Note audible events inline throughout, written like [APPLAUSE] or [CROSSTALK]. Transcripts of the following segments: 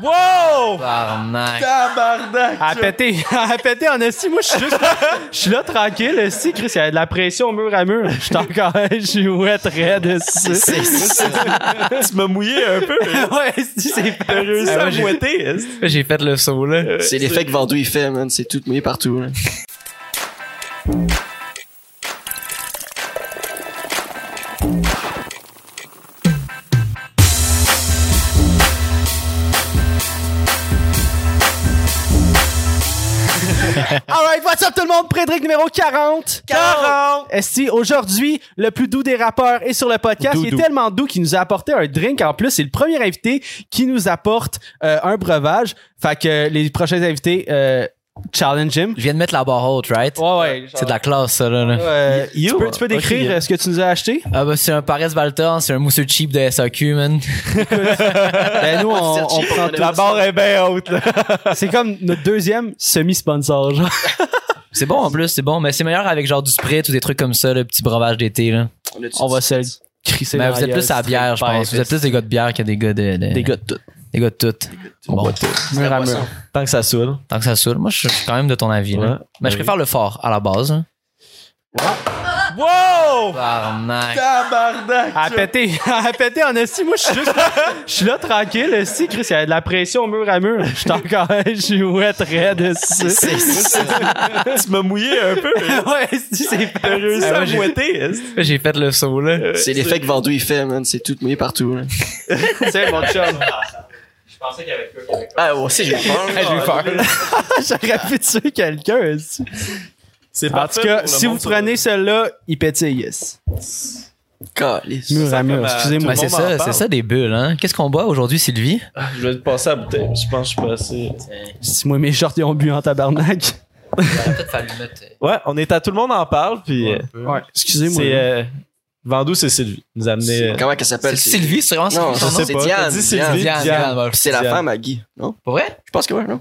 Wow! Tabarnak. Tabarnak! À péter, [LAUGHS] à péter en esti, moi je suis juste, je suis là tranquille, esti, Chris, il y a de la pression mur à mur, je suis encore, [LAUGHS] je suis ouette raide, esti. C'est ça. tu m'as mouillé un peu. [LAUGHS] mais Ouais, esti, c'est T'as réussi Ah, à moi, j'ai- mouetter. est-ce? J'ai fait le saut, là. Euh, C'est l'effet que Vendoux il fait, man. C'est tout mouillé partout. là. Alright, what's up tout le monde? Prédric numéro 40. 40! Esti, aujourd'hui, le plus doux des rappeurs est sur le podcast. Il Doudou. est tellement doux qu'il nous a apporté un drink en plus. C'est le premier invité qui nous apporte euh, un breuvage. Fait que euh, les prochains invités, euh, challenge him. Je viens de mettre la barre haute, right? Ouais, ouais. C'est de la classe, ça, là. là. Euh, You. tu, peux, tu peux décrire Ok. euh, ce que tu nous as [LAUGHS] acheté? Ah, bah, c'est un Paris Balton, c'est un mousseux cheap de SAQ, man. Ben, nous, on, on prend tout. La barre est bien haute, là. [LAUGHS] C'est comme notre deuxième semi-sponsor, genre. C'est bon, en plus, c'est bon, mais c'est meilleur avec genre du Sprite ou des trucs comme ça, le petit breuvage d'été, là. a-tu On va dit- se le [LAUGHS] crisser. Mais dans vous êtes gueule, plus à la c'est bière, je très pense. Vous êtes plus des gars de bière que des gars de. de- Des gars de tout. Des gars de tout. Bon, Mur à mur. boisson. Tant que ça saoule. tant que ça saoule. Moi, je suis quand même de ton avis, Ouais. là. Mais je Oui. préfère le fort à la base, hein. Wow! Tabarnak. Tabarnak! À péter, [LAUGHS] à péter en esti, moi je suis juste, je suis là tranquille, esti, Chris, il y a de la pression mur à mur, je suis encore, je suis ouette raide, esti. [LAUGHS] C'est ça. tu m'as mouillé un peu. mais Ouais, esti, c'est T'as réussi Ah, moi, à j'ai- mouetter. est-ce? J'ai fait le saut, là. C'est l'effet que Vendoux il fait, man. C'est tout mouillé partout. là. c'est mon chum. Ah, aussi, j'ai peur. [LAUGHS] Hey, je vais faire. J'aurais pu tuer quelqu'un, esti. C'est En tout cas, si vous prenez celle-là, il pétille, yes. Calice. Mur à mur, comme à excusez-moi. Ben, Tout c'est le monde en ça, c'est parle. ça des bulles, hein. Qu'est-ce qu'on boit aujourd'hui, Sylvie? Je vais te passer à la bouteille. Je pense que je suis passé. Si moi mes shorts ils ont bu en tabarnak. Peut-être fallu mettre. Ouais, on est à Tout le monde en parle. Puis euh, Ouais, excusez-moi. c'est. euh, Vandou, c'est Sylvie. Nous a amené. euh, Comment qu'elle C'est s'appelle c'est- Sylvie, c'est vraiment Non, Sylvie. je son nom? sais pas. pas. T'as Diane. dit Diane. Sylvie. Diane, Diane, Diane. ouais. C'est la Diane. femme à Guy, non Pour vrai? Je pense que oui, non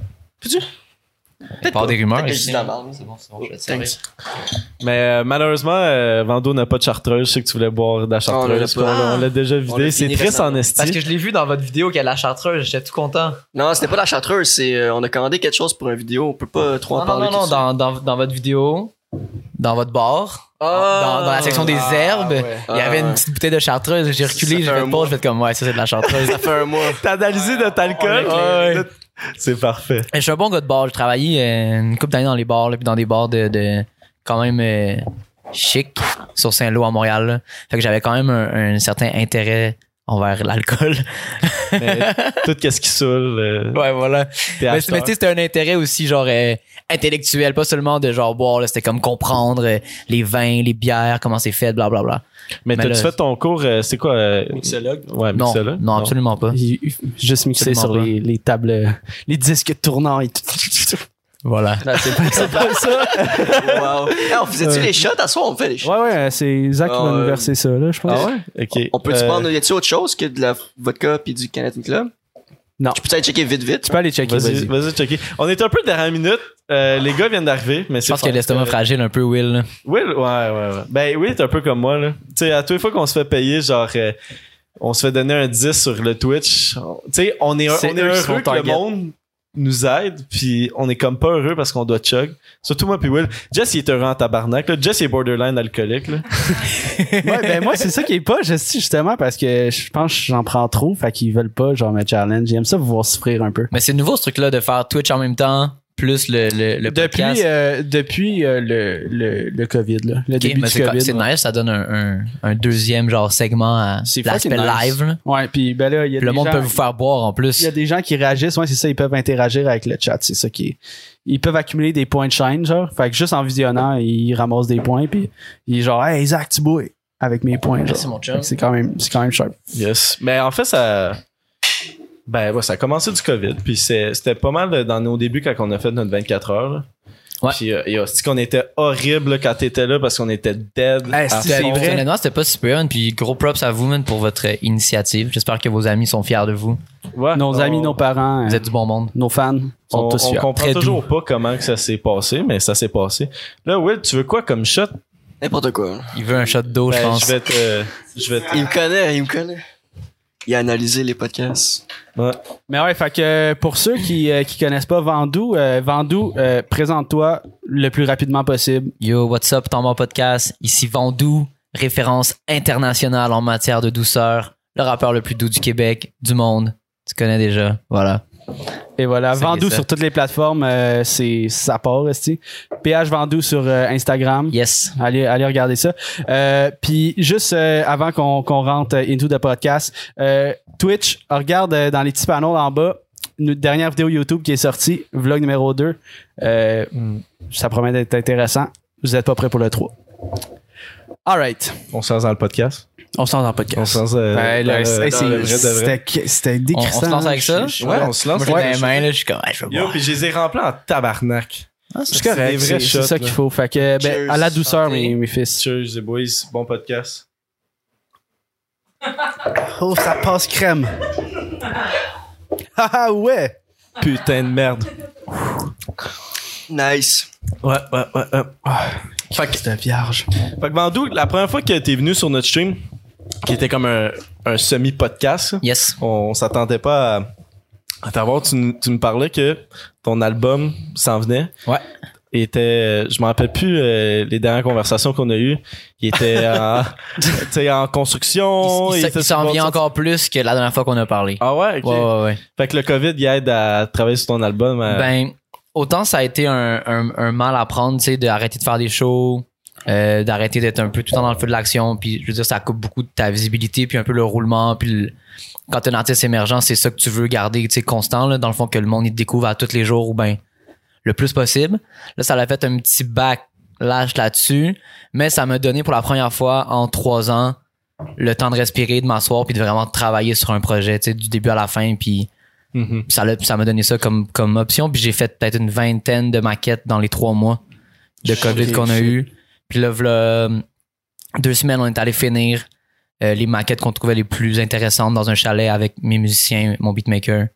Il part des rumeurs. Peut-être que ici. je dis de la merde. C'est bon, c'est bon, je vais te servir. Thanks. Mais euh, malheureusement, euh, Vando n'a pas de chartreuse. Je sais que tu voulais boire de la chartreuse. on l'a pas. puis Ah, on l'a- on l'a déjà On l'a vidé. C'est fini triste en récemment. Parce esti. que je l'ai vu dans votre vidéo qu'elle a la chartreuse, j'étais tout content. Non, c'était pas la chartreuse. C'est euh, on a commandé quelque chose pour une vidéo. On peut pas trop Non, en non, parler. non, tout non, de suite. dans, dans, dans votre vidéo, dans votre bar, Ah. dans, dans la section des Ah, herbes, ouais. il y avait une Ah. petite bouteille de chartreuse. J'ai Ça reculé, fait j'ai un fait le mois. Ah, j'ai fait comme, ouais, ça c'est de [LAUGHS] la chartreuse. Ça fait un mois. T'as analysé notre alcool. on l'a éclairé. Ouais. C'est [LAUGHS] parfait. Je suis un bon gars de bar, j'ai travaillé euh, une couple d'années dans les bars, là, puis dans des bars de, de quand même euh, chic sur Saint-Lô à Montréal. là. Fait que j'avais quand même un, un certain intérêt envers l'alcool. Mais tout qu'est-ce qui saoule. euh, ouais, voilà. t'es Mais, acheteur. mais tu sais, c'était un intérêt aussi, genre, euh, intellectuel, pas seulement de genre boire, là, c'était comme comprendre euh, les vins, les bières, comment c'est fait, blablabla. Mais mais t'as-tu là- fait ton cours, euh, c'est quoi? euh, Mixologue. Ouais, hein? Non, mixologue? non, [LAUGHS] absolument pas. Il- il- Juste mixé Hein? sur Absolument les, les tables, euh, les disques tournants et tout. Voilà. c'est pas ça. wow. Eh, on faisait-tu les shots à soi? On fait les shots. Ouais, ouais, c'est Zach Ah, qui va Euh, nous verser ça, là, je pense. Ah ouais? Ok. On peut-tu Euh, prendre, y a-tu autre chose que de la vodka puis du Canadian Club? Non. Je peux peut-être checker vite, vite. Tu peux aller checker, vas-y. Vas-y, vas-y, checker. On est un peu dernière minute. Euh, les gars viennent d'arriver, mais Je c'est pense que fun. l'estomac fragile un peu, Will. là. Will, ouais, ouais, ouais. Ben, Will est un peu comme moi, là. Tu sais, à toutes les fois qu'on se fait payer, genre, euh, on se fait donner un 10 sur le Twitch. On- Tu sais, on est, on C'est est eux qui sont heureux que le target. monde nous aide, puis on est comme pas heureux parce qu'on doit chug. Surtout moi, puis Will. Jess, il est heureux en tabarnak, là. Jess, il est borderline alcoolique, là. ouais, ben moi, c'est ça qui est pas, je sais, justement, parce que je pense que j'en prends trop, fait qu'ils veulent pas, genre, me challenge. J'aime ça vous voir souffrir un peu. Mais c'est nouveau ce truc-là de faire Twitch en même temps, plus le, le, le depuis podcast. euh, depuis euh, le, le, le COVID, là, le Ok, début mais du c'est COVID. c'est ouais. nice, ça donne un, un- un deuxième genre segment à C'est l'aspect fucking nice. live. là. Ouais, puis ben là, il y a Puis Le des monde gens- peut vous faire boire en Il y plus. a des gens qui réagissent, ouais, c'est ça, ils peuvent interagir avec le chat, c'est ça qui est. Ils peuvent accumuler des points de chaîne, genre. Fait que juste en visionnant, ils ramassent des points, puis ils genre, hey, Zach, tu bois avec mes points, genre. Merci, mon chum. Fait que C'est quand même, c'est quand même sharp. Yes. Mais en fait, ça. Ben, ouais, ça a commencé du COVID. Puis c'est- c'était pas mal dans nos débuts quand on a fait notre 24 heures. là. Ouais. Puis euh, et hostie qu'on était horrible là, quand t'étais là parce qu'on était dead. Hey, à c'est fond. vrai. Honnêtement, c'était pas super. man, Puis gros props à vous, man, pour votre euh, initiative. J'espère que vos amis sont fiers de vous. Ouais. Nos On- amis, nos parents, Vous euh, êtes du bon monde. nos fans sont On, tous on fiers. comprend Très toujours pas comment que ça s'est passé, mais ça s'est passé. Là, Will, tu veux quoi comme shot? N'importe quoi. Il veut un shot d'eau, je Ben, pense. je vais te. Je vais te- Il me connaît, il me connaît. et analyser les podcasts. Mais ouais, fait que euh, pour ceux qui, euh, qui connaissent pas Vandou, euh, Vandou, euh, présente-toi le plus rapidement possible. Yo, what's up, Tambor Podcast? Ici Vendoux, référence internationale en matière de douceur, le rappeur le plus doux du Québec, du monde. Tu connais déjà, voilà. Et voilà, C'est Vandou ça. sur toutes les plateformes, euh, c'est ça part, esti. PH Vandou sur euh, Instagram. Yes. Allez, allez regarder ça. Euh, Puis juste euh, avant qu'on qu'on rentre euh, into the podcast, euh, Twitch, regarde euh, dans les petits panneaux en bas, notre dernière vidéo YouTube qui est sortie, vlog numéro 2. Euh, Mm. Ça promet d'être intéressant. Vous n'êtes pas prêts pour le 3. All right. On se lance dans le podcast. On se lance dans le On podcast. se lance euh, Ouais, dans là, le- c'est- dans le vrai de vrai. C'était c'était On, on décrissant. se lance avec ça? Je- je- Ouais, on se lance. Moi, j'ai Ouais, dans les je- mains, là, je suis comme, ouais, je veux Yo, boire. puis je les ai remplis en tabarnak. Ah, C'est correct. des C'est vrais c'est shots, ça là. qu'il faut. Fait que, ben, Cheers, à la douceur, santé. mes, mes fils. Cheers, les boys. Bon podcast. Oh, ça passe crème. [LAUGHS] ah ouais. Putain de merde. Nice. Ouais, ouais, ouais. ouais. Fait que de vierge. Fait que Vandou, la première fois que t'es venu sur notre stream, qui était comme un, un semi-podcast, Yes. on, on s'attendait pas à, à t'avoir. Tu, nous- tu me parlais que ton album s'en venait. Ouais. Il était, je m'en rappelle plus euh, les dernières conversations qu'on a eues. [LAUGHS] Il était en, tu sais, en construction. Il, s- Oh, était il s'en sur- vient encore plus que la dernière fois qu'on a parlé. Ah ouais, ok. Ouais, ouais, ouais. Fait que le COVID, il aide à travailler sur ton album. euh, à- Ben, autant ça a été un, un- un mal à prendre, tu sais, d'arrêter de faire des shows, euh, d'arrêter d'être un peu tout le temps dans le feu de l'action. Puis, je veux dire, ça coupe beaucoup de ta visibilité, puis un peu le roulement. Puis, le- quand t'es un artiste émergent, c'est ça que tu veux garder, tu sais, constant, là, dans le fond, que le monde, il te découvre à tous les jours ou ben le plus possible. Là, ça l'a fait un petit backlash là-dessus, mais ça m'a donné pour la première fois en trois ans le temps de respirer, de m'asseoir, puis de vraiment travailler sur un projet, tu sais, du début à la fin, puis Mhm. ça l'a- ça m'a donné ça comme, comme option. Puis j'ai fait peut-être une vingtaine de maquettes dans les trois mois de COVID Shit. qu'on a eu. Puis là, v'là, hum, deux semaines, on est allé finir euh, les maquettes qu'on trouvait les plus intéressantes dans un chalet avec mes musiciens, mon beatmaker.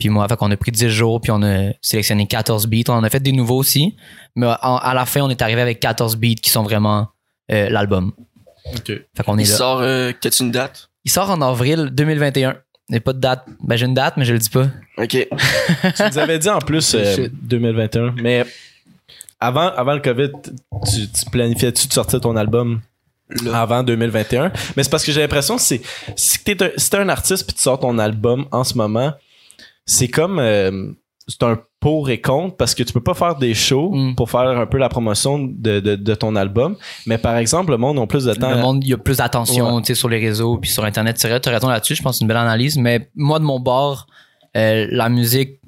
Puis moi, fait qu'on a pris 10 jours, puis on a sélectionné 14 beats. On en a fait des nouveaux aussi. Mais en- à la fin, on est arrivé avec 14 beats qui sont vraiment euh, l'album. Ok. Fait qu'on est Il là. sort, euh, t'as-tu une date? Il sort en avril 2021. Il n'y a pas de date. Ben, j'ai une date, mais je le dis pas. Ok. tu nous avais dit en plus euh, Shit. 2021, mais avant, avant le COVID, tu, tu planifiais-tu de sortir ton album Là. avant 2021? Mais c'est parce que j'ai l'impression que c'est si t'es un, si t'es un artiste puis tu sors ton album en ce moment, c'est comme euh, c'est un pour et contre parce que tu peux pas faire des shows Mm. pour faire un peu la promotion de, de- de ton album. Mais par exemple, le monde a plus de temps. le monde, il y a plus d'attention tu sais, sur les réseaux puis sur Internet. Tu as raison là-dessus, je pense que c'est une belle analyse. Mais moi, de mon bord, euh, la musique,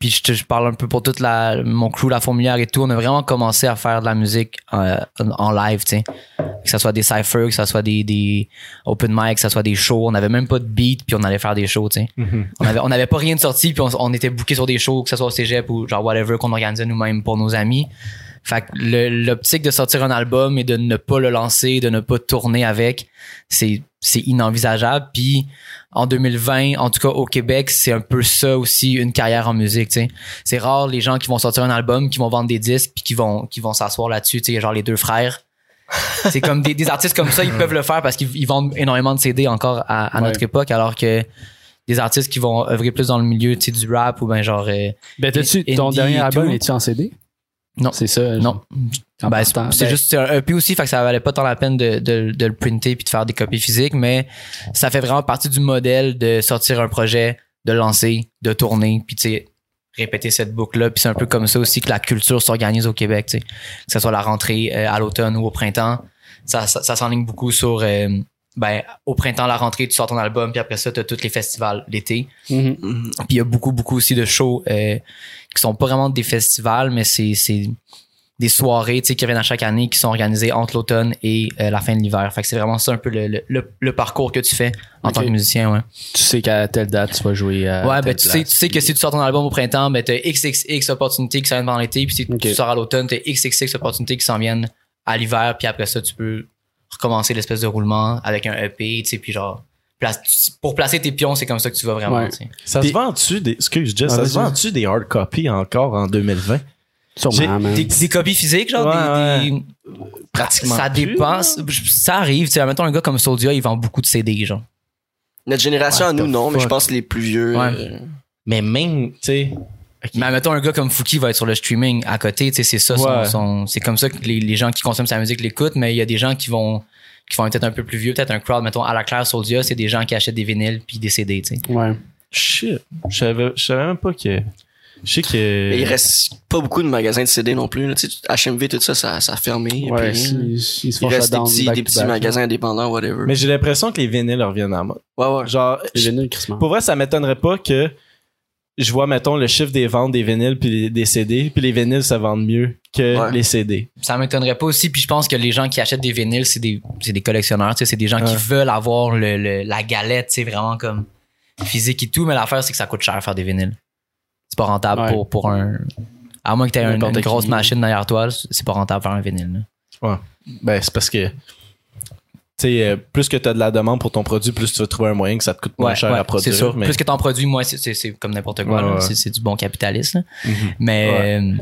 puis je, te- je parle un peu pour toute la, mon crew, la fourmilière et tout, on a vraiment commencé à faire de la musique euh, en, en live, tu sais. Que ce soit des cyphers, que ce soit des, des open mic, que ce soit des shows. On n'avait même pas de beat, puis on allait faire des shows, tu sais. Mhm. On avait, on avait pas rien de sorti, puis on, on était booké sur des shows, que ce soit au cégep ou genre whatever, qu'on organisait nous-mêmes pour nos amis. Fait que le- l'optique de sortir un album et de ne pas le lancer, de ne pas tourner avec, c'est c'est inenvisageable. Puis en 2020, en tout cas au Québec, c'est un peu ça aussi une carrière en musique. tu sais. C'est rare les gens qui vont sortir un album, qui vont vendre des disques, puis qui vont qui vont s'asseoir là-dessus. tu sais, Genre les deux frères. C'est comme des, des artistes comme ça, ils peuvent le faire parce qu'ils ils vendent énormément de CD encore à, à notre époque, alors que des artistes qui vont œuvrer plus dans le milieu tu sais, du rap ou ben genre euh, Ben, t'as-tu, ton Indie dernier et album, tout. est-tu en CD? Non. C'est ça. non euh, En Ben, c'est partant. c'est Ben, juste c'est un EP aussi fait que ça valait pas tant la peine de, de- de le printer puis de faire des copies physiques mais ça fait vraiment partie du modèle de sortir un projet de le lancer de tourner puis tu sais répéter cette boucle là puis c'est un peu comme ça aussi que la culture s'organise au Québec tu sais. que ce soit la rentrée euh, à l'automne ou au printemps ça, ça, ça s'enligne beaucoup sur euh, ben au printemps la rentrée tu sors ton album puis après ça tu as tous les festivals l'été mhm. Mhm. puis il y a beaucoup, beaucoup aussi de shows euh, qui sont pas vraiment des festivals, mais c'est c'est des soirées tu sais, qui reviennent à chaque année qui sont organisées entre l'automne et euh, la fin de l'hiver. Fait que c'est vraiment ça un peu le, le- le- le parcours que tu fais en Ok. Euh, tant que musicien. Ouais, Tu sais qu'à telle date, tu vas jouer à. ouais telle ben, tu, sais, place. tu sais que si tu sors ton album au printemps, ben, tu as XXX opportunités qui s'en viennent pendant l'été, puis si Ok. tu sors à l'automne, tu as XXX opportunités qui s'en viennent à l'hiver, puis après ça, tu peux recommencer l'espèce de roulement avec un EP, tu sais, puis genre. place- pour placer tes pions, c'est comme ça que tu vas vraiment. Ouais. tu sais. Ça Puis- se vend-tu des. Excuse, Jess, Ah, ça vas-y, se vas-y. vend-tu des hard copies encore en 2020? J'ai- Sûrement, man. Des, des copies physiques, genre Ouais, des- des, Pratiquement. Ça plus, dépend. là. Ça arrive. Tu sais, mettons, un gars comme Soldia, il vend beaucoup de CD, genre. Notre génération What à nous, the non, mais je fuck? pense que les plus vieux. Ouais. euh, Mais même, tu sais, Mais mettons un gars comme Fouki va être sur le streaming à côté, tu sais, c'est ça, son- Ouais. son- c'est comme ça que les, les gens qui consomment sa musique l'écoutent, mais il y a des gens qui vont qui vont être peut-être un peu plus vieux, peut-être un crowd, mettons à la Claire Soldia, c'est des gens qui achètent des vinyles puis des CD, tu sais. Ouais. shit. Je savais, je savais même pas que. Je sais que. mais il reste pas beaucoup de magasins de CD non plus. là. Tu sais, HMV, tout ça, ça, ça a fermé. Ouais, puis, ils, ils se il font reste des shutdown petits, back des to petits back. magasins indépendants, whatever. Mais j'ai l'impression que les vinyles reviennent en mode. ouais, ouais. Genre, Les vinyles, crissement. pour vrai, ça m'étonnerait pas que je vois, mettons, le chiffre des ventes des vinyles puis des CD, puis les vinyles, ça vendent mieux que Ouais. les CD. Ça m'étonnerait pas aussi, puis je pense que les gens qui achètent des vinyles, c'est des c'est des collectionneurs, tu sais, c'est des gens qui Ouais. veulent avoir le, le- la galette, tu sais, vraiment comme physique et tout, mais l'affaire c'est que ça coûte cher faire des vinyles. C'est pas rentable Ouais. pour pour un à moins que tu aies N'importe une grosse qui. machine derrière toi, c'est pas rentable faire un vinyle. là. Ben, c'est parce que. Tu sais, euh, plus que tu as de la demande pour ton produit, plus tu vas trouver un moyen que ça te coûte moins cher à produire. C'est sûr. mais- Plus que t'en produis, moi, c'est- c'est c'est comme n'importe quoi. Ouais, là. ouais. C'est c'est du bon capitaliste. là. Mhm. Mais Ouais. euh,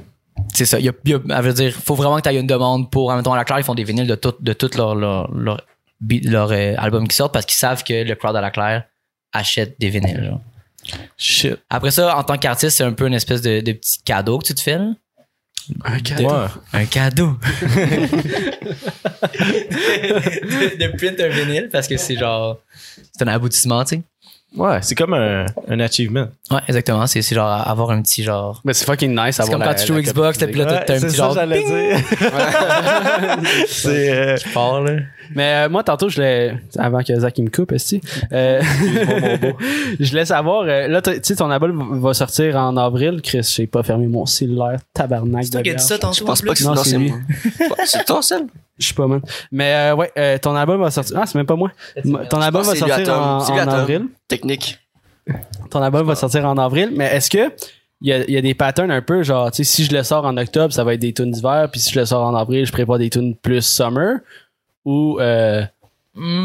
c'est ça. Il Y a, il y a- à vrai dire, faut vraiment que tu aies une demande pour. Admettons, à la Claire, ils font des vinyles de tout, de tout leur, leur, leur, bi- leur, euh, album qui sortent parce qu'ils savent que le crowd à la Claire achète des vinyles. genre. Shit. Après ça, en tant qu'artiste, c'est un peu une espèce de, de petit cadeau que tu te fais. là. Un Ouais. cadeau. Un [LAUGHS] cadeau. de, de print un vinyle parce que c'est genre. C'est un aboutissement, tu sais. Ouais, c'est comme un, un achievement. Ouais, exactement. C'est c'est genre avoir un petit genre. Mais c'est fucking nice C'est avoir comme la- quand tu joues la Xbox, capacité. t'as puis là, t'as- t'as un c'est petit ça genre j'allais dire. [LAUGHS] c'est euh, qui part, là. Mais euh, moi, tantôt, je l'ai. Avant que Zach il me coupe, est [LAUGHS] Je laisse savoir. euh, là, t'as- tu sais, ton album va sortir en avril. Chris, j'ai pas fermé mon cellulaire. Tabarnak. de merde. Je pense pas que c'est Non, non, c'est c'est lui. moi. [LAUGHS] C'est ton seul. Je suis pas man. Mais euh, ouais, euh, ton album va sortir. Ah, c'est même pas moi. M- Ton album pense va que c'est lui à sortir Tom. en, C'est lui à en Tom. avril. Technique. Ton album va sortir en avril. Mais est-ce que il y a, il y a des patterns un peu genre, tu sais, si je le sors en octobre, ça va être des tunes d'hiver. Puis si je le sors en avril, je prépare des tunes plus summer. Ou euh,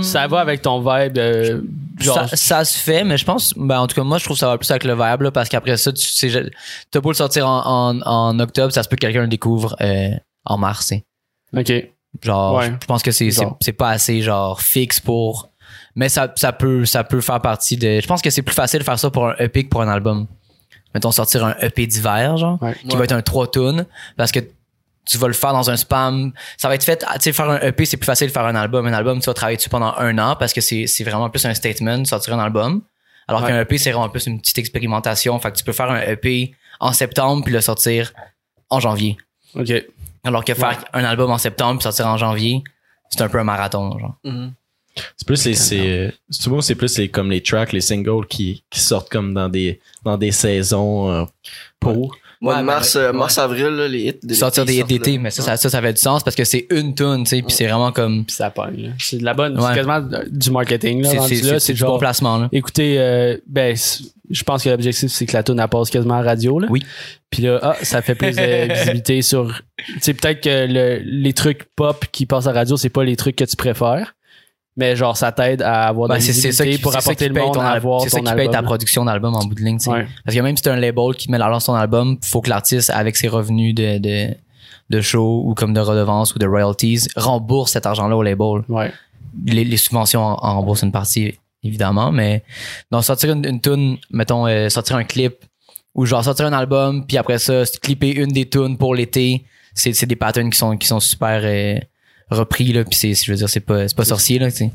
ça va avec ton vibe. euh, genre, Mm. ça, ça se fait, mais je pense, ben, en tout cas, moi, je trouve que ça va plus avec le vibe, là, parce qu'après ça, tu sais, je- t'as beau le sortir en, en- en octobre, ça se peut que quelqu'un le découvre euh, en mars, tu sais. ok. Genre, Ouais. je pense que c'est, c'est, Genre. c'est pas assez, genre, fixe pour. Mais ça, ça, peut, ça peut faire partie de. Je pense que c'est plus facile de faire ça pour un EP que pour un album. Mettons, sortir un EP d'hiver, genre. Ouais. qui va être un 3 tonnes parce que tu vas le faire dans un spam. Ça va être fait, tu sais, faire un EP, c'est plus facile de faire un album. Un album, tu vas travailler dessus pendant un an parce que c'est c'est vraiment plus un statement, sortir un album. Alors Ouais. qu'un EP, c'est vraiment plus une petite expérimentation. Fait que tu peux faire un EP en septembre puis le sortir en janvier. Ok. Alors que faire un album en septembre puis sortir en janvier, c'est un peu un marathon, genre. Mhm. C'est plus les, c'est, euh, c'est bon, c'est plus les, comme les tracks, les singles qui, qui sortent comme dans des, dans des saisons euh, pour. Moi, Ouais, mais mars, avec- euh, ouais. mars, avril, là, les hits. de l'été, Sortir des ils hits sortent, d'été, là. mais ça, ça, ça, ça fait du sens parce que c'est une tune, tu sais, puis c'est vraiment comme. Puis ça pogne. là. C'est de la bonne. C'est Ouais. quasiment du marketing. Là, C'est rendu c'est- là, c'est- c'est c'est du bon genre. placement, là. Écoutez, euh, ben, c- je pense que l'objectif, c'est que la tune elle passe quasiment à la radio. Là. Oui. Puis là, ah, ça fait plus [LAUGHS] de visibilité sur. Tu sais, peut-être que le- les trucs pop qui passent à la radio, c'est pas les trucs que tu préfères. Mais genre, ça t'aide à avoir de Ben, la c'est c'est ça visibilité qui pour c'est ça apporter qui le paye monde ton à al- voir c'est ça ton qui paye ta album. production d'album en bout de ligne tu sais. Ouais. parce que même si c'est un label qui met l'argent sur ton album faut que l'artiste avec ses revenus de, de de show ou comme de redevances ou de royalties rembourse cet argent là au label Ouais. les, les subventions en, en remboursent une partie évidemment mais donc sortir une, une tune mettons euh, sortir un clip ou genre sortir un album puis après ça se clipper une des tunes pour l'été c'est c'est des patterns qui sont qui sont super euh, repris là puis c'est je veux dire c'est pas c'est pas sorcier là tu sais.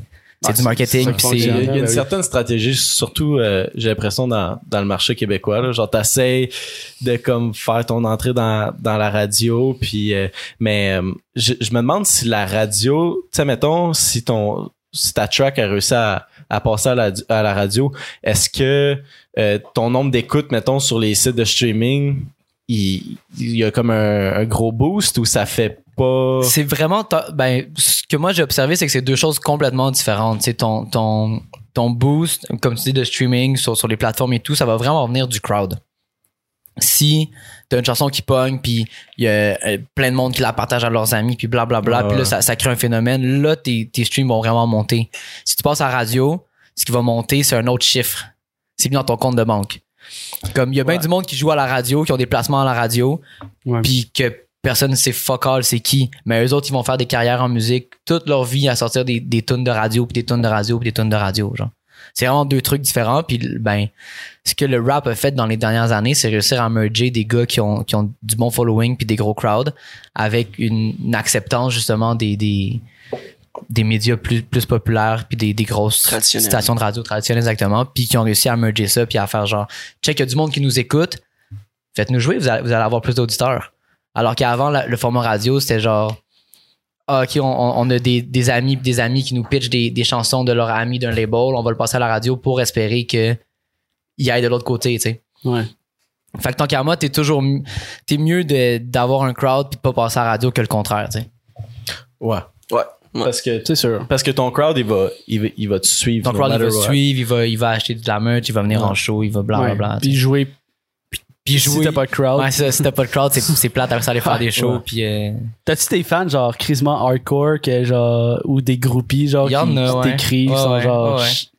Ah, c'est du c'est- c'est marketing ça puis qui c'est Il y a- il y a ben une oui. certaine stratégie, surtout, euh, j'ai l'impression, dans, dans le marché québécois. Là, genre, t'essayes de comme faire ton entrée dans, dans la radio, puis euh, mais euh, je, je me demande si la radio, tu sais, mettons, si ton si ta track a réussi à, à passer à la, à la radio, est-ce que euh, ton nombre d'écoutes, mettons, sur les sites de streaming, il, il y a comme un, un gros boost ou ça fait pas... C'est vraiment. ta- Ben, ce que moi j'ai observé, c'est que c'est deux choses complètement différentes. Tu sais, ton, ton, ton boost, comme tu dis, de streaming sur, sur les plateformes et tout, ça va vraiment venir du crowd. Si t'as une chanson qui pogne, puis il y a euh, plein de monde qui la partage à leurs amis, puis blablabla, Ouais, puis là, ouais. ça, ça crée un phénomène. Là, tes, tes streams vont vraiment monter. Si tu passes à la radio, ce qui va monter, c'est un autre chiffre. C'est mis dans ton compte de banque. Comme il y a bien Ouais. du monde qui joue à la radio, qui ont des placements à la radio, Ouais. puis que personne ne sait fuck all c'est qui mais eux autres ils vont faire des carrières en musique toute leur vie à sortir des, des tunes de radio puis des tunes de radio puis des tunes de radio genre C'est vraiment deux trucs différents. Puis, ben, ce que le rap a fait dans les dernières années, c'est réussir à merger des gars qui ont, qui ont du bon following puis des gros crowds avec une, une acceptance, justement, des, des, des médias plus, plus populaires puis des, des grosses Traditionnels. stations de radio traditionnelles, exactement. Puis qui ont réussi à merger ça puis à faire genre, check, il y a du monde qui nous écoute. Faites-nous jouer, vous allez, vous allez avoir plus d'auditeurs. Alors qu'avant, la- le format radio, c'était genre, ah, OK, on, on- on a des, des amis pis des amis qui nous pitchent des, des chansons de leur ami d'un label, on va le passer à la radio pour espérer que il aille de l'autre côté, tu sais. Ouais. Fait que tant qu'à moi, t'es toujours m- t'es mieux de- d'avoir un crowd puis de pas passer à la radio que le contraire, tu sais. Ouais. Ouais. ouais. Parce que, C'est sûr. parce que ton crowd, il va, il va, il va te suivre. Ton no crowd, il matter va what. suivre, il va, il va acheter de la merch, il va venir Ouais. en show, il va blablabla. Ouais. Bla, Puis jouer. puis Si t'as pas de crowd. Ouais, c'est ça, si t'as pas de crowd, c'est- c'est plate après ça aller faire des shows. Puis, euh, T'as-tu des fans, genre, crissement hardcore, que, genre, ou des groupies, genre, Il y qui, en a, qui ouais. t'écrivent, Ouais, sont ouais, genre. ouais, ouais. Chut.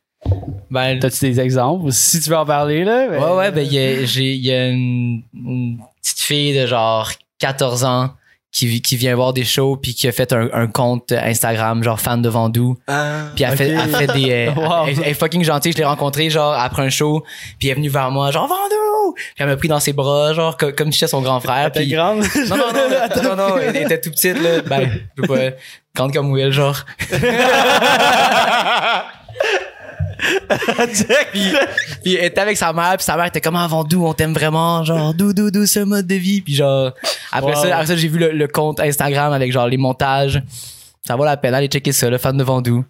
ben, T'as-tu des exemples? Si tu veux en parler, là. ben- Ouais, ouais, ben, il y a, j'ai- il y a une, une petite fille de genre 14 ans qui, vi- qui vient voir des shows puis qui a fait un, un compte Instagram, genre fan de Vendoux. Ah. Puis elle, fait, Ok. elle fait des. euh, Wow. elle, elle est fucking gentille. Je l'ai rencontrée, genre, après un show. Puis elle est venue vers moi, genre, Vendoux! Puis elle m'a pris dans ses bras, genre, co- comme si j'étais son grand frère. T'es Puis grande. non, non, non, non, non, non, elle était tout petite, là. Ben, je peux pas. Grande comme Will, genre. puis, puis elle était avec sa mère, puis sa mère était comme avant doux, on t'aime vraiment, genre doux, doux, doux, ce mode de vie. Puis genre, après Wow. ça, après ça j'ai vu le, le compte Instagram avec genre les montages. Ça vaut la peine, allez checker ça, le fan de Vendoux.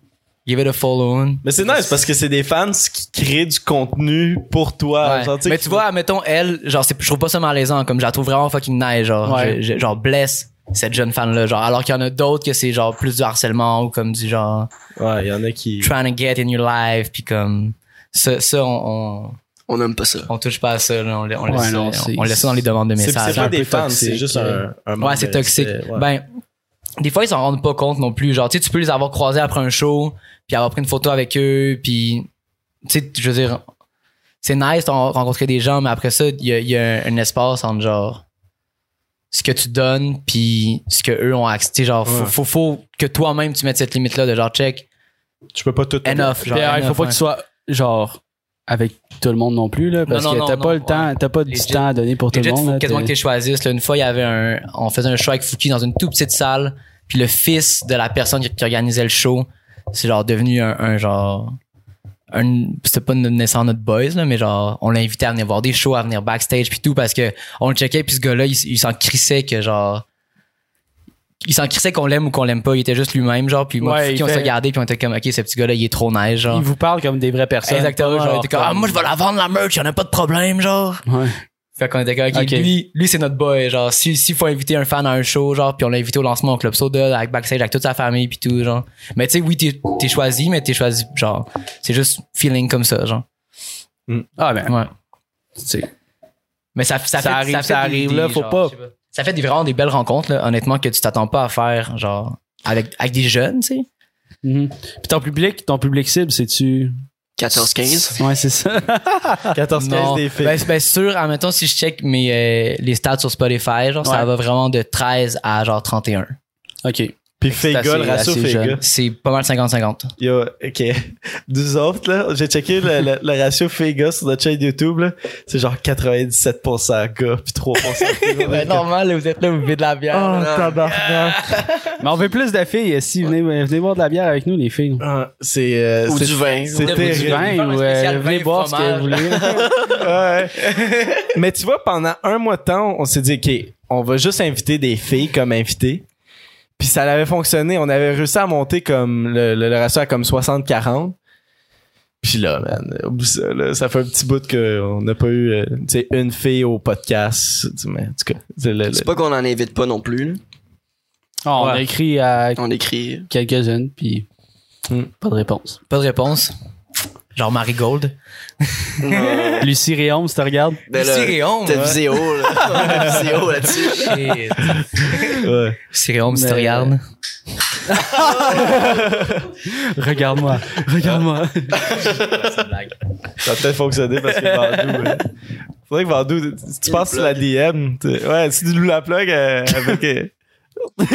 Give it a follow on. Mais c'est nice parce que c'est des fans qui créent du contenu pour toi. Ouais. Genre, sais, Mais qui- tu vois, mettons elle, genre, c'est- je trouve pas ça malaisant, comme je la trouve vraiment fucking nice, genre, Ouais. je- je- genre blesse cette jeune fan là, genre, alors qu'il y en a d'autres que c'est genre plus du harcèlement ou comme du genre Ouais, il y en a qui. trying to get in your life, puis comme ça, ça on, on, On aime pas ça. on touche pas à ça, là, on, la- on Ouais, laisse, non, ça, c'est- on laisse ça dans les demandes de C'est c'est messages. pas un des peu fans, toxique, c'est juste un, un Ouais, manque c'est de toxique. respect, ouais. Ben, des fois, ils s'en rendent pas compte non plus. Genre, tu sais, tu peux les avoir croisés après un show, puis avoir pris une photo avec eux, puis, tu sais, je veux dire, c'est nice de rencontrer des gens, mais après ça, il y a, il y a un, un espace entre genre ce que tu donnes, puis ce que eux ont accès. Tu sais, genre, faut, Ouais. faut, faut que toi-même tu mettes cette limite-là de genre, check, tu peux pas tout. enough. Genre, Puis, ouais, enough, faut pas ouais. que tu sois, genre, avec tout le monde non plus, là, parce non, que non, t'as non, pas le ouais. temps, t'as pas du Legit. temps à donner pour tout Legit, le monde. faut là, quasiment que t'es- tu choisisses. Là, une fois, il y avait un, on faisait un show avec Fouki dans une toute petite salle, puis le fils de la personne qui, qui organisait le show, c'est genre devenu un, un genre, un, c'était pas notre- nécessairement notre boys là, mais genre, on l'a invité à venir voir des shows, à venir backstage puis tout parce que on le checkait puis ce gars-là, il, s- il s'en crissait que genre. Il s'en crissait qu'on l'aime ou qu'on l'aime pas, il était juste lui-même, genre, puis moi, Ouais, puis Fouki, il on s'est fait- regardé, puis on était comme, ok, ce petit gars-là, il est trop nice, genre. Ils vous parlent comme des vraies personnes. Exactement, pas genre, il était comme, ah, moi, je vais la vendre, la merch, y'en a pas de problème, genre. Ouais. Fait qu'on était comme, Ok. ok, lui, lui c'est notre boy. Genre, si, s'il faut inviter un fan à un show, genre, puis on l'a invité au lancement au Club Soda, avec Backstage, avec toute sa famille, puis tout, genre. Mais tu sais, oui, t'es, t'es choisi, mais t'es choisi, genre, c'est juste feeling comme ça, genre. Ah, ben, Ouais. tu sais. Mais ça, ça, Ça fait, arrive, ça, fait ça des- arrive, des- là, faut genre, pas. je sais Ça fait des, vraiment des belles rencontres, là, honnêtement, que tu t'attends pas à faire, genre, avec, avec des jeunes, tu sais. Mhm. Puis ton public, ton public cible, c'est-tu. 14-15. Ouais, c'est ça. 14-15 des filles. Ben, c'est- ben, sûr, admettons, si je check mes, euh, les stats sur Spotify, genre, ça Ouais. va vraiment de 13 à genre 31. OK. Puis fille c'est gars, le assez- ratio assez fille jeune. gars. C'est pas mal 50-50. Yo, ok. [LAUGHS] Nous autres, là, j'ai checké le, le- le ratio fille gars sur notre chaîne YouTube, là. C'est genre 97% gars, puis 3% filles. On est Ben, normal, là, vous êtes là, vous buvez de la bière. Ah. comme, oh, tabarnak. Mais on veut plus de filles. euh, Si, venez, venez boire de la bière avec nous, les filles. Ah, c'est. euh, Ou c'est- du vin. c'est- ou- Ou du terrible. vin, Faire un ou spécial euh, venez vin, boire ce que fromage. vous [LAUGHS] voulez. Ouais. Mais tu vois, pendant un mois de temps, on s'est dit, OK, on va juste inviter des filles comme invitées. Puis ça avait fonctionné. On avait réussi à monter comme le, le- le ratio à comme 60-40. Puis là, man, oublie ça, là, ça fait un petit bout qu'on n'a pas eu euh, tu sais, une fille au podcast. Tu- Mais en tout cas, c'est le- le- C'est pas qu'on en invite pas non plus. là. Ah, On a Ouais. écrit à On écrit. euh, [LAUGHS] quelques-unes, puis Hmm. pas de réponse. Pas de réponse. Genre Marigold. Non. Lucie Réaume, si tu regardes. Ben là, Cirion. T'as visé haut, là. T'as visé haut là-dessus. ouais. Cirion, si tu Mais- regardes. Regarde-moi, regarde-moi. euh, Ça a peut-être fonctionné parce que Vandou. euh, faudrait que Vandou, si tu passes sur la DM, tu- ouais, si tu nous la plug euh, avec. euh, Tu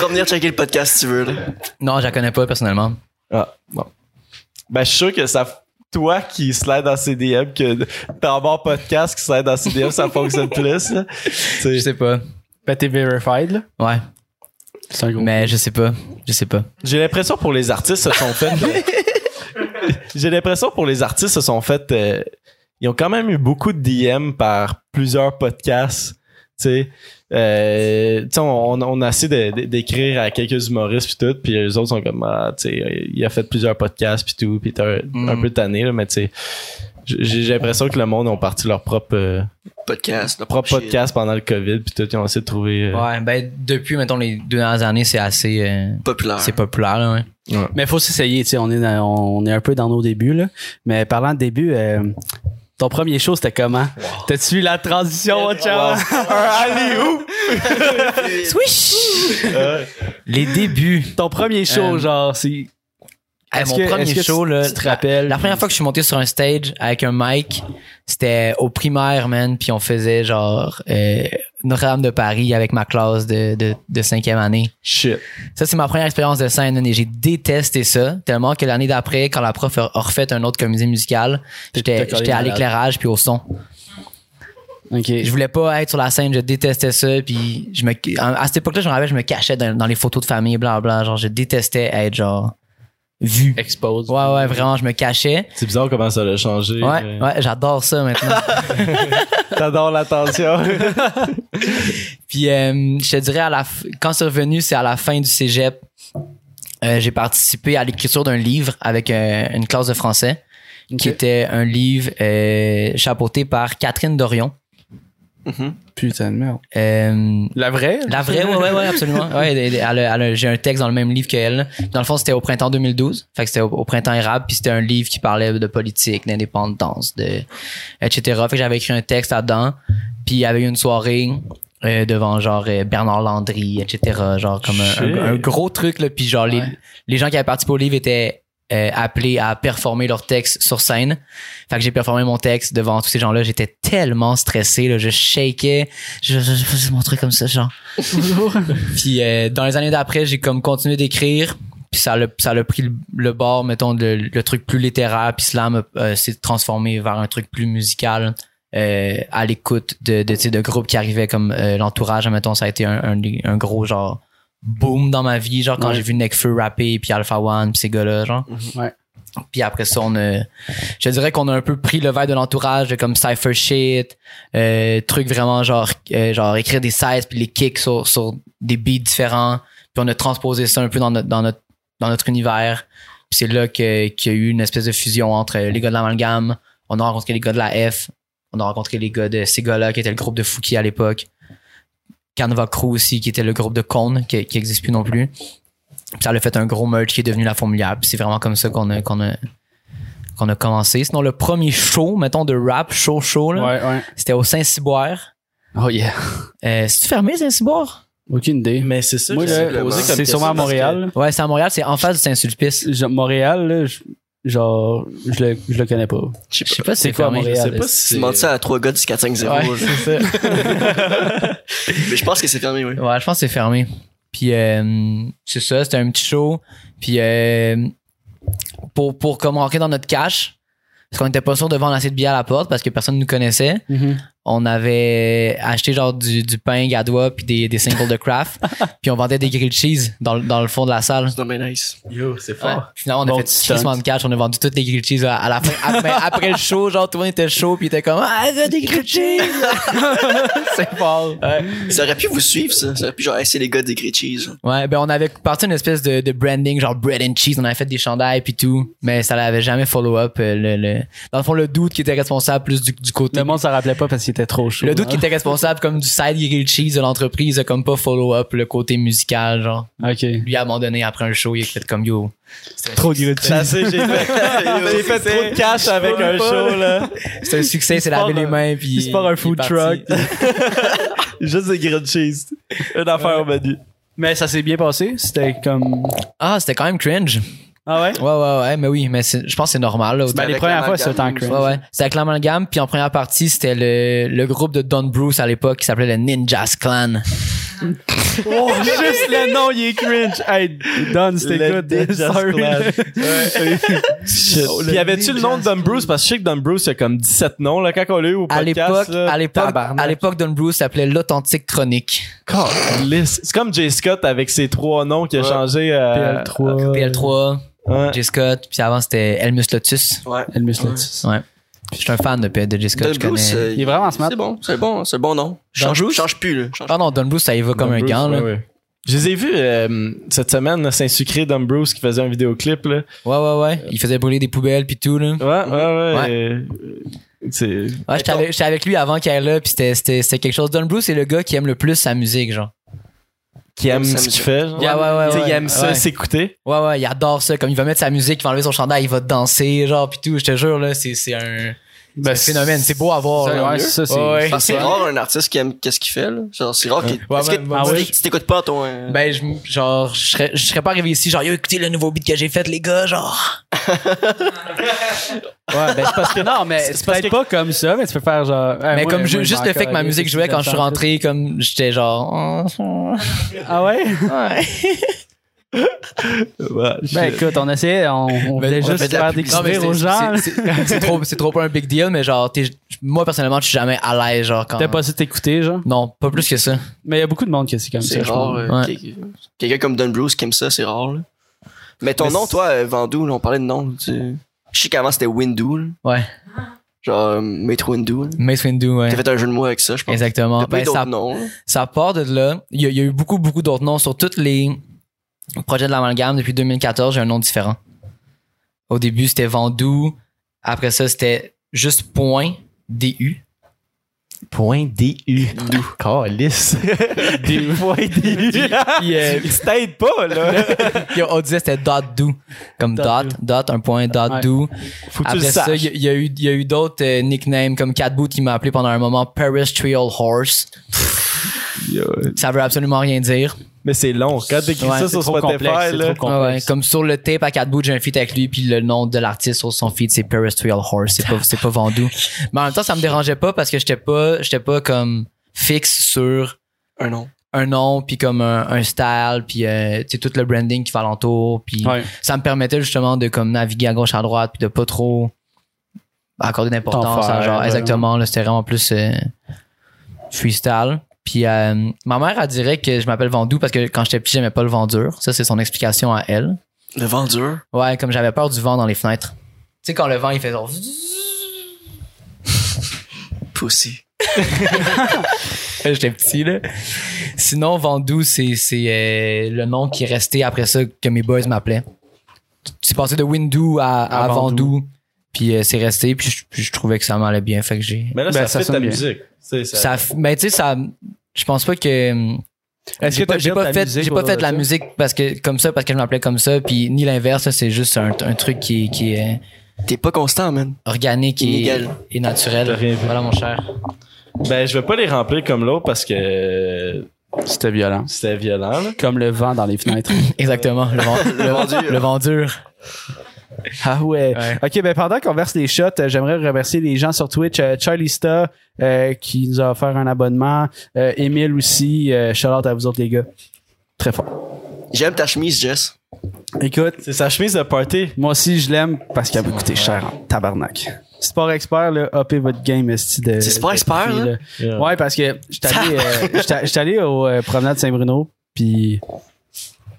peux venir checker le podcast si tu veux, là. Non, je la connais pas personnellement. Ah, bon. Ben, je suis sûr que ça. Toi qui slide dans CDM, que t'as un podcast qui slide dans CDM, ça fonctionne plus. là. Tu sais. Je sais pas. Ben, t'es verified, là. Ouais. C'est un gros. Mais je sais pas. Je sais pas. J'ai l'impression pour les artistes se sont [LAUGHS] fait. euh, J'ai l'impression pour les artistes se sont fait. euh, ils ont quand même eu beaucoup de DM par plusieurs podcasts. Tu sais, Euh, tu sais, on, on a essayé de- de- d'écrire à quelques humoristes puis tout, puis les autres sont comme, ah, tu sais, il a fait plusieurs podcasts puis tout, puis t'es un, Mm. un peu tanné là, mais tu sais, j'ai j'ai l'impression que le monde ont parti leur propre euh, Podcast. notre propre shit. podcast pendant le Covid puis tout, ils ont essayé de trouver. euh, Ouais, ben depuis, mettons, les deux dernières années, c'est assez. euh, Populaire. c'est populaire, hein. là, ouais. Mais faut s'essayer, tu sais, on est, dans- on est un peu dans nos débuts, là. Mais parlant de début, euh, ton premier show, c'était comment? T'as-tu eu la transition, mon chum? euh, Les débuts. Ton premier show, Euh, genre, c'est... Eh, Est-ce mon que- premier est-ce que tu- show, là, tu te rappelles? La première fois que je suis monté sur un stage avec un mic, c'était au primaire, man, puis on faisait genre euh, Notre-Dame de Paris avec ma classe de, de, de cinquième année. shit. Ça, c'est ma première expérience de scène, man, et j'ai détesté ça tellement que l'année d'après, quand la prof a a refait un autre comédie musicale, t'as j'étais collé j'étais à malade. l'éclairage puis au son. OK. Je voulais pas être sur la scène, je détestais ça. Puis je me, à cette époque-là, je me rappelle, je me cachais dans, dans les photos de famille, blablabla. Genre, je détestais être genre vu. Expose. Ouais, ouais, vraiment, je me cachais. C'est bizarre comment ça l'a changé. Ouais, euh, ouais, j'adore ça maintenant. T'adores l'attention. [LAUGHS] Puis euh, je te dirais, à la f- quand c'est revenu, c'est à la fin du cégep. euh, j'ai participé à l'écriture d'un livre avec euh, une classe de français, qui était un livre euh, chapeauté par Catherine Dorion. Putain de merde. Euh, La vraie? La vraie, ouais, ouais, ouais, absolument. Ouais, elle- elle- elle a- elle a- j'ai un texte dans le même livre qu'elle. Dans le fond, c'était au printemps 2012. Fait que c'était au, au printemps érable, puis c'était un livre qui parlait de politique, d'indépendance, de etc. Fait que j'avais écrit un texte là-dedans. Puis il y avait eu une soirée euh, devant genre euh, Bernard Landry, etc. Genre comme un, Shit. un- un gros truc là. Puis genre les, Ouais. les gens qui avaient participé au livre étaient euh, appelés à performer leur texte sur scène. Fait que j'ai performé mon texte devant tous ces gens-là. J'étais tellement stressé, là, je shakais, je, je, je faisais mon truc comme ça, genre. puis euh, dans les années d'après, j'ai comme continué d'écrire. Puis ça l'a ça l'a pris le, le bord, mettons, de- le truc plus littéraire. Puis slam euh, s'est transformé vers un truc plus musical. euh, à l'écoute de, de, tu sais, de groupes qui arrivaient comme euh, l'entourage, mettons, ça a été un, un, un gros genre boom dans ma vie, genre quand Ouais. j'ai vu Nekfeu rapper, puis Alpha One, puis ces gars-là, genre. Ouais. Puis après ça, on a, je dirais qu'on a un peu pris le verre de l'entourage, de comme cypher shit, euh, trucs vraiment genre, euh, genre écrire des 16 puis les kicks sur, sur des beats différents. Puis on a transposé ça un peu dans notre, dans notre, dans notre univers. Puis c'est là que- qu'il y a eu une espèce de fusion entre euh, les gars de l'amalgame. On a rencontré les gars de la F. On a rencontré les gars de ces gars-là qui était le groupe de Fouki à l'époque. Canva Crew aussi, qui était le groupe de Cone, qui, qui existe plus non plus. Puis ça a fait un gros merch qui est devenu la formulaire. Puis c'est vraiment comme ça qu'on a, qu'on a, qu'on a commencé. Sinon, le premier show, mettons, de rap, show, show, Ouais, là, ouais. c'était au Saint-Cyboire. Oh yeah. Euh, C'est-tu fermé, Saint-Cyboire? Aucune idée. Mais c'est ça Moi, que j'ai là, posé comme c'est question sûrement à parce que- Montréal. Ouais, c'est à Montréal, c'est en face du Saint-Sulpice. Je- Montréal, là, je- genre, je le, je le connais pas. Je sais pas si C'est c'est quoi, fermé. Montréal? Je sais pas Tu si demandes ça à trois gars du 450. Ouais. c'est ça. Mais je pense que c'est fermé, oui. Ouais, je pense que c'est fermé. Puis euh, c'est ça, c'était un petit show. Puis euh, pour, pour comme rentrer dans notre cash, parce qu'on n'était pas sûr de vendre assez de billets à la porte parce que personne ne nous connaissait, Mm-hmm. on avait acheté genre du, du pain gadois puis des, des singles [LAUGHS] de craft. puis on vendait des grilled cheese dans, le- dans le fond de la salle. C'est dommage nice. Yo, c'est Ouais. fort. Finalement, on Bon a fait petit crissement de cash, on a vendu toutes les grilled cheese à, à la fin. [LAUGHS] Après, après le show, genre, tout le monde était chaud, puis il était comme, ah, il y a des grilled [LAUGHS] cheese! c'est fort. Ça aurait pu vous suivre, ça. Ça aurait pu, genre, hey, c'est les gars des Grey Cheese. Ouais, ben, on avait parti une espèce de, de branding, genre bread and cheese, on avait fait des chandails, puis tout, mais ça l'avait jamais follow-up. euh, Le, le- Dans le fond, le doute qui était responsable plus du, du côté. Le monde s'en rappelait pas parce qu'il était trop chaud. Le doute qui était responsable comme du side grilled cheese de l'entreprise, a comme pas follow-up le côté musical, genre. hein. OK. Lui, à un moment donné, après un show, il a fait comme yo. Trop de grilled Ça, c'est- j'ai fait, Ah, j'ai fait trop de cash avec un show, là. C'est un succès, c'est se part laver les un- mains, puis. il se part un il est food parti. truck. Juste des grilled cheese. Une affaire au menu. Euh, Mais ça s'est bien passé. C'était comme. Ah, c'était quand même cringe. Ah ouais? Ouais, ouais, ouais, mais oui, mais c'est- je pense que c'est normal. Là, au- Ben, Avec les premières fois, l'amalgame, c'était en cringe. Ouais, ouais. C'était avec l'amalgame, puis en première partie, c'était le, le groupe de Don Bruce à l'époque qui s'appelait le Ninjas Clan. Oh, juste le nom, il est cringe. Hey, Don, c'était Le good. Just [LAUGHS] Sorry. Clad. Ouais. Shit. Oh, le Puis avait-tu Did le nom de Don Bruce? Parce que je sais que Don Bruce, il y a comme 17 noms là, quand on l'a eu au À l'époque, podcast. là. à l'époque, Tabarnak. à l'époque, Don Bruce s'appelait l'authentique chronique. Calisse. C'est comme Jay Scott avec ses trois noms qui a Ouais. changé. euh, PL3. PL3, ouais. J. Scott, puis avant c'était Elmus Lotus. Ouais. Elle me slotisse. Ouais. Je suis un fan de, P- de J. Scott. Don je Bruce, connais. euh, Il est vraiment smart. C'est bon, c'est bon, c'est bon nom. Don Change, Bruce? change plus, là. Change Ah non, Don Bruce, ça y va comme Don un Bruce, gant. ouais, là. ouais. Je les ai vus euh, cette semaine, là, Saint-Sucré, Don Bruce qui faisait un vidéoclip. Là. Ouais, ouais, ouais. Il faisait brûler des poubelles puis tout, là. Ouais, ouais, ouais. euh, c'est- Ouais, j'étais avec, j'étais avec lui avant qu'il aille là, puis c'était- c'était c'était quelque chose. Don Bruce, c'est le gars qui aime le plus sa musique, genre. Qui aime ça ce me- qu'il fait. genre. Ouais, ouais, ouais, Tu sais, ouais. il aime ça, Ouais. s'écouter. Ouais, ouais, il adore ça. Comme il va mettre sa musique, il va enlever son chandail, il va danser, genre, puis tout. Je te jure, là, c'est c'est un, Ben, c'est un phénomène. C'est beau à voir. Ça, là. ouais, ça, Ben, c'est- Ouais, ouais. Parce que c'est rare un artiste qui aime qu'est-ce qu'il fait, là. Genre, c'est rare qu'il. Ouais, est-ce ouais, que- ouais, si- ouais. Si t'écoutes pas, toi. euh, Ben, je, genre, je serais, je serais pas arrivé ici, genre, yo, écoutez le nouveau beat que j'ai fait, les gars, genre. Ouais, ben, c'est parce que. Non, mais c'est parce peut-être pas comme ça, mais tu peux faire genre. hey, mais Ben, moi, comme moi, ju- je juste m'en le fait que ma calais, musique qu'est-ce jouait que quand je suis j'aime rentré, comme, j'étais genre. [LAUGHS] oh, chanter? Ah ouais? ouais. Ouais, Ben écoute, on essayait, on, on voulait on fait juste de la faire publicité. Non, mais découvrir c'est- aux gens. là. c'est- c'est- C'est trop, c'est trop pas un big deal, mais genre, t'es- moi, personnellement, je suis jamais à l'aise, genre, quand. T'as pas su t'écouter, genre. Non, pas plus que ça. Mais il y a beaucoup de monde qui c'est comme ça. C'est je pense. rare. euh, Ouais. qu'il- Quelqu'un comme Don Bruce qui aime ça, c'est rare, là. Mais ton Mais nom, c'est- toi, euh, Vandou, là, on parlait de nom. tu sais. Je sais qu'avant, c'était Windu, là. Ouais. Genre, euh, Maître Windu, là. Mace Windu, ouais. T'as fait un jeu de mots avec ça, je pense. Exactement. T'as pas eu Ben, d'autres ça, noms, là. ça part de là. Il y, a, il y a eu beaucoup, beaucoup d'autres noms. Sur tous les projets de l'amalgame, depuis 2014, j'ai un nom différent. Au début, c'était Vandou. Après ça, c'était juste point [LAUGHS] DU. Point DU. [LAUGHS] Calice. [LAUGHS] Des points DU. Puis, euh, [LAUGHS] Il se t'aide pas, là. euh, Puis On disait c'était dot do. Comme Dot dot, do. dot, un point, dot Ouais. do. Faut que tu le Après ça, saches. il y, a- il y a eu, il y a eu d'autres euh, nicknames comme Catboot qui m'a appelé pendant un moment Terrestrial Horse. Ça veut absolument rien dire. Mais c'est long. Quand t'écris Ouais, ça c'est sur trop Spotify, complexe, c'est là. trop complexe. Ouais, comme sur le tape à Catboot, j'ai un feat avec lui, puis le nom de l'artiste sur son feat, c'est Terrestrial Horse. [LAUGHS] C'est pas, c'est pas vendu. Mais en même temps, ça me dérangeait pas parce que j'étais pas, j'étais pas comme fixe sur Un nom. un nom, puis comme un, un style, puis euh, tu sais, tout le branding qui fait alentour, puis Ouais. ça me permettait justement de comme naviguer à gauche à droite puis de pas trop accorder d'importance T'en faire, à genre ouais. exactement là c'était vraiment plus euh, freestyle puis euh, ma mère elle dirait que je m'appelle Vendoux parce que quand j'étais petit j'aimais pas le vent dur ça c'est son explication à elle Le Vendure. ouais comme j'avais peur du vent dans les fenêtres tu sais quand le vent il fait genre [LAUGHS] Pussy. j'étais petit là sinon Vendoux c'est c'est euh, le nom qui est resté après ça que mes boys m'appelaient c'est passé de Windou à, à, À Vendoux. Vendoux puis euh, c'est resté puis je- puis je trouvais que ça m'allait bien fait que j'ai Mais là, Ben, ça ça fait sonne ta bien. musique. Tu sais, ça- ça, mais tu sais ça je pense pas que Est-ce j'ai que pas, t'as j'ai fait pas ta fait musique j'ai pas autour fait de de la ça? musique parce que comme ça parce que je m'appelais comme ça puis ni l'inverse là, c'est juste un, un truc qui, qui est euh, T'es pas constant, man. organique et, Inégal. et naturel T'as rien vu. voilà mon cher Ben, je vais pas les remplir comme l'autre parce que euh, C'était violent. c'était violent, là. Comme le vent dans les fenêtres. exactement le [LAUGHS] vent le, vendu. le vent dur [LAUGHS] ah ouais. Ouais. Ok, ben pendant qu'on verse les shots, euh, j'aimerais remercier les gens sur Twitch. Euh, Charlie Sta, euh, qui nous a offert un abonnement. Euh, Émile aussi. Euh, shout out à vous autres, les gars. Très fort. J'aime ta chemise, Jess. Écoute, C'est sa chemise de party. moi aussi, je l'aime parce qu'elle m'a C'est coûté mon cher en tabarnak. Sport Expert, là, hoppez votre game, esti de. C'est Sport de- Expert, de- là? Yeah. Ouais, parce que j'étais allé, [LAUGHS] euh, j'étais- j'étais allé au euh, promenade Saint-Bruno, puis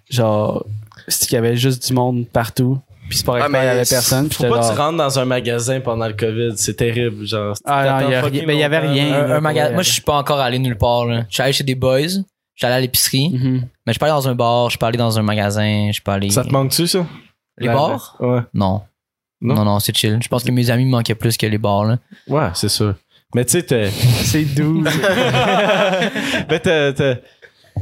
genre, c'était qu'il y avait juste du monde partout, puis c'est pas Ah, grave, il y mais avait personne, puis Faut j'étais pas que genre... tu rentres dans un magasin pendant le COVID. C'est terrible. Genre, Ah non, il y a T'attends rien- mais il y avait fucking rien. un, là, un pour maga- vrai. moi je suis pas encore allé nulle part là. je suis allé chez des boys je suis allé à l'épicerie Mhm. mais je suis pas allé dans un bar je suis pas allé dans un magasin je suis pas allé Mm-hmm. Ça te manque-tu, ça? les La- bars Ouais. non Non? non non, c'est chill je pense que mes amis me manquaient plus que les bars là. Ouais, c'est sûr. Mais tu sais, t'es. C'est doux. [LAUGHS] Mais Ben, t'as- t'as-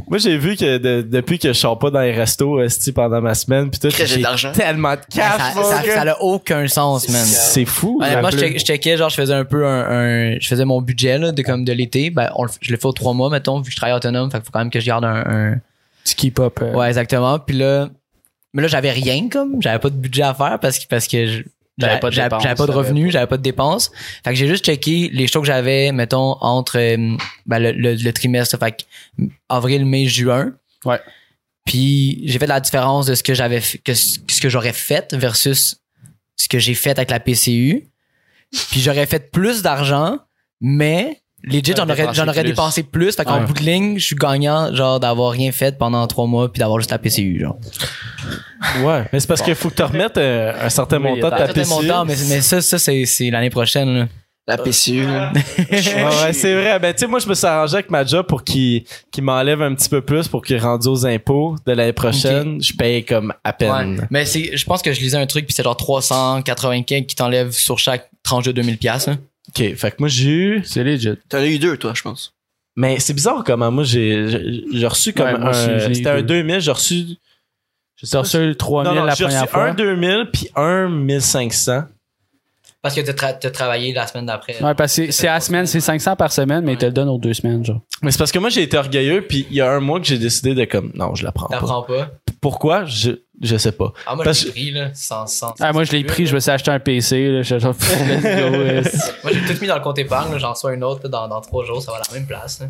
Moi, j'ai vu que de- depuis que je sors pas dans les restos esti, pendant ma semaine, pis tout, Crée, j'ai de j'ai l'argent. tellement de ça, cash, mon ça, gars. ça a aucun sens man C'est fou. Honnêtement, je, rappelez. check- je checkais, genre, je faisais un peu un, un- je faisais mon budget, là, de, comme de l'été. Ben, on le- je le fais aux trois mois, mettons, vu que je travaille autonome. Fait qu'il faut quand même que je garde un, Tu keep-up. un- ouais, exactement. Puis là, mais là, j'avais rien, comme, j'avais pas de budget à faire parce que, parce que je- T'avais J'avais pas de j'avais- dépenses, j'avais pas de t'avais revenus, j'avais pas de dépenses. Fait que j'ai juste checké les shows que j'avais, mettons, entre euh, ben, le, le- le trimestre, fait que avril, mai, juin. Ouais. Puis j'ai fait la différence de ce que j'avais fait- que ce ce que j'aurais fait versus ce que j'ai fait avec la PCU. Puis j'aurais fait plus d'argent, mais legit, j'en T'aurais aurais, j'en dépensé aurais plus. dépensé plus. Fait qu'en Ouais. bout de ligne, je suis gagnant, genre, d'avoir rien fait pendant trois mois puis d'avoir juste la PCU, genre. Ouais, mais c'est parce qu'il faut que tu remettes euh, un certain Oui, montant de t'as Ça, ta c'était PCU. mon temps, mais, mais ça, ça c'est c'est l'année prochaine, là. La PCU. là. Ouais, ouais, c'est vrai. Ben, tu sais, moi, je me suis arrangé avec ma job pour qu'il qu'il m'enlève un petit peu plus pour qu'il rendu aux impôts de l'année prochaine. Je paye comme à peine. Ouais. Mais c'est, je pense que je lisais un truc puis c'est genre 380 qui t'enlève sur chaque tranche de 2000 pièces. OK, fait que moi, j'ai eu... C'est legit. T'en as eu deux, toi, je pense. Mais c'est bizarre comment moi, j'ai- j'ai j'ai reçu comme Ouais, moi aussi, je un... l'ai C'était eu un deux. 2000, j'ai reçu... J'ai reçu 3000 Non, non, la j'ai reçu première fois. un 2000 puis un 1500. Parce que t'as, tra- t'as travaillé la semaine d'après. Ouais, parce que c'est- c'est à la semaine, c'est 500 par semaine, mais ils te le donnent aux deux semaines, genre. Mais c'est parce que moi, j'ai été orgueilleux puis il y a un mois que j'ai décidé de comme... Non, je la prends pas. T'apprends pas. Pourquoi? Je, je sais pas. Ah, moi, Parce- je l'ai pris, là, sans, sans- Ah, moi, je l'ai pris, je me suis acheté un PC, là. J'étais genre, [LAUGHS] pff, let's go, euh, c'est- Moi, j'ai tout mis dans le compte épargne, là, j'en reçois une autre là, dans, dans trois jours, ça va à la même place. là.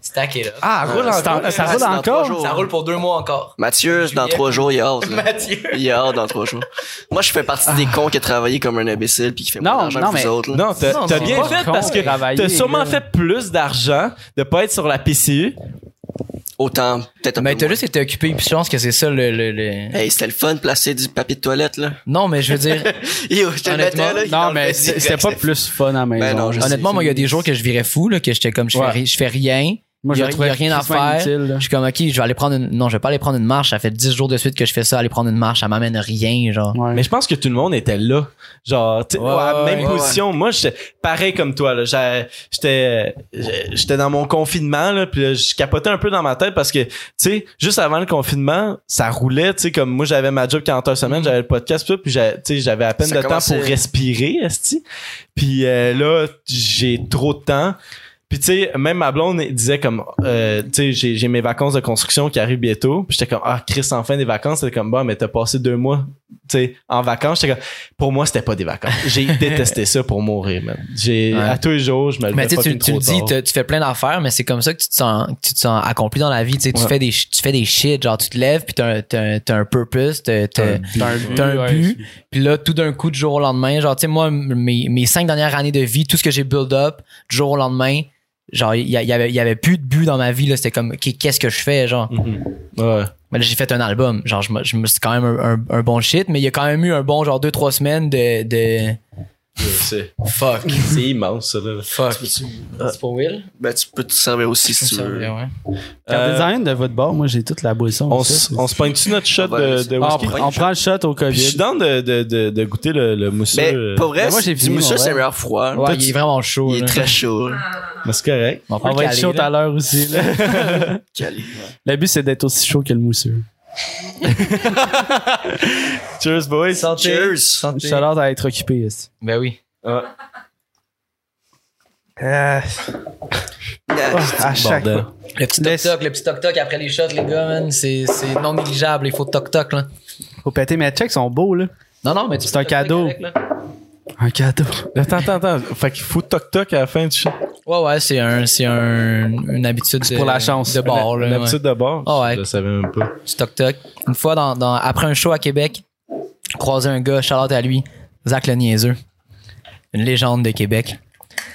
Stack est là. Ah, roule Ouais, c'est en- encore. ça Ah, roule c'est dans trois encore? jours. Ça roule pour deux mois encore. [LAUGHS] Mathieu, dans Juillet. trois jours, il a hâte. [LAUGHS] là. Mathieu. Il a hâte dans trois jours. Moi, je fais partie des cons qui a travaillé comme un imbécile puis qui fait Non, moins d'argent non, que mais- vous autres. là. Non, t'as Non, t'as non, bien c'est pas fait con, parce que travailler, t'as sûrement là. fait plus d'argent de pas être sur la PCU. Autant, peut-être un Mais peu t'as moins. juste été occupé, puis je pense que c'est ça le. le- le- Hey, c'était le fun de placer du papier de toilette, là. [LAUGHS] Non, mais je veux [LAUGHS] dire, Yo, je te le Honnêtement, mettais, là. il Non, mais enlevait c'est- direct. c'était pas plus fun à la maison. Ben non, je sais. honnêtement, moi, il y a des jours que je virais fou, là, que j'étais comme, je fais, Ouais. ri- je fais rien. Moi, il y je a- le trouvais il y a rien à crissement faire. inutile, là. Je suis comme, ok, je vais aller prendre une. Non, je vais pas aller prendre une marche. Ça fait 10 jours de suite que je fais ça. Aller prendre une marche, ça m'amène rien, genre. Ouais. Mais je pense que tout le monde était là. Genre, tu sais, Ouais, à la ouais, même ouais. position. Moi, j'étais pareil comme toi. là. J'a- J'étais j'a- j'étais dans mon confinement, là, puis là, je capotais un peu dans ma tête parce que, tu sais, juste avant le confinement, ça roulait. Tu sais, comme moi, j'avais ma job 40 heures semaine, j'avais le podcast, puis tout, puis j'a- tu sais, j'avais à peine Ça de temps commençait- pour respirer, esti. Puis euh, là, j'ai trop de temps. Puis tu sais, même ma blonde disait comme, euh, tu sais, j'ai, j'ai mes vacances de construction qui arrivent bientôt. Puis j'étais comme, ah, Chris, enfin des vacances. C'était comme, bah, mais t'as passé deux mois, tu sais, en vacances. J'étais comme, pour moi, c'était pas des vacances. [LAUGHS] J'ai détesté ça pour mourir, man. J'ai, Ouais. à tous les jours, je me le Mais tu sais, tu, fucking tu le trop dis, tard. tu tu fais plein d'affaires, mais c'est comme ça que tu te sens, que tu te sens accompli dans la vie. Tu sais, tu Ouais. fais des, ch- tu fais des shit, genre tu te lèves, puis t'as un, t'as un, t'as un purpose, t'as, t'as- T'as un but. t'as un ouais, but. Puis là, tout d'un coup, du jour au lendemain, genre, tu sais, moi, m- mes, mes cinq dernières années de vie, tout ce que j'ai build up, du jour au lendemain, genre, il y, a- il y avait, il y avait plus de but dans ma vie, là. C'était comme, OK, qu'est-ce que je fais, genre? Mhm. Ouais. Mais là, j'ai fait un album. Genre, je me, je me suis quand même un, un- un bon shit, mais il y a quand même eu un bon, genre, deux, trois semaines de. de... Je sais. Fuck. [LAUGHS] C'est immense, ça, là. Fuck. C'est pour Will? Ben, tu peux te servir aussi si tu Ça, veux. ouais. Quand Euh, design de votre bord, moi, j'ai toute la boisson. on, ça, s- c'est- on se pointe-tu notre shot On va aller- de, de Ah, on, whisky? pr- on prend le shot au Puis je suis COVID. dans de, de, de, de goûter le, le mousseux. Mais euh, pour vrai, Ben, moi, j'ai du fini, monsieur, mon c'est verre. meilleur froid. Ouais, Toi, il tu- est vraiment chaud. il est là. très chaud. là. mais c'est correct. On peut On le va être caler, chaud là. à l'heure aussi. là. Calé. Le but, c'est d'être aussi chaud que le mousseux. Cheers, boys. Cheers! Je suis à l'heure d'être occupé ici. Ben oui. Ah, Euh, À chaque ben. Bordel. fois. Le petit Laisse- toc-toc, le petit toc-toc après les shots, les gars, man, c'est c'est non négligeable. Il faut toc-toc, là. Faut péter mes checks, ils sont beaux, là. Non, non, mais tu C'est peux un toc-toc cadeau. avec, là. Un cadeau. Attends, attends, attends. Fait qu'il faut toc-toc à la fin du shot. Ouais, ouais, c'est un, c'est un, une habitude de, pour la chance. de bord, là. ouais. L'habitude de bord. Ah ouais. Je le savais même pas. du toc-toc. Une fois, dans, dans- après un show à Québec, croisé un gars, Charlotte à lui, Zach le niaiseux. Une légende de Québec.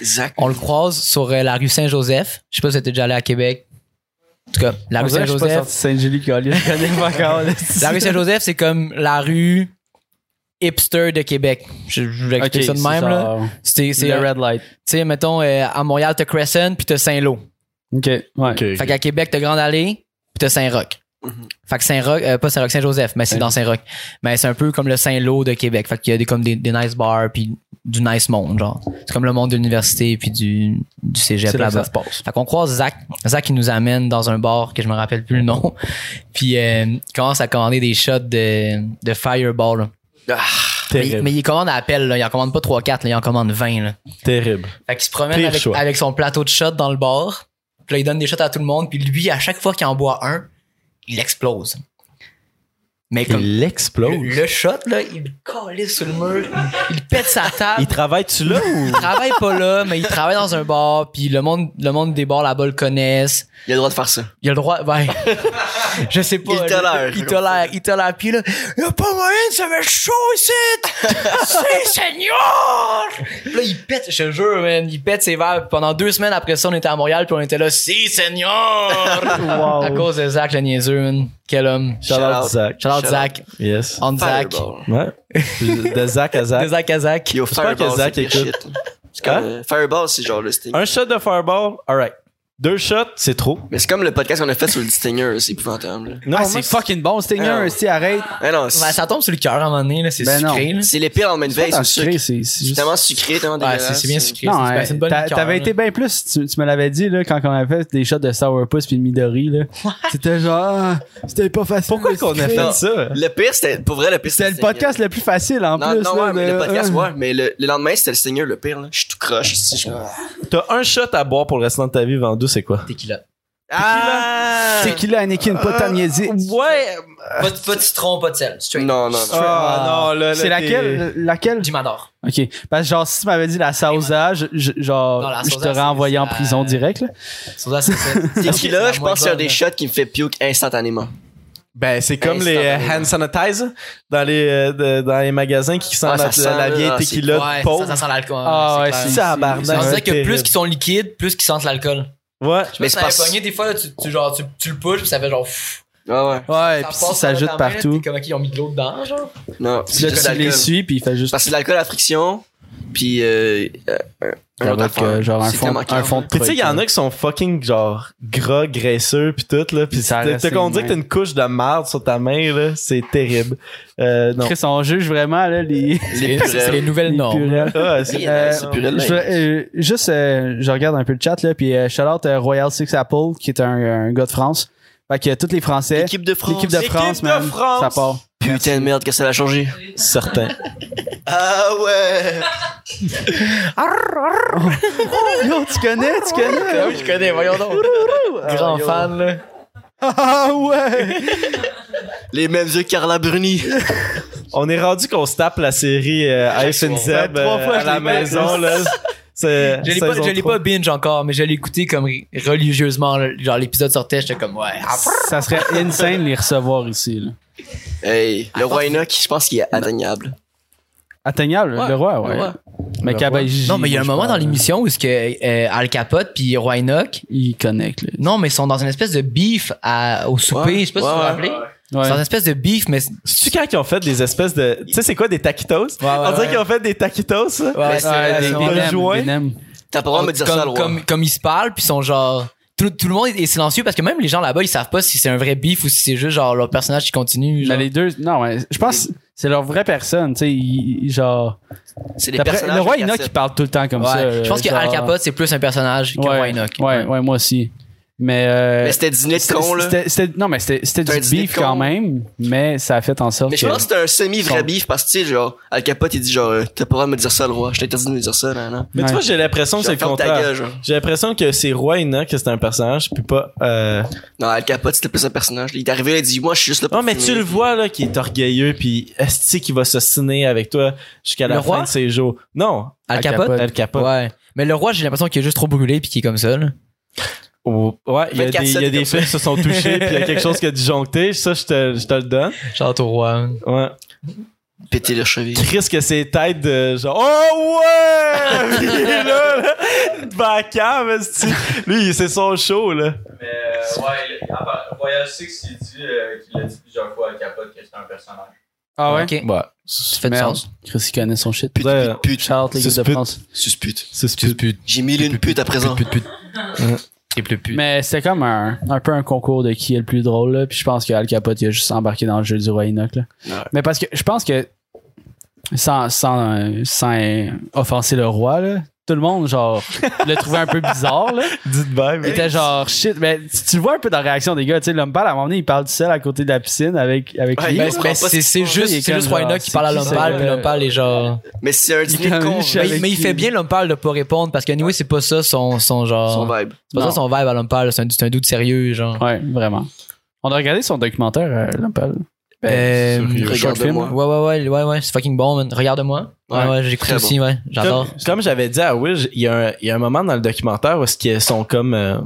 Zach. On le croise sur euh, la rue Saint-Joseph. Je sais pas si t'es déjà allé à Québec. En tout cas, la rue On dirait que je suis pas Saint-Joseph. sorti Saint-Julie, Collier. Je connais pas encore. là. La rue Saint-Joseph, c'est comme la rue hipster de Québec. Je, je vais expliquer Ok, ça de c'est même, là. genre- C'est, C'est c'est, le euh, red light. tu sais, mettons, euh, à Montréal, t'as Crescent, puis t'as Saint-Lô. Ok, ouais. Ok, ok. Fait qu'à Québec, t'as Grande Allée, puis t'as Saint-Roch. Mhm. Fait que Saint-Roch, euh, pas Saint-Roch, Saint-Joseph, mais c'est dans Saint-Roch. Mais c'est un peu comme le Saint-Lô de Québec. Fait qu'il y a des, comme des, des nice bars, puis du nice monde, genre. C'est comme le monde de l'université, puis du, du cégep C'est là que là-bas. ça se passe. Fait qu'on croise Zach. Zach, il nous amène dans un bar que je me rappelle plus le nom. [LAUGHS] puis euh, il commence à commander des shots de, de Fireball. là. Ah, Mais, Terrible. mais il commande à appel, là. il en commande pas 3-4, là. il en commande 20. Là. Terrible. Fait qu'il se promène Pire avec, choix. avec son plateau de shots dans le bar. Puis là, il donne des shots à tout le monde. Puis lui, à chaque fois qu'il en boit un, il explose. Mais comme Il explose. le, le shot, là, il le collait sur le mur, il pète sa table. Il travaille-tu là ou. Il travaille pas là, mais il travaille dans un bar, puis le monde, le monde des bars là-bas le connaissent. Il a le droit de faire ça. Il a le droit, ben, je sais pas. Il là, tolère. Il tolère, il tolère. Puis là, il a pas moyen de se mettre chaud ici. C'est seigneur! Puis là, il pète, je te jure, man, il pète ses verres. Puis Pendant deux semaines après ça, on était à Montréal, puis on était là, si seigneur! Ah, Wow. À cause de Zach, le niaiseux, man. Quel homme. Shout out Zach. Shout out Shout Zach. Yes. On Zach. Fireball. Ouais. De Zach à De [LAUGHS] Zach. Zach à Zach. Yo, J'espère que Fireball, c'est Zach pire écoute. shit. C'est comme, Hein? euh, Fireball, c'est genre le Stinger. Un shot de fireball, alright. Deux shots, c'est trop. Mais c'est comme le podcast qu'on a fait sur le Stinger, c'est épouvantable. là. Non, ah, moi, c'est fucking bon, Ah Stinger, ouais. si arrête. Mais non, c'est Ouais, ça tombe sur le cœur à un moment donné, là, c'est Ben sucré. là. Ben, c'est les pires en main C'est pas base. tant au sucré, sucre. c'est c'est C'est juste- tellement sucré, tellement Ouais, dégueulasse. c'est c'est bien sucré. Non, c'est- ben, hein, c'est une bonne t'a- liqueur, t'avais là. été bien plus, tu, tu me l'avais dit là, quand on avait fait des shots de Sourpuss puis de Midori. là. C'était genre, ah, c'était pas facile. Pourquoi le qu'on a sucré. fait Non. ça? Le pire, c'était. Pour vrai, le pire, C'était le podcast le plus facile en Non, plus. non, là, ouais, mais de- le podcast, euh, ouais. Mais le, le lendemain, c'était le Stinger, le pire, là. Je suis tout croche. si je- Ah! T'as un shot à boire pour le restant de ta vie, Vendoux, c'est quoi? Tequila. Ah! C'est qu'il a Anakin, pas tant niaiser. Ouais! Pas de, pas de citron, pas de sel. Straight. Non, non, non. Ah, non, là, là, C'est laquelle Laquelle Jim adore. Ok. Parce que genre, si tu m'avais dit la Sauza, je- je- genre, Non, la je Sauza, t'aurais c'est- envoyé en c'est la- prison direct. Là. Soda, c'est ça. [LAUGHS] Tequila, je pense qu'il y a des shots qui me fait puke instantanément. Ben, c'est comme les euh, hand sanitizer dans les, euh, de- dans les magasins qui sentent Ah, ça la, sent, là, la vieille ah, c'est- tequila Ouais, pauvre. ça, ça sent l'alcool. Ah ouais, clair. c'est- Tabarnak. On dirait que Terrible. plus qu'ils sont liquides, plus qu'ils sentent l'alcool. Ouais. Mais Mais c'est ça pas- pas pogné des fois, là, tu, tu, genre, tu, tu le pushes, puis ça fait genre. pfff, Ah ouais. Ouais, puis passe si ça dans jute ta main, là, partout. t'es Comme ok, ils ont mis de l'eau dedans, genre. Non, Puis là, juste tu les l'alcool. suis, puis il fait juste. Parce que c'est de l'alcool à friction, puis euh, euh, un- un autre Avec, euh, affaire. genre un C'est fond, tellement un calme. fond de Pis tu sais, il y en a qui sont fucking genre gras, graisseux pis tout là. Pis Pis ça t'as reste qu'on dit les que t'as une couche de marde sur ta main là, c'est terrible. Euh, non. Chris, on juge vraiment là, [LAUGHS] les. Les C'est les purelles. nouvelles les normes. purelles. Ah, c'est- Oui, Euh, c'est purée de je, linge. euh, juste, euh, je regarde un peu le chat, là, puis euh, shout out euh, Royal Six Apple, qui est un, un gars de France. Fait que euh, tous les Français. L'équipe de France. L'équipe de France, L'équipe de man, France. Ça part. Putain de merde, que ça l'a changé. certain. Ah ouais! Yo, tu connais, tu connais. Ah oui, je connais, voyons donc. Grand fan, là. Ah ouais. Les mêmes yeux que Carla Bruni. On est rendu qu'on se tape la série euh, Ice and Ouais, Zeb trois euh, fois, à je la l'ai maison pas. là. C'est Je l'ai pas, saison je l'ai trois. pas binge encore, mais je l'ai écouté comme ri- religieusement. là. Genre, l'épisode sortait, j'étais comme, ouais. ah, pff. Ça serait insane les recevoir ici. Là. Hey, le roi Enoch, je pense qu'il est atteignable. Atteignable, Ouais, le roi, ouais. le roi. Mais Le Kabaji. Non, mais il y a un je moment pense, dans l'émission où ce que euh, Al Capote puis Roy Enoch, euh, Il connecte, là. non, mais ils sont dans une espèce de beef à- au souper, Ouais, je sais pas si ouais, vous vous ouais. rappelez. Ils sont dans Ouais. une espèce de beef, mais C'est-tu quand ils ont fait des espèces de. Tu sais, c'est quoi des taquitos? ouais, On dirait ouais. qu'ils ont fait des taquitos, ça. Ouais, Mais c'est- Ouais, des- ils des sont- on a nems, joué. des nems. T'as pas le droit de me dire comme, ça, le roi. Comme, comme ils se parlent, puis ils sont genre. Tout, tout le monde est silencieux parce que même les gens là-bas, ils savent pas si c'est un vrai beef ou si c'est juste genre leur personnage qui continue. Mais genre. les deux, non, ouais, je pense que c'est leur vraie personne, tu sais, ils- ils- genre. C'est des D'après- personnages. le roi de Enoch, cassettes. il parle tout le temps comme Ouais. ça. euh, je pense que genre- Al Capote, c'est plus un personnage que ouais, Roy Enoch. Ouais, ouais, moi aussi. Mais. euh, Mais c'était dîner de c'était- con, là. c'était- c'était- Non, mais c'était c'était C'était un du dîner beef de con. quand même, mais ça a fait en sorte Mais je que- pense que c'était un semi-vrai Son- bif parce que, tu sais, genre, Al Capote, il dit genre, euh, t'as pas le droit de me dire ça, le roi. Je t'interdis de me dire ça, là, non. Mais Ouais. tu vois, j'ai l'impression que c'est le Ferme ta gueule, contraire. genre. J'ai l'impression que c'est Roy Enoch que c'est un personnage, puis pas. euh, Non, Al Capote, c'était plus un personnage. Il est arrivé, il a dit, moi, je suis juste là pour. Non, mais fumer. tu le vois, là, qui est orgueilleux, puis est-ce qu'il va s'ostiner avec toi jusqu'à la Le fin roi? de ses jours? Non, Al Al Capote. Capote. elle capote. Ouais, Ouais. Mais le roi, j'ai l'impression qu'il est juste trop brûlé puis qu'il est comme ça. là. il y a 24/7, des, il y a c'est des comme films qui se sont touchés, puis il y a quelque chose qui a disjoncté, ça, je te, je te le donne. Chante au roi. Ouais. Péter le cheville. Chris, que ses têtes de genre, oh ouais! Puis là, là, bacam, esti. Lui, c'est son show, là. Mais euh, ouais, il- à part- Royal Six, il dit euh, qu'il l'a dit plusieurs fois à Capote que c'est un personnage. Ah ouais? Ok. Ça Ouais. fait du Merde. sens. Chris, il connaît son shit. Pute, Ouais. pute, pute. Shout out les C'est gars de spit. France. Suspute. Suspute. J'ai mille une pute à présent. Et plus plus. Mais c'était comme un, un peu un concours de qui est le plus drôle, là. Puis je pense que Al Capote, il a juste embarqué dans le jeu du Roi Enoch, là. Ouais. Mais parce que je pense que, sans, sans, euh, sans euh, offenser le roi, là, tout le monde, [LAUGHS] genre, le trouvait un peu bizarre, là. Dites bien, Il mais. était genre shit. Mais tu, tu le vois un peu dans la réaction des gars. Tu sais, l'homme parle à un moment donné, il parle du sel à côté de la piscine avec, avec Ouais, lui. il Ben, comprend ben, pas c'est ce qu'il c'est fait. juste, Il est c'est comme juste Roy genre, Enoch qui c'est parle à qui, l'homme ça, pâle, puis euh, l'homme pâle est genre. Mais c'est Il un est dîner de comme con. une genre. chef. Mais, mais il fait bien l'homme pâle de pas répondre parce que, anyway, c'est pas ça son, son genre. Son vibe. C'est pas Non. ça son vibe à l'homme pâle, c'est un, c'est un doute sérieux, genre. Ouais, vraiment. On a regardé son documentaire, euh, l'homme parle. Ben, sur- le short film, Regarde-moi. Ouais, ouais, ouais, ouais, ouais, c'est fucking bon, man. Regarde-moi. Ouais, Ouais, ouais, j'écoute très aussi, ouais. J'adore. Comme, comme j'avais dit à Will, il y, a un- il y a un moment dans le documentaire où est-ce qu'ils sont comme euh,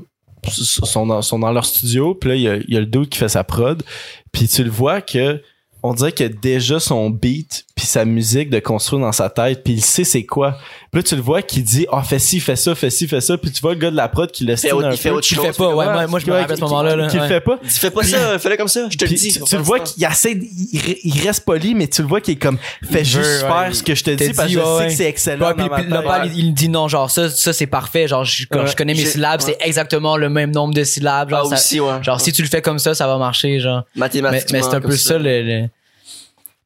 sont, dans, sont dans leur studio, puis là il y a, il y a le dude qui fait sa prod, puis tu le vois que on dirait que déjà son beat puis sa musique de construire dans sa tête, puis il sait c'est quoi. Puis là tu le vois qui dit ah fais ci, fais ça, fais ci, fais ça, puis tu vois le gars de la prod qui le fait signe autre- un il fait peu. autre Tu le chose. fais pas, ouais, moi, moi, je me rappelle à ce moment-là. là, Qui le ouais. fait pas. Dis, fais pas ça, fais-le comme ça, je te le Puis dis. tu, tu le vois qui qu'il essaie, de- il, il reste poli, mais tu le vois qu'il est comme fais Il juste veut, faire ouais, ce que je te il- dis t'as parce que dit, ouais, je sais ouais. que c'est excellent. Ouais, dans puis ma puis le tête. pal, il, il dit non, genre ça, ça c'est parfait. Genre, je, quand Ouais. je connais mes J'ai- syllabes, ouais. c'est exactement le même nombre de syllabes. Ah Genre, ça- aussi, ouais. genre si tu le fais comme ça, ça va marcher. Genre. Mais, Mathématiquement. mais c'est un comme peu ça, le, le-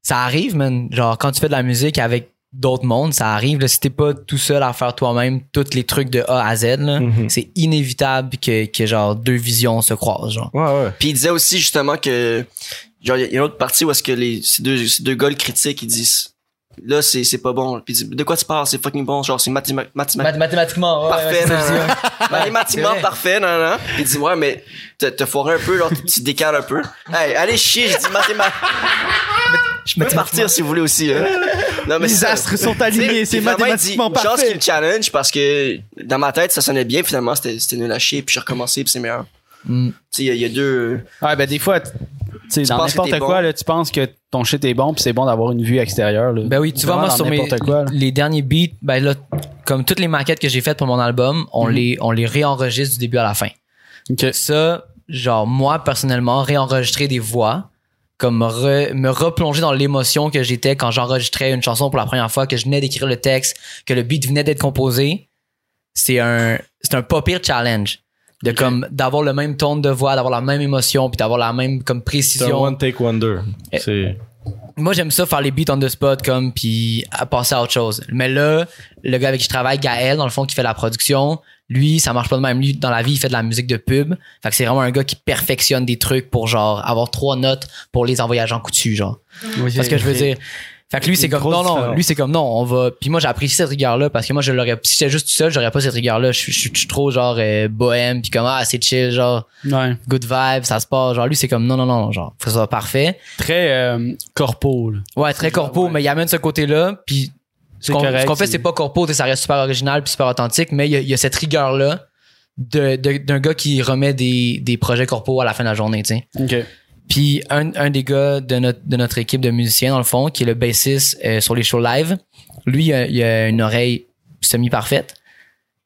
Ça arrive, man. Genre, quand tu fais de la musique avec d'autres mondes, ça arrive. Là, si t'es pas tout seul à faire toi-même tous les trucs de A à Z, là, Mhm. c'est inévitable que, que genre deux visions se croisent. Genre. Ouais, ouais. Puis il disait aussi justement que genre il y a- il y a une autre partie où est-ce que les ces deux ces deux gars le critiquent ils disent là c'est c'est pas bon. Puis il dit de quoi tu parles, c'est fucking bon, genre c'est mathéma- mathéma- Math- mathématiquement, ouais, ouais, parfait. ouais, nan, c'est- nan, nan. [LAUGHS] c'est Mathématiquement vrai. parfait, non non. Puis il dit ouais mais t'as t'as foiré un peu, genre tu- tu décales un peu. Hey, allez chier, je dis mathématiquement. Je peux partir si vous voulez aussi. là. Non mais c'est Les ça. astres sont Tu sais, alignés, c'est finalement, il dit, mathématiquement Une chance qu'il parfait. me challenge parce que dans ma tête, ça sonnait bien. Finalement, c'était c'était nul à chier. Puis j'ai recommencé, puis c'est meilleur. Mm. Tu sais, il y a- il y a deux. Ouais, ben des fois, tu sais, dans penses que n'importe t'es quoi, bon. là, tu penses que ton shit est bon, puis c'est bon d'avoir une vue extérieure. Là. Ben oui, tu vois, Vraiment moi, dans sur mes, n'importe quoi, là. les derniers beats, ben là, comme toutes les maquettes que j'ai faites pour mon album, on, Mhm. les, on les réenregistre du début à la fin. Ok. Ça, genre, moi, personnellement, réenregistrer des voix, comme re- me replonger dans l'émotion que j'étais quand j'enregistrais une chanson pour la première fois, que je venais d'écrire le texte, que le beat venait d'être composé, c'est un, c'est un pas pire challenge. De comme d'avoir le même ton de voix, d'avoir la même émotion, puis d'avoir la même comme C'est un précision. one take wonder. Eh. C'est Moi, j'aime ça faire les beats on the spot, comme, puis à passer à autre chose. Mais là, le gars avec qui je travaille, Gaël, dans le fond, qui fait la production, lui, ça marche pas de même. Lui, dans la vie, il fait de la musique de pub. Fait que c'est vraiment un gars qui perfectionne des trucs pour, genre, avoir trois notes pour les envoyer à Jean Coutu, genre. C'est ce que je veux dire. Fait que lui, c'est Une comme, grosse non, non, différence. lui, c'est comme, non, on va. Puis moi, j'apprécie cette rigueur-là parce que moi, je l'aurais. Si j'étais juste tout seul, j'aurais pas cette rigueur-là. Je suis- je suis je suis trop, genre, euh, bohème, puis comme, ah, c'est chill, genre, Ouais. good vibe, ça se passe. Genre, lui, c'est comme, non, non, non, genre, faut que ça soit parfait. Très euh, corpo. là. Ouais, très corpo, mais il amène ce côté-là. Puis C'est ce qu'on correct, ce qu'on fait, c'est- c'est pas corpo, t'sais, ça reste super original puis super authentique, mais il y a- il y, a cette rigueur-là de- de- d'un gars qui remet des, des projets corpo à la fin de la journée, tu sais. Ok. Puis un, un des gars de notre, de notre équipe de musiciens, dans le fond, qui est le bassiste euh, sur les shows live, lui, il a, il a une oreille semi-parfaite,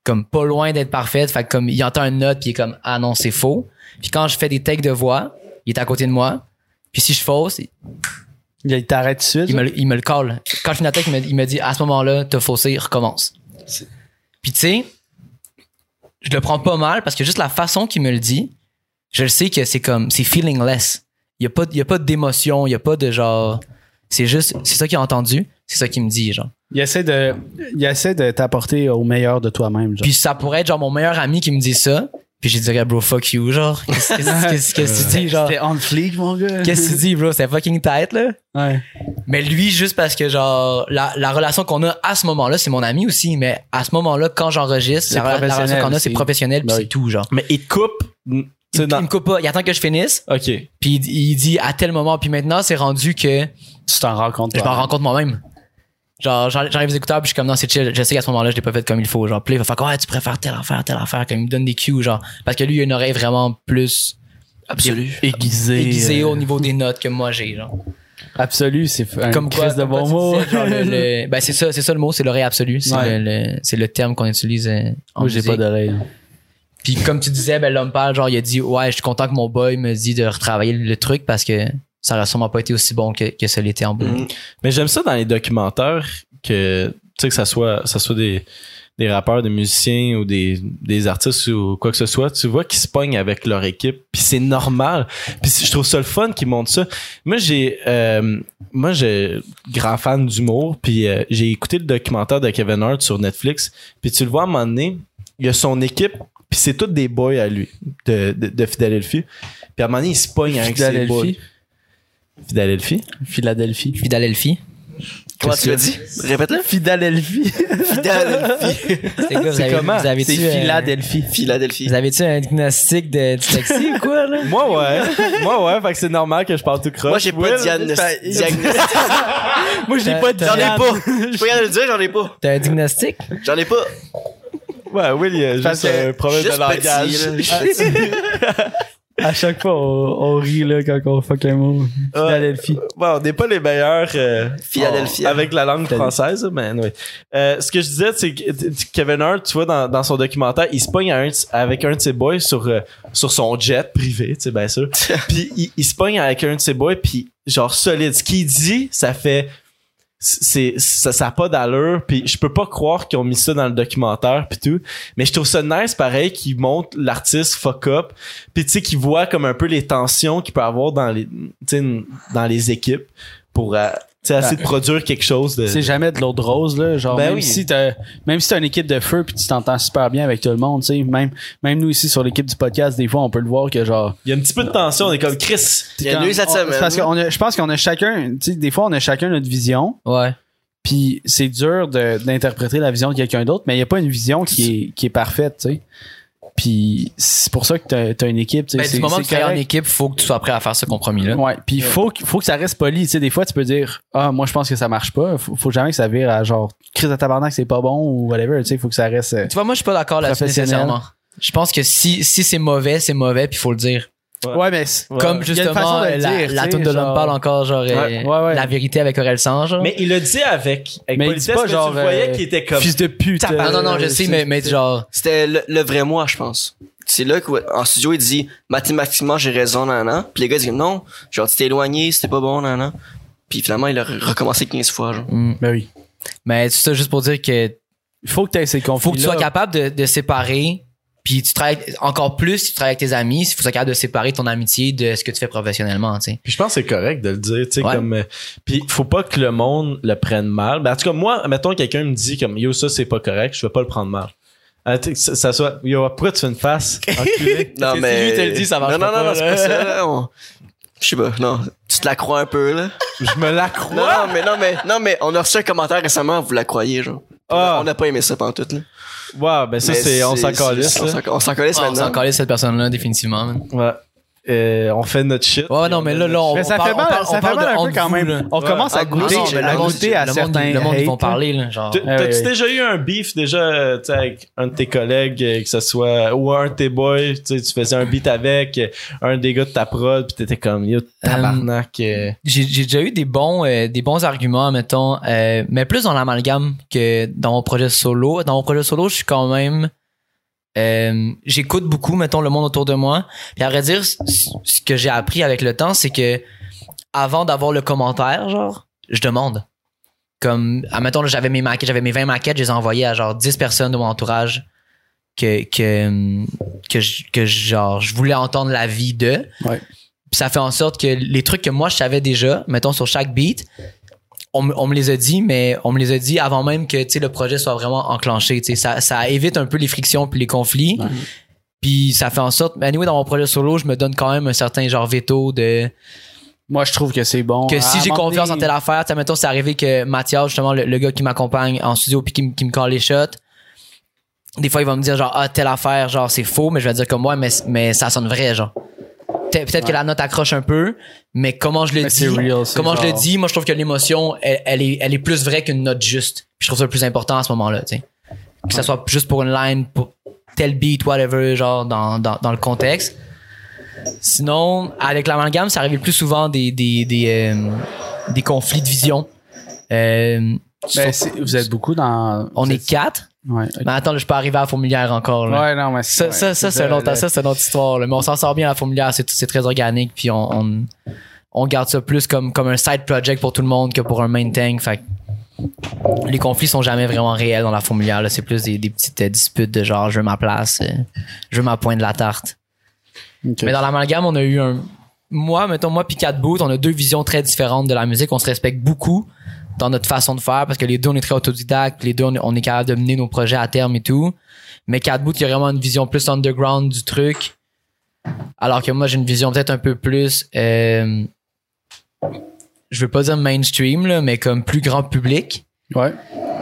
comme pas loin d'être parfaite. Fait que comme il entend une note, puis il est comme Ah non, c'est faux. Puis quand je fais des takes de voix, il est à côté de moi. Puis si je fausse, Il t'arrête tout de suite. il là? me, il me le colle. Quand je finis la tech, il me, il me dit à ce moment-là, t'as faussé, recommence. Puis tu sais, je le prends pas mal parce que juste la façon qu'il me le dit, je le sais que c'est comme, c'est feelingless. Il y a pas, il y a pas d'émotion, il y a pas de genre. C'est juste, c'est ça qu'il a entendu, c'est ça qu'il me dit, genre. Il essaie de, il essaie de t'apporter au meilleur de toi-même. genre. Puis ça pourrait être genre mon meilleur ami qui me dit ça, puis je dirais, bro, fuck you, genre. Qu'est-ce qu'est-ce- qu'est-ce- qu'est-ce que tu dis, genre? C'était on fleek, mon gars. Qu'est-ce que tu dis, bro? C'est fucking tight, là. Ouais. Mais lui, juste parce que, genre, la, la relation qu'on a à ce moment-là, c'est mon ami aussi, mais à ce moment-là, quand j'enregistre, C'est la, la relation professionnel, qu'on a, c'est- c'est professionnel, puis Ben c'est oui. tout, genre. mais il te coupe tu Il, sais, dans- il me coupe pas, il attend que je finisse, OK. puis il, il dit à tel moment, puis maintenant, c'est rendu que Tu t'en rends compte. je m'en toi-même. rends compte moi-même. Genre, j'en- j'enlève les écouteurs, puis je suis comme, non, c'est chill, je sais qu'à ce moment-là, je l'ai pas fait comme il faut, genre, puis là, il va faire, ouais, tu préfères telle affaire, telle affaire, comme il me donne des cues, genre, parce que lui, il a une oreille vraiment plus Absolu. Aiguisé. aiguisée euh, au niveau des notes que moi j'ai, genre. Absolu, c'est un comme quoi, crise de comme bon quoi mot. tu disais, genre, le- [LAUGHS] le- ben c'est ça, c'est ça le mot, c'est l'oreille absolue, c'est Ouais. le, le- c'est le terme qu'on utilise euh, [LAUGHS] en Moi, j'ai musique. pas d'oreille. hein. Puis comme tu disais, ben l'homme pâle, genre il a dit ouais, je suis content que mon boy me dit de retravailler le truc parce que ça aurait sûrement pas été aussi bon que, que ça l'était en bout. Mhm. Mais j'aime ça dans les documentaires que tu sais que ça soit ça soit des des rappeurs, des musiciens ou des, des artistes ou quoi que ce soit, tu vois qu'ils se pognent avec leur équipe, puis c'est normal. Puis je trouve ça le fun qu'ils montrent ça. Moi j'ai euh, moi j'ai grand fan d'humour, puis euh, j'ai écouté le documentaire de Kevin Hart sur Netflix, puis tu le vois à un moment donné, il y a son équipe, puis c'est toutes des boys à lui de de, de Philadelphie. Puis à un moment donné, il se pogne avec ses boys. Philadelphie. Philadelphie. Philadelphie. Philadelphie. Comment Qu'est-ce tu l'as que- dit? Répète-le. Philadelphie. Philadelphie. C'est quoi, vous C'est avez- comment? vous avez C'est tu, euh, Philadelphie. Philadelphie. Vous avez-tu un diagnostic de dyslexie ou quoi, là? Moi, ouais. Moi, ouais. Fait que c'est normal que je parle tout croche. Moi, j'ai pas Will, de diagnos- fait- diagnostic. Moi, j'ai T'as- pas de t'as- J'en ai diagnostic. pas. Je peux rien le dire, j'en ai pas. T'as un diagnostic? J'en ai pas. Ouais, Will, il y a Parce juste que un problème Juste de langage. petit, là. [LAUGHS] Juste petit. À chaque fois, on, on rit là, quand on fuck un mot. Ouais. Philadelphie. Ah, Ouais, on n'est pas les meilleurs euh, Philadelphia. en- avec la langue française, mais anyway. Euh, ce que je disais, c'est que t- t- Kevin Hart, tu vois, dans, dans son documentaire, il se pogne à un de- avec un de ses boys sur, euh, sur son jet privé, tu sais, [LAUGHS] bien sûr. puis il, il se pogne avec un de ses boys, puis genre solide. Ce qu'il dit, ça fait. c'est ça ça a pas d'allure puis je peux pas croire qu'ils ont mis ça dans le documentaire puis tout mais je trouve ça nice pareil qu'ils montrent l'artiste fuck up puis tu sais qu'ils voient comme un peu les tensions qu'il peut avoir dans les tu sais, dans les équipes pour euh, tu sais, essayer de produire quelque chose de C'est jamais de l'eau de rose, là. Genre, Euh, Ben même, oui. si t'as, même si t'as une équipe de feu puis tu t'entends super bien avec tout le monde, tu sais, même, même nous ici sur l'équipe du podcast, des fois, on peut le voir que genre. il y a un petit peu de tension on est comme Chris Il y a comme- eu cette on- semaine. c'est Parce que je pense qu'on a chacun, tu sais, des fois, on a chacun notre vision. Ouais. Puis c'est dur de- d'interpréter la vision de quelqu'un d'autre, mais il n'y a pas une vision qui est, qui est parfaite, tu sais. Puis c'est pour ça que t'as as une équipe, tu sais. Ben, c'est- du moment c'est que tu travailles en correct. équipe, faut que tu sois prêt à faire ce compromis-là. Ouais, puis il faut, que- faut que ça reste poli. Tu sais, des fois, tu peux dire Ah, moi, je pense que ça marche pas. Faut, faut jamais que ça vire à genre crise de tabarnak, c'est pas bon ou whatever. Tu sais, faut que ça reste. euh, Tu vois, moi, je suis pas d'accord là-dessus Professionnel. nécessairement. Je pense que si, si c'est mauvais, c'est mauvais, puis il faut le dire. Ouais. Ouais, mais. c'est- Comme y a une justement façon de le la, dire, tu la sais, toune de l'homme genre- parle encore, genre euh, Ouais, ouais, ouais. la vérité avec Aurel Sange. genre. mais il le dit avec avec Mais il dit politesse pas mais genre, tu le voyais euh, qu'il était comme Fils de pute. Ah, non, non, non, je euh, sais, c'est- mais, mais genre, C'était le, le vrai moi, je pense. C'est là qu'en studio, il dit mathématiquement, j'ai raison, nan, nan. Puis les gars disent non, genre, tu t'es éloigné, c'était pas bon, nan, nan. Puis finalement, il a re- recommencé 15 fois, genre. hmm. Ben oui. mais tout ça juste pour dire que Il faut que tu ces conflits. faut que tu sois capable de, de séparer. Puis tu travailles encore plus si tu travailles avec tes amis, il faut que tu sois capable de séparer ton amitié de ce que tu fais professionnellement, tu sais. Puis je pense que c'est correct de le dire, tu sais, Ouais. comme. euh, Puis faut pas que le monde le prenne mal. Ben, en tout cas, moi, mettons, quelqu'un me dit comme Yo, ça c'est pas correct, je vais pas le prendre mal. Ah, tu sais, que ça, ça soit Yo, pourquoi tu fais [LAUGHS] une face enculé? Non, Si mais. lui te le dit, ça marche Non, non, pas, non, non, c'est là. pas ça, là. On- Je sais pas, non. Tu te la crois un peu, là. Je me la Non, crois. non, mais, non, mais, non, mais, on a reçu un commentaire récemment, vous la croyez, genre. Ah, On n'a pas aimé ça pendant tout, là. ouais, ben ça, Mais c'est. On s'en c'est- calisse, on là. s'en- On s'en calisse Ah, on maintenant. s'en calait de cette personne-là, définitivement. man. Ouais. Euh, on fait notre shit. Ouais, non, mais là, là, on, Mais on ça parle, fait mal, on parle- on ça fait parle mal de un peu entre quand vous, même. là. On commence à Ah, goûter, non, mais à le monde- goûter à le certains. Monde, le monde, ils vont hates, parler, là, genre. T- Ah Ouais, T'as-tu ouais. déjà eu un beef déjà euh, tu sais, avec un de tes collègues, euh, que ce soit ou un de tes boys, tu sais, tu faisais un beat avec euh, un des gars de ta prod, pis t'étais comme yo tabarnak. euh. j'ai j'ai déjà eu des bons euh, des bons arguments mettons euh, mais plus dans l'amalgame que dans mon projet solo dans mon projet solo je suis quand même euh, j'écoute beaucoup mettons le monde autour de moi puis à vrai dire c- c- ce que j'ai appris avec le temps c'est que avant d'avoir le commentaire genre je demande comme admettons là, j'avais mes maquettes j'avais mes 20 maquettes je les ai envoyées à genre 10 personnes de mon entourage que que hum, que, je- que genre je voulais entendre la vie d'eux puis ça fait en sorte que les trucs que moi je savais déjà, mettons sur chaque beat, on, me- on me les a dit, mais on me les a dit avant même que tu sais, le projet soit vraiment enclenché. tu sais. Ça, ça évite un peu les frictions puis les conflits. Puis ça fait en sorte, mais anyway, dans mon projet solo, je me donne quand même un certain genre veto de Moi, je trouve que c'est bon. que si À j'ai un moment confiance en donné- telle affaire, tu sais, mettons, c'est arrivé que Mathias, justement, le, le gars qui m'accompagne en studio puis qui, me- qui me call les shots, des fois, il va me dire, genre, ah, telle affaire, genre, c'est faux, mais je vais dire comme moi, mais, mais ça sonne vrai, genre. Peut- Peut-être que la note accroche un peu, mais comment je le Mais dis, c'est real, c'est comment je le genre- dis, moi, je trouve que l'émotion, elle, elle est, elle est plus vraie qu'une note juste. Puis je trouve ça le plus important à ce moment-là, tu sais. Que ça soit juste pour une line, pour tel beat, whatever, genre, dans, dans, dans le contexte. Sinon, avec l'amalgame, ça arrive le plus souvent des, des, des, euh, des conflits de vision. Euh, Ben, sur- c'est- vous êtes beaucoup dans. on vous est êtes- quatre. Ouais, Mais attends, là, je peux arriver à la fourmilière encore. là. ouais non, mais Ça, ouais, ça, ça, c'est un autre- le- ça, c'est une autre histoire. là. Mais on s'en sort bien à la fourmilière. C'est, c'est très organique. Puis on, on, on garde ça plus comme, comme un side project pour tout le monde que pour un main tank. Fait que les conflits sont jamais vraiment réels dans la fourmilière. là. C'est plus des, des petites euh, disputes de genre je veux ma place, euh, je veux ma pointe de la tarte. Ok. Mais dans l'amalgame, on a eu un. Moi, mettons, moi, puis Cat Boot, on a deux visions très différentes de la musique. On se respecte beaucoup dans notre façon de faire parce que les deux, on est très autodidactes. Les deux, on est, on est capable de mener nos projets à terme et tout. Mais Cat Boot, il y a vraiment une vision plus underground du truc. Alors que moi, j'ai une vision peut-être un peu plus. euh, je veux pas dire mainstream, là, mais comme plus grand public. Ouais.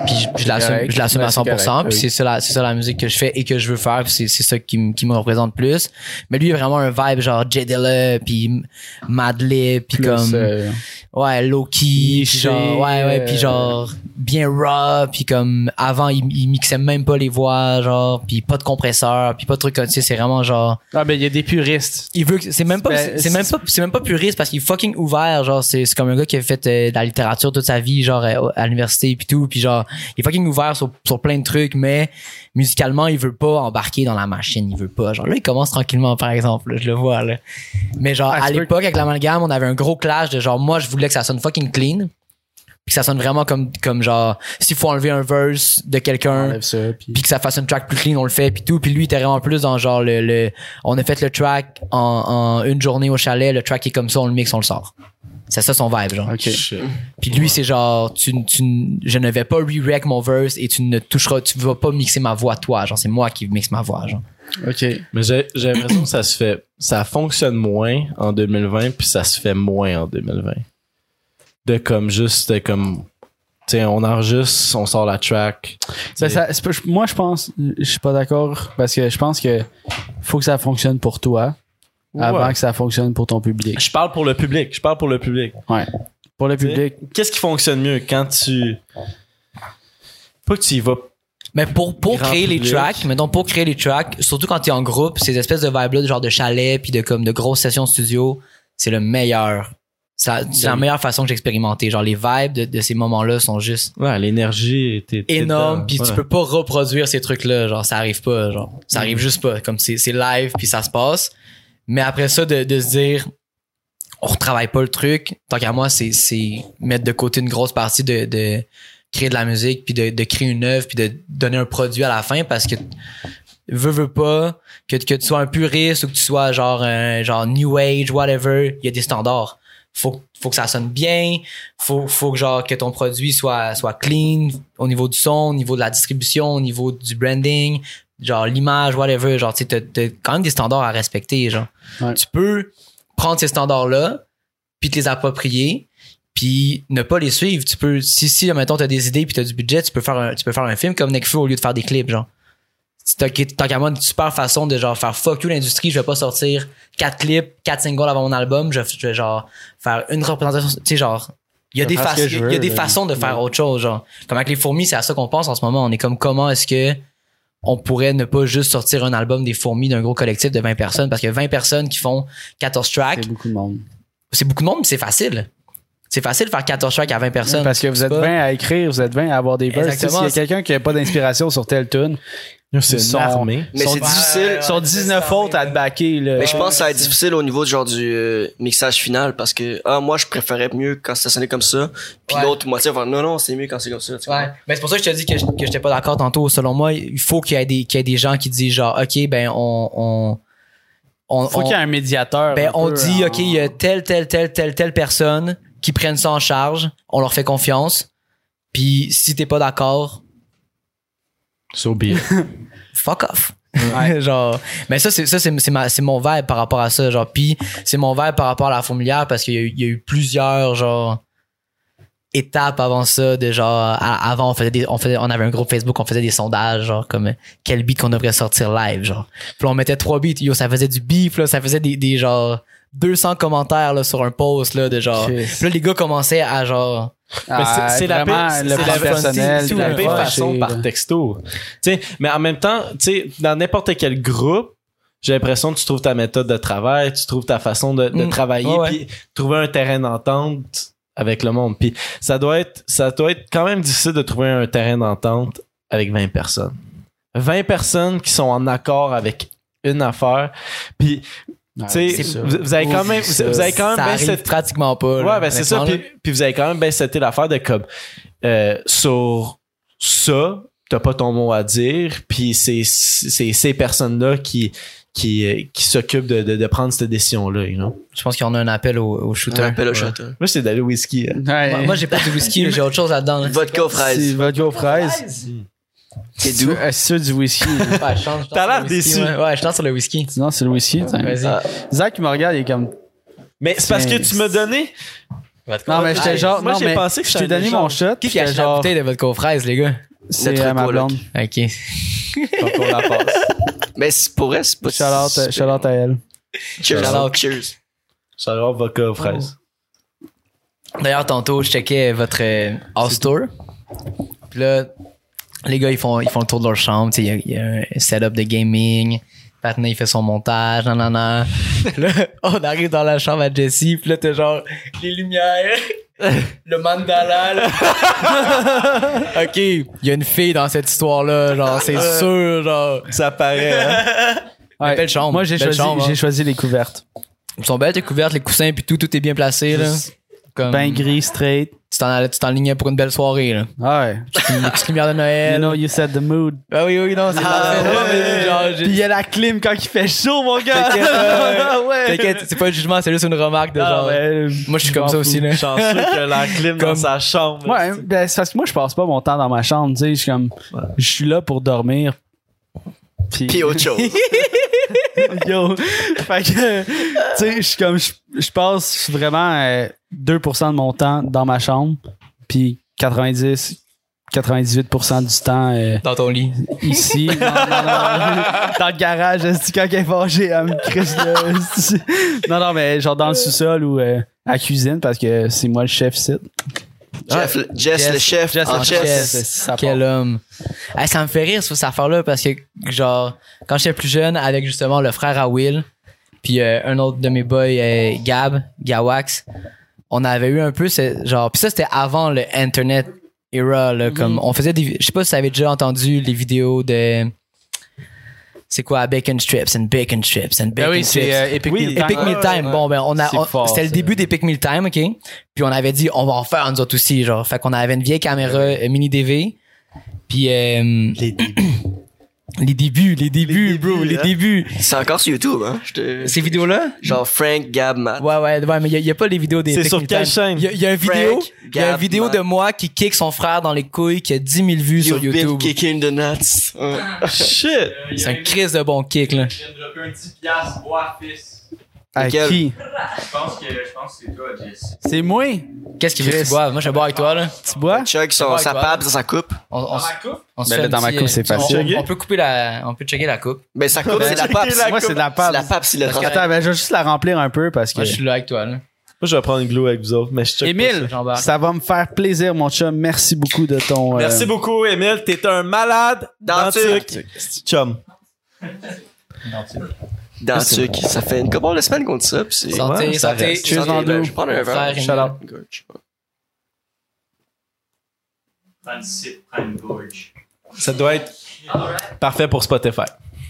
Puis je, je l'assume correct. je l'assume Ouais, à c'est 100%. correct, puis oui. c'est ça, la- c'est ça la musique que je fais et que je veux faire. Puis c'est c'est ça qui, me- qui me représente plus. Mais lui, il a vraiment un vibe genre Jedela, puis Madlib, puis Plus, comme... euh, Ouais, low-key, Niché, pis genre, ouais, ouais, euh, puis genre, bien raw, puis comme, avant, il, il mixait même pas les voix, genre, puis pas de compresseur, puis pas de trucs comme ça, c'est vraiment genre, Ah, ben, il y a des puristes. il veut que, c'est même pas, Ben, c'est même pas, c'est même pas puriste parce qu'il est fucking ouvert, genre, c'est, c'est comme un gars qui a fait euh, de la littérature toute sa vie, genre, euh, à l'université, puis tout, puis genre, il est fucking ouvert sur, sur plein de trucs, mais musicalement, il veut pas embarquer dans la machine, il veut pas, genre, là, il commence tranquillement, par exemple, là, je le vois, là. Mais genre, Ah, à tu peux- l'époque, avec l'amalgame, on avait un gros clash de genre, moi, je voulais que ça sonne fucking clean. Puis que ça sonne vraiment comme, comme genre, s'il faut enlever un verse de quelqu'un, Enlève ça, puis- puis que ça fasse une track plus clean, on le fait, puis tout. Puis lui, il était vraiment plus dans genre le, le- on a fait le track en, en une journée au chalet, le track est comme ça, on le mixe, on le sort. C'est ça son vibe, genre. Ok. Shit. Puis lui, c'est genre, tu, tu, je ne vais pas re-rec mon verse et tu ne toucheras, tu vas pas mixer ma voix, toi. Genre, c'est moi qui mixe ma voix, genre. Ok. Mais j'ai j'ai l'impression que ça se fait, ça fonctionne moins en 2020, puis ça se fait moins en 2020. De comme juste, de comme, tu sais, on enregistre, on sort la track. Ben, ça- c'est pas- je- moi, je pense, je suis pas d'accord parce que je pense que faut que ça fonctionne pour toi avant Ouais. que ça fonctionne pour ton public. Je parle pour le public, je parle pour le public. Pour le Tu sais, public, Qu'est-ce qui fonctionne mieux quand tu. Pas que tu y vas. Mais pour, pour Grand créer les public. tracks, mettons, pour créer les tracks, surtout quand t'es en groupe, ces espèces de vibes-là, de genre de chalet, puis de comme de grosses sessions studio, c'est le meilleur. Ça, c'est la meilleure façon que j'ai expérimenté. Genre, les vibes de, de ces moments-là sont juste Ouais, l'énergie était énormes, puis tu peux pas reproduire ces trucs-là. Genre, ça arrive pas, genre. Ça arrive juste pas. Comme c'est c'est live, puis ça se passe. Mais après ça, de, de se dire, on retravaille pas le truc, tant qu'à moi, c'est- c'est mettre de côté une grosse partie de, de créer de la musique, puis de, de créer une œuvre, puis de donner un produit à la fin, parce que veux, veux pas, que, que tu sois un puriste ou que tu sois genre, un- genre New Age, whatever, il y a des standards. Faut, faut que ça sonne bien, faut, faut que, genre, que ton produit soit, soit clean au niveau du son, au niveau de la distribution, au niveau du branding, genre l'image, whatever. Genre, tu sais, t'as- t'as quand même des standards à respecter. Genre. Ouais. Tu peux prendre ces standards-là, puis te les approprier, puis ne pas les suivre. Tu peux, si, si, mettons, t'as des idées puis t'as du budget, tu peux faire un, tu peux faire un film comme Nekfeu au lieu de faire des clips, genre. C'est t'as- Tant qu'à moi, une super façon de genre faire fuck you l'industrie, je vais pas sortir quatre clips, quatre singles avant mon album, je, je vais genre faire une représentation, tu sais, genre. Il y a Je des, vais faire ce façons- que je il y a- il y a veux, des là. façons de faire autre chose, genre. Comme avec les fourmis, c'est à ça qu'on pense en ce moment. On est comme comment est-ce que on pourrait ne pas juste sortir un album des fourmis d'un gros collectif de 20 personnes parce que 20 personnes qui font 14 tracks, c'est beaucoup de monde. c'est beaucoup de monde, mais c'est facile. C'est facile de faire 14 tracks à 20 personnes. Parce que vous êtes pas- 20 à écrire, vous êtes 20 à avoir des verses. Tu sais, S'il Exactement. y a quelqu'un qui n'a pas d'inspiration sur telle tune, C'est une Son- armée. Mais Son- c'est difficile. ils sont 19 autres à te backer. là. Mais je pense que ça va être difficile au niveau du genre du euh, mixage final parce que ah moi je préférais mieux quand ça sonnait comme ça puis Ouais. l'autre moitié va dire non non c'est mieux quand c'est comme ça tu Ouais. comprends? Mais c'est pour ça que je te dis que je- que j'étais pas d'accord tantôt. Selon moi, il faut qu'il y ait des, qu'il y ait des gens qui disent genre, OK, ben, on, on, on- faut on- qu'il y ait un médiateur. ben, un on peu, hein. dit, en- OK, il y a telle, telle, telle, telle, telle personne qui prennent ça en charge. On leur fait confiance. Puis si t'es pas d'accord, So be it. fuck off. [LAUGHS] genre mais ça c'est ça c'est c'est ma- c'est mon vibe par rapport à ça genre puis c'est mon vibe par rapport à la fourmilière parce qu'il y, a eu- il y a eu plusieurs genre étapes avant ça de genre à- avant on faisait des, on faisait on avait un groupe Facebook on faisait des sondages genre comme euh, quel beat qu'on devrait sortir live genre puis là, on mettait trois beats yo ça faisait du beef là ça faisait des, des genre 200 commentaires là, sur un post là de genre Chris. puis là les gars commençaient à genre Ah, Mais c'est- c'est la vraiment, paix- c'est- le c'est la prendre paix- personnel, c'est puis la le paix lâcher, façon là. par texto. Tu sais, mais en même temps, tu sais, dans n'importe quel groupe, j'ai l'impression que tu trouves ta méthode de travail, tu trouves ta façon de, de Mm. travailler, Ouais, ouais. puis trouver un terrain d'entente avec le monde. Puis ça doit être, ça doit être quand même difficile de trouver un terrain d'entente avec 20 personnes. 20 personnes qui sont en accord avec une affaire. Puis, Ouais, Ah, tu c'est sais, ça. vous, vous avez quand Oui, même, c'est vous, vous avez quand ça même bien arrive cette pratiquement pas là, Ouais, ben c'est ça. honnêtement, Puis, puis vous avez quand même bien c'était l'affaire de comme euh, sur ça, t'as pas ton mot à dire. Puis c'est c'est ces personnes-là qui qui, euh, qui s'occupent de, de, de prendre cette décision-là. you know. là. je pense qu'on a un appel au, au Je te shooter rappelle au Ouais. château Moi, c'est d'aller au whisky. hein. Ouais. Moi, moi, j'ai pas de whisky, là, j'ai autre chose là-dedans. là. vodka aux C'est fraises vodka aux fraises. c'est doux Euh, C'est sûr du whisky. Ouais, je tente- je tente T'as sur l'air le whisky, déçu. Ouais, Ouais, je tente sur le whisky. Ah. Sinon, c'est le whisky. t'sais. Vas-y. Zach, il me regarde, il est comme. Mais c'est parce que Tiens. tu m'as donné. Votre Non, mais j'étais Hey, genre. moi, non, j'ai mais pensé que Je t'ai c'était un donné échange. mon shot. Qui puis qui a j'étais acheté la genre, bouteille de votre confraise, les gars? C'est Notre euh, ma coloc. blonde. Ok. Faut qu'on la passe. [LAUGHS] Mais c'est- pour elle, c'est pas Shout out, shout out à elle. Cheers. Shout-out. Cheers. Chaleur, vodka, fraise. Oh. D'ailleurs, tantôt, je checkais votre euh, house tour. Puis là, les gars, ils font, ils font le tour de leur chambre. Tu sais, Il y, a- il y a un setup de gaming. Patna, il fait son montage. Nan, nan, nan. là, [LAUGHS] on arrive dans la chambre à Jesse. Puis là, t'as genre les [LAUGHS] lumières, le mandala. là. OK, il y a une fille dans cette histoire-là. Genre, c'est sûr. Genre, Ça paraît, hein? Ouais. belle chambre. Moi, j'ai belle choisi, chambre, hein. j'ai choisi les couvertes. Ils sont belles, tes couvertes, les coussins, puis tout, tout est bien placé. Là. Comme, Ben gris, straight. tu t'en allais- tu t'enlignais pour une belle soirée. Là. Ah ouais. Une petite lumière de You Noël. know, you set the mood. Ah oui, oui, non, c'est parfait. Non, mais genre, j'ai- Puis il y a la clim quand il fait chaud, mon gars. T'inquiète, [LAUGHS] euh, ouais. T'inquiète, c'est pas un jugement, c'est juste une remarque Ah, de genre. Ah, euh, euh, Moi, je suis comme ça aussi, là. Chanceux que la clim dans Comme- sa chambre. Ouais, ben, c'est parce que moi, je passe pas mon temps dans ma chambre, tu sais. Je suis comme, je suis là pour dormir. Puis, Puis autre chose. [LAUGHS] yo. fait que, tu sais, je suis comme, je je passe vraiment euh, 2% de mon temps dans ma chambre. Puis 90, 98% du temps euh, Dans ton lit. [LAUGHS] ici. Non, non, non. dans le garage, est-ce que quand elle est fâchée, elle me crisse le- [LAUGHS] est-ce que- Non, non, mais genre dans le sous-sol ou euh, à la cuisine parce que c'est moi le chef site. Jeff, le- Jess, le chef, Jess en en chef. chef. ça part. Quel homme. Hey, ça me fait rire, ça, cette affaire-là, parce que, genre, quand j'étais plus jeune, avec justement le frère à Will, puis euh, un autre de mes boys, euh, Gab, Gawax, on avait eu un peu, ce, genre, puis ça, c'était avant le Internet era, là, comme, on faisait des, je sais pas si vous avez déjà entendu les vidéos de, c'est quoi, bacon strips and bacon strips and Ben bacon strips. euh, Epic Ben Oui, euh, Meal Time. Epic Ouais, Meal Time. Bon, ben, on a, C'est on- fort, c'était le ça. début d'Epic Meal Time, OK? Puis on avait dit, on va en faire nous autres aussi, genre. Fait qu'on avait une vieille caméra euh, mini DV. Puis, euh, Les débuts. les débuts, les débuts, bro, les hein. débuts. C'est encore sur YouTube, hein. Je te- Ces vidéos-là? Genre Frank, Gab, Matt. Ouais, ouais, ouais, mais il n'y a, pas les vidéos des C'est Epic sur Meal quelle Time. chaîne? Il y a- il y, a une Frank, vidéo, il y a une Gab, vidéo Matt. de moi qui kick son frère dans les couilles, qui a 10 000 vues sur You've been YouTube. kicking the nuts. Ouais. [LAUGHS] Shit! Euh, il y C'est a un une- crise de bon kick, là. Il vient de dropper un 10$, bois fils. À Lequel? qui? Je pense que, je pense que c'est toi, Jess. C'est moi. Qu'est-ce qu'il veut que tu boives? Moi, je bois avec toi, là. Tu bois? Chuck, Ça son, va, sa toi? pape dans sa coupe. On, on Dans s- ma coupe? on se Ben fait là, un dans ma petit, coupe, euh, c'est petit- on- facile. On, peut couper la, on peut checker la coupe. Ben, sa coupe, c'est la pape. checker la Moi, c'est de la C'est pâte. la pape, c'est le Parce rang. que- Attends, ben, je vais juste la remplir un peu parce que. Moi, je suis là avec toi, là. Moi, je vais prendre une glue avec vous autres, mais je check pas ça. Émile, J'embarque. ça va me faire plaisir, mon chum. Merci beaucoup de ton. euh, Merci beaucoup, Émile. T'es un malade Dentuc. dentuc. C'est Chum. Ah, Dans le sucre. Ça fait une couple de semaines qu'on dit ça, pis c'est... Santé, Ouais, ça santé. reste. Cheers, Santé, Nando. ben, Je vais prendre un verre. Frère, Shout out. Prends une sip, prends une gorge. Ça doit être parfait pour Spotify.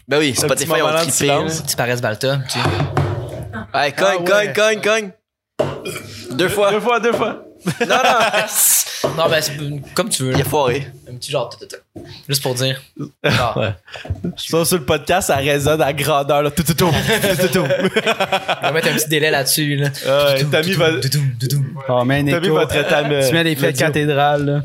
Ben oui, Un petit Spotify moment ont de trippé. là. silence. Tu parais Balta. Tu... Hey, cogne, Ah cogne, cogne, cogne. Deux fois. Deux fois, deux fois. Non, non. [LAUGHS] Non, ben, c'est comme tu veux. Il a foiré. Un petit genre. ta, ta, ta. Juste pour dire. Genre, Sauf sur le podcast, ça résonne à grandeur. Là. Tout, [LAUGHS] tout, tout, tout, Euh, tout, tout. On va mettre un petit délai là-dessus. Là. Ouais, T'as mis, vo- Doudoum, doudoum. Oh, man, t'as mis écho. votre Tu mets état. les fêtes cathédrales, là.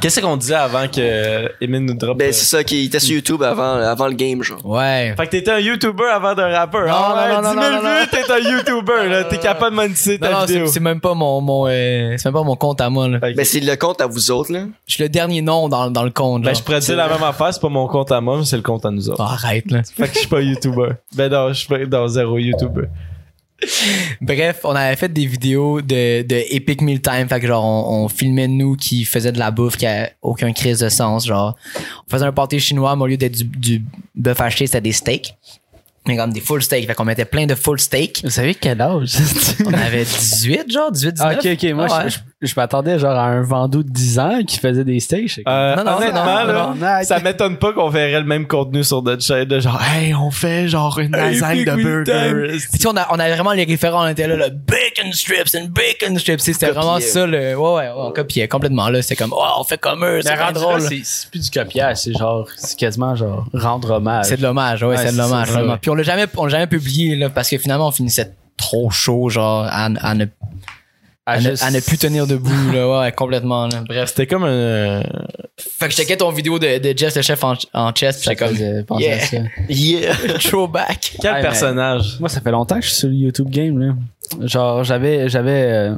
Qu'est-ce qu'on disait avant que euh, Émile nous drop? euh, Ben, c'est ça, qui était sur YouTube avant, avant le game, genre. Ouais. Fait que t'étais un YouTuber avant d'un rappeur. Non, hein, non, ouais? non, 10 non, 000 non, non. Euh, vues, t'es un YouTuber. là. T'es capable de monétiser Non, ta non, c'est- vidéo. c'est même pas mon, mon euh, c'est même pas mon compte à moi. Là. Fait que- Ben, c'est le compte à vous autres, là. Je suis le dernier nom dans, dans le compte. Ben, Genre. je pourrais dire la même affaire, c'est pas mon compte à moi, mais c'est le compte à nous autres. Ah, arrête là. Fait que je suis pas YouTuber. Ben non, je suis pas dans zéro YouTuber. Bref, on avait fait des vidéos de, de Epic Meal Time. Fait que genre, on, on filmait nous qui faisaient de la bouffe qui a aucun crise de sens. Genre, on faisait un pâté chinois, mais au lieu d'être du, du bœuf haché, c'était des steaks. Mais comme des full steaks. Fait qu'on mettait plein de full steaks. Vous savez quel [LAUGHS] âge? On avait 18, genre, 18, 19. ok, ok. Moi, Ah ouais. je, je- je m'attendais genre à un vendou de 10 ans qui faisait des stages. Euh, Non, non, honnêtement, non, là, non, non. ça m'étonne pas qu'on verrait le même contenu sur notre chaîne de genre, hey, on fait genre une lasagne de burger. Puis tu sais, on, a- on avait vraiment les référents, on était là, le bacon strips and bacon strips. Tu sais, C'était Copier. vraiment ça, le. Ouais, ouais, ouais, on copiait complètement, là. C'était comme, oh, on fait comme eux, c'est bien drôle. C'est c'est plus du copiage, c'est genre, c'est quasiment genre rendre hommage. C'est de l'hommage, ouais, Ah, Ouais, c'est c'est de l'hommage. ça, ça, vraiment. ouais. Puis on l'a jamais, on l'a jamais publié, là, parce que finalement, on finissait trop chaud, genre, à, à ne. À, ne, juste- à ne plus tenir debout, là, ouais, complètement. là. Bref. C'était comme un. Fait que je checkais ton vidéo de, de Jeff le chef en, en chest, pis j'étais comme [LAUGHS] penser Yeah. à ça. Yeah! throwback. Quel Ouais, personnage [LAUGHS] Moi, ça fait longtemps que je suis sur le YouTube Game. Là. Genre, j'avais j'avais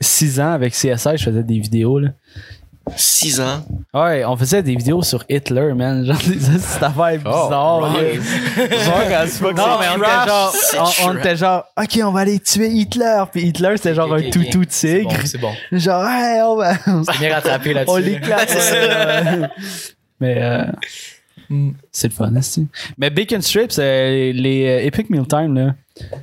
6 ans avec CSI, je faisais des vidéos. Là. 6 ans. Ouais, on faisait des vidéos sur Hitler, man. [LAUGHS] Genre, des petites affaires bizarres. là. Oh, [LAUGHS] Genre, quand c'est pas- non, mais on était genre, C'est on, on trash. était genre, OK, on va aller tuer Hitler. Puis Hitler, c'était genre Ok, un ok, toutou ok. tigre. bon, C'est bon. Genre, hey, on va. C'est bien rattrapé là-dessus. on là. [LAUGHS] l'éclate. euh, mais euh, Mm. c'est le fun, aussi. Mais Bacon Strips, euh, les euh, Epic Mealtime, là.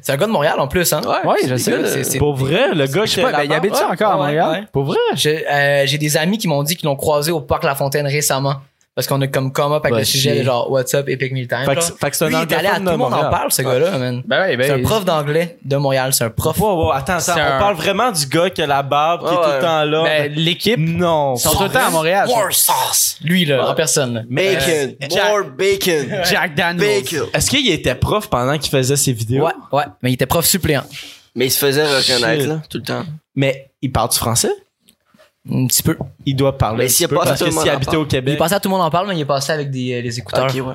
C'est un gars de Montréal en plus, hein? Ouais, je sais. C'est- c'est- Pour vrai, le gars Je sais pas, mais ben, il habite ça encore à ouais, Montréal? ouais. Pour vrai? J'ai euh, j'ai des amis qui m'ont dit qu'ils l'ont croisé au parc La Fontaine récemment. Parce qu'on a comme come up avec Bah, le sujet chier. de genre What's up, Epic Mealtime. Fait que, genre. fait que c'est Lui, il un est allé à tout le monde en parle, ce gars-là, man. Ben ouais, ben, C'est un prof d'anglais de Montréal. C'est un prof. Wow, wow, attends, attends. C'est un- On parle vraiment du gars qui a la barbe, qui Ouais, est tout ouais. le temps là. Ben, l'équipe, non. ils sont tout le temps à Montréal. More sauce. Lui, là, en personne. là. Bacon! Euh, More bacon! Jack Daniels. Bacon! Est-ce qu'il était prof pendant qu'il faisait ses vidéos? Ouais, ouais. Mais il était prof suppléant. Mais il se faisait reconnaître, Shit. là, tout le temps. Mais il parle du français? Un petit Ben- peu. Il doit parler. Mais un s'il y petit a peu, pas parce tout que le monde s'il en habitait au Il est Québec. passé à tout le monde en parle, mais il est passé avec des, euh, les écouteurs. Ok, ouais.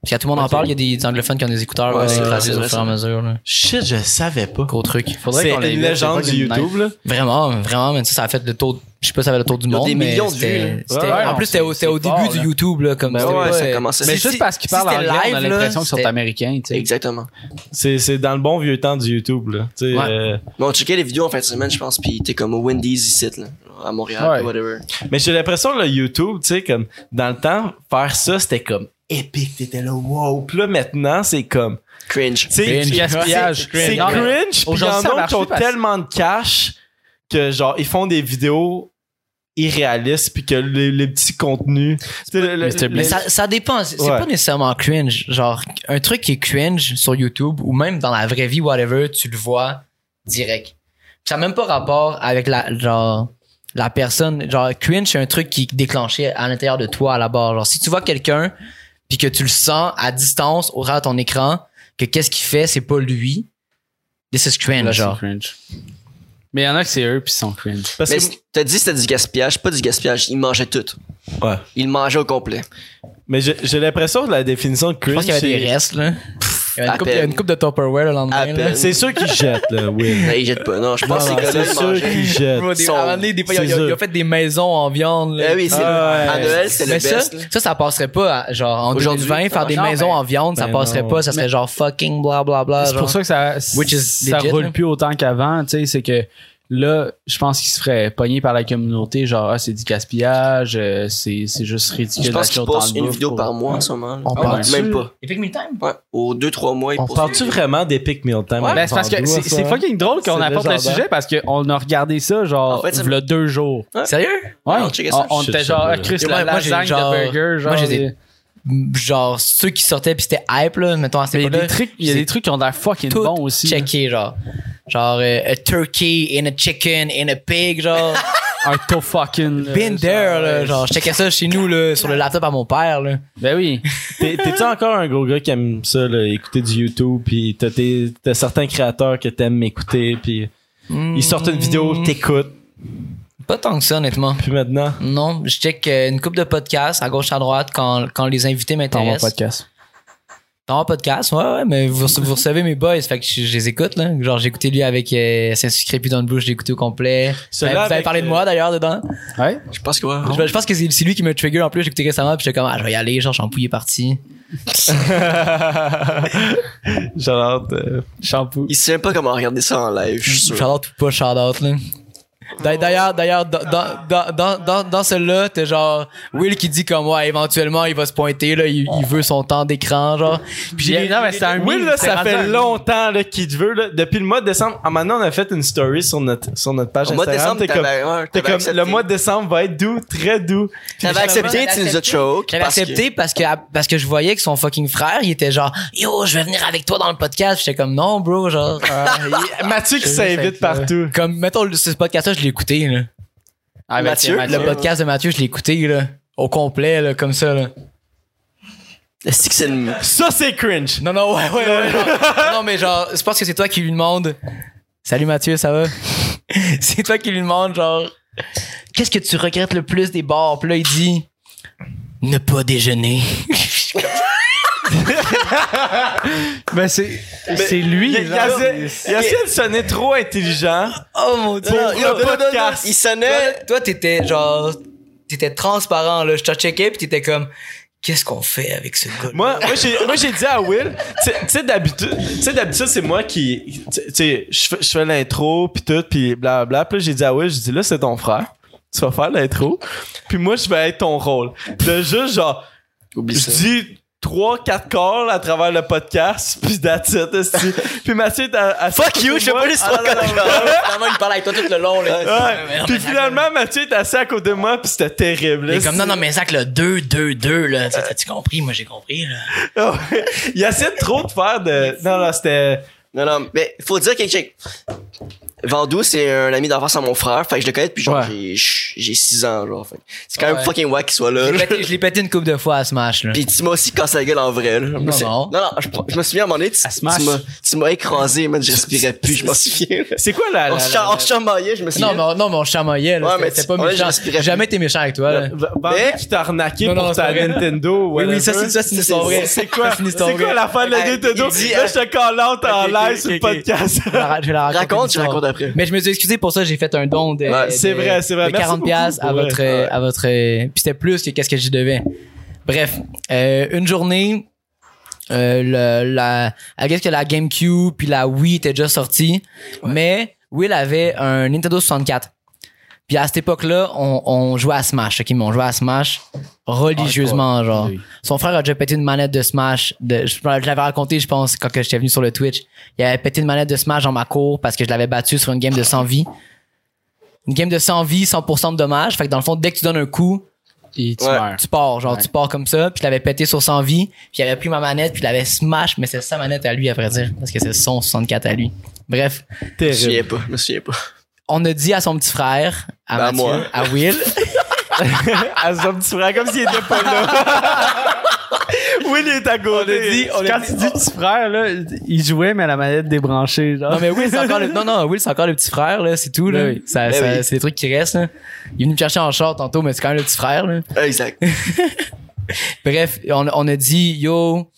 Parce qu'à tout le monde en parle, il y a des, des anglophones qui ont des écouteurs. Ouais, là, c'est c'est vrai, rasé c'est au vrai, fur et à c'est mesure. là. Shit, je savais pas. Gros truc. C'est une légende du YouTube, là. Vraiment, vraiment, man, ça, ça a fait le tour. Je sais pas, si ça avait le tour du Ils ont monde. des mais millions de c'était- vues, là. c'était- Ouais, en non, plus, c'était au, c'est- c'était au c'est début fort, du là. YouTube, là, comme Ben c'était ouais, pas, ça euh, commençait. Mais si juste c'est- parce qu'ils si parlent c'était anglais, on a live, là, l'impression qu'ils sont c'était- américains, tu sais. Exactement. C'est c'est dans le bon vieux temps du YouTube, là. Tu sais, Ouais. euh, Bon, on checkait les vidéos en fin de semaine, je pense, pis t'es comme au Wendy's ici, là. À Montréal, Ouais. whatever. Mais j'ai l'impression que le YouTube, tu sais, comme dans le temps, faire ça, c'était comme épique. T'étais là, wow. Puis là, maintenant, c'est comme. Cringe. tu sais, Cringe. Gaspillage. C'est Cringe. Non, mais cringe. Puis il y aujourd'hui, en ça a marche qui ont plus parce- tellement de cash que, genre, ils font des vidéos irréalistes. Puis que les, les petits contenus. tu sais, le- le- Mr. Mais Beast. ça, ça dépend. C'est c'est Ouais. pas nécessairement cringe. Genre, un truc qui est cringe sur YouTube ou même dans la vraie vie, whatever, tu le vois direct. Ça n'a même pas rapport avec la, genre, la personne. Genre, cringe, c'est un truc qui est déclenché à l'intérieur de toi à la barre. Genre, si tu vois quelqu'un puis que tu le sens à distance au travers de ton écran, que qu'est-ce qu'il fait, c'est pas lui. This is cringe, Là, c'est genre. cringe. Mais il y en a que c'est eux, puis ils sont cringe. Parce Mais que c- t'as dit que c'était du gaspillage, pas du gaspillage. Il mangeait tout. Ouais. Il mangeait au complet. Mais j'ai j'ai l'impression que la définition de Je cringe, pense qu'il y avait des c'est- restes, là. Il y avait à une coupe, il y avait peine. une coupe de Tupperware le À lendemain. là. peine. c'est ceux qui jettent, là, oui. Non, il jette pas. Non, je pense Non, que non, les gars-là, Ah, c'est ils sûr mangeaient. qu'ils jettent. Bro, des, Son- à un moment donné, des fois, il a, ses il a- il a œufs. fait des maisons en viande. là. Ah oui, c'est Ah à ouais. Noël, c'est le mais ça, best. là. ça, ça passerait pas, à- genre, en Aujourd'hui, 2020, faire non, des non, maisons mais- en viande, ça ben passerait non. pas, ça serait genre fucking blablabla. C'est pour ça que ça, Which is ça legit, roule là. plus autant qu'avant, tu sais. C'est que là, je pense qu'ils se feraient pogner par la communauté, genre, ah, c'est du gaspillage, euh, c'est c'est juste ridicule. Je pense d'acheter qu'ils autant postent de une bouffe vidéo pour- par mois en ce moment. là. On Ah, parle-tu- Même pas. Epic Me Time? Ouais, aux deux, trois mois, ils On postent. parle-tu vraiment d'Epic Mealtime? Ouais, avec ben, c'est parce que Vandou, c'est ça, c'est hein? fucking drôle qu'on C'est apporte le légendaire. sujet parce qu'on a regardé ça, genre, En fait, c'est- il y a deux jours. Sérieux? Ouais, Non, check ça. on, on Shit, était je genre, sais pas, ah, Chris, là. la Moi, j'ai lasagne genre- de burger, genre. moi, j'ai des- des- Genre, ceux qui sortaient pis c'était hype, là, mettons, à cette mais il y a époque-là. des trucs, il y a c'est des trucs qui ont l'air fucking tout bons aussi. Checké, genre. Genre, euh, a turkey in a chicken in a pig, [LAUGHS] genre. Un to fucking. euh, Been there, là. Genre, je checkais ça chez nous, là, sur le laptop à mon père, là. Ben oui. T'es- T'es-tu encore un gros gars qui aime ça, là, écouter du YouTube, puis t'as tes- t'as certains créateurs que t'aimes écouter, puis ils sortent une vidéo, t'écoutes, Pas tant que ça, honnêtement. puis maintenant... Non, je check euh, une coupe de podcasts à gauche à droite quand, quand les invités Dans mon m'intéressent. podcast. Dans mon podcast, ouais, ouais, mais vous, vous recevez mes boys, fait que je, je les écoute, là. Genre, j'ai écouté lui avec euh, Saint-Sucré puis dans le Blue, je l'ai écouté au complet. Vous Celui-là avez, vous avez avec, parlé de euh, moi d'ailleurs dedans. Ouais. Je pense que Ah ouais. Je, je pense que c'est c'est lui qui me trigger en plus, j'ai écouté récemment, puis j'étais comme, ah, je vais y aller, genre, j'en est parti. J'ai l'air de- Shampoo. Ils savent même pas comment regarder ça en live, je suis sûr. Shout-out ou pas shout-out, là. D'a- D'ailleurs, d'ailleurs, dans, dans- dans, dans, dans, dans celle-là, t'es genre Will qui dit comme ouais, éventuellement il va se pointer là, il, il veut son temps d'écran genre. Puis j'ai- Non, mais c'est un Oui, meme, là, c'est ça rendu fait un- longtemps là, qu'il te veut. Là. Depuis le mois de décembre, à maintenant, on a fait une story sur notre, sur notre page Au mois de Instagram. décembre, T'es comme, t'avais ouais, t'es t'avais comme, accepté. le mois de décembre va être doux, très doux. T'avais accepté, tu nous as choke. J'avais parce que- accepté parce que ah, parce que je voyais que son fucking frère, il était genre yo, je vais venir avec toi dans le podcast. J'étais comme non, bro, genre euh, [LAUGHS] Mathieu qui Je s'invite sais pas. partout. comme mettons le- ce podcast là, je l'ai écouté là. Ah, ben, Mathieu, tiens, Le podcast de Mathieu, je l'ai écouté là au complet là comme ça là. Est-ce que c'est une- Ça, c'est cringe. Non [LAUGHS] non ouais ouais ouais. genre- non mais genre je pense que c'est toi qui lui demande Salut Mathieu, ça va [LAUGHS] c'est toi qui lui demande, genre, qu'est-ce que tu regrettes le plus des bars? Puis là, il dit, ne pas déjeuner. Ben, c'est. C'est lui. Il genre. essayé de sonner trop intelligent. oh mon dieu! Pour Non, le non, non, non, podcast. Il Toi, sonnait. toi, t'étais genre, t'étais transparent, là. Je te checkais, puis t'étais comme, qu'est-ce qu'on fait avec ce gars Moi, moi, j'ai, moi, j'ai dit à Will, tu sais- tu sais, d'habitude, tu sais, d'habitude, c'est moi qui, tu tu sais, je fais- je fais l'intro, puis tout, puis blablabla. Puis là, j'ai dit à Will, j'ai dit, là, c'est ton frère. Tu vas faire l'intro. Puis moi, je vais être ton rôle. De juste, genre, Oublie je ça. dis trois, quatre calls à travers le podcast, [LAUGHS] puis that's it, esti. Puis Mathieu, est à, à- Fuck you, je fais pas les Ah, non, trois non, non, non. Finalement, il parlait avec toi tout le long, là. Ouais. Puis finalement, Mathieu est assis à côté de moi, puis c'était terrible. Il est là. comme, non, non, mais Zach, là, 2, 2, 2, là. Tu sais, T'as-tu compris? Moi, j'ai compris, là. [LAUGHS] Ah ouais. Il essaie de trop de faire de. Non, non, c'était. Non, non, mais faut dire que check. Vandou, c'est un ami d'enfance à mon frère, fait que je le connais depuis genre, j'ai- j'ai 6 ans, genre. Fait que c'est quand même Ouais. fucking wack qu'il soit là. Je l'ai là. pété- je l'ai pété une couple de fois à Smash, là. Pis tu m'as aussi cassé la gueule en vrai, là. Moi, c'est- non. non, je, je me souviens à un moment donné, tu, À Smash. tu m'as- tu m'as écrasé, man, je respirais plus, je [LAUGHS] m'en souviens. là. C'est quoi la. On la- se la- cha- on se chamaillait, je me souviens. Non, mais, on- non, mais on se chamaillait, là. Ouais, C'était- mais C'était tu- pas ouais, je méchant. respirais Jamais été méchant avec toi, là. Bandit qui t'a arnaqué Non, non, pour c'est ta pas vrai. Nintendo. Oui, oui, whatever. ça, c'est ça, c'est une histoire vraie. C'est quoi, C'est une histoire c'est quoi vraie. la fin de la Hey, Nintendo? il dit, euh, là, hey. je te call out Ok, en ok, live ok, sur le ok. podcast. Je la ra- je la raconte. Raconte, une je histoire. raconte [LAUGHS] après. Mais je me suis excusé pour ça, j'ai fait un don de, Ouais, c'est de- vrai, c'est vrai. de Merci 40 beaucoup pièces à pour votre vrai. euh, à votre euh, puis c'était plus que qu'est-ce que j'y devais. Bref, euh, une journée euh, le- la I guess que la GameCube puis la Wii étaient déjà sorties, mais Will avait un Nintendo 64. Puis à cette époque-là, on, on jouait à Smash, OK, mais on jouait à Smash Ah, religieusement genre. Son frère a déjà pété une manette de Smash. De, je je l'avais raconté, je pense, quand que j'étais venu sur le Twitch. Il avait pété une manette de Smash dans ma cour parce que je l'avais battu sur une game de Ah. 100 vies. Une game de 100 vies, 100% de dommages. Fait que dans le fond, dès que tu donnes un coup, Puis tu Ouais. meurs. tu pars. Genre, Ouais. tu pars comme ça. Puis je l'avais pété sur 100 vies. Puis il avait pris ma manette, puis il l'avait smash. Mais c'est sa manette à lui, à vrai dire. Parce que c'est son 64 à lui. Bref Je me souviens pas, je me souviens pas. on a dit à son petit frère, à Ben, à Mathieu, moi. à Will. à son petit frère, comme s'il était pas là. Will est à côté. Quand tu dis petit frère, là, il jouait, mais à la manette débranchée. Genre. Non, mais Will, c'est encore le, non, non, Will, c'est encore le petit frère, là, c'est tout, là. Ben oui. Ça, Ben ça- oui. c'est des trucs qui restent, là. Il est venu me chercher en short tantôt, mais c'est quand même le petit frère, là. Ah, [LAUGHS] Exact. Bref, on, on a dit, yo,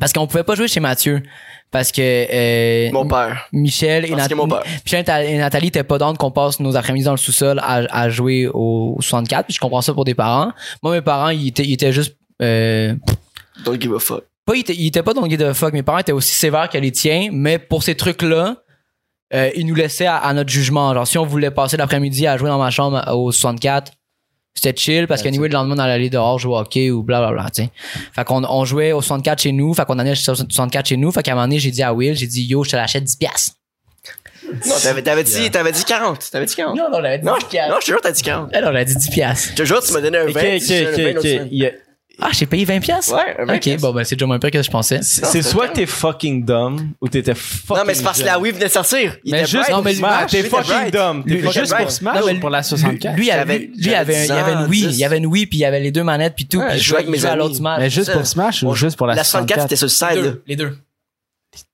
parce qu'on pouvait pas jouer chez Mathieu. Parce que, euh, Mon père. Michel et, Parce que mon père. Michel et Nathalie étaient pas d'ordre qu'on passe nos après-midi dans le sous-sol à, à jouer au 64. Puis je comprends ça pour des parents. Moi, mes parents, ils étaient, ils étaient juste, euh, Don't give a fuck. pas, il était, il était pas dans le guide de fuck. Mes parents étaient aussi sévères que les tiens, mais pour ces trucs-là, euh, ils nous laissaient à, à notre jugement. Genre, si on voulait passer l'après-midi à jouer dans ma chambre au 64, c'était chill parce qu'à niveau le lendemain, on allait aller dehors jouer au hockey ou blablabla, tu sais. Fait qu'on on jouait au 64 chez nous, fait qu'on allait au 64 chez nous. Fait qu'à un moment donné, j'ai dit à Will, j'ai dit yo, je te l'achète 10$. piastres. Non, t'avais, t'avais dit, t'avais dit 40. T'avais dit 40. Non, non, on l'avait dit Non, 10$. je, non, je te jure, t'as dit 40. Eh, non, on l'a dit 10$. piastres. Je te jure, tu m'as donné un 20. Ok, tu sais, un 20 ok, ok, l'autre ok. semaine. Il y a- Ah, j'ai payé 20$? piastres? Ouais, un 20. Ok, bon, ben c'est déjà moins pire que ce que je pensais. C'est c'est soit que t'es fucking dumb ou t'étais fucking. Non, mais c'est parce que la Wii venait de sortir. Il Mais était juste- bright. non, mais Smash, Il t'es était fucking bright. dumb. T'es Lui, fucking juste pour dumb. Smash Non, mais ou pour la 64? Lui, il J'avais- avait, lui, il j'avais avait, un- 10 il avait ans, une Wii, 10. il y avait une Wii, puis il y avait les deux manettes, puis tout. Ouais, puis je jouais avec mes à amis. l'autre Smash. mais juste pour Smash ou On- juste pour la, La 64, c'était sur le Les side. là. deux, les deux.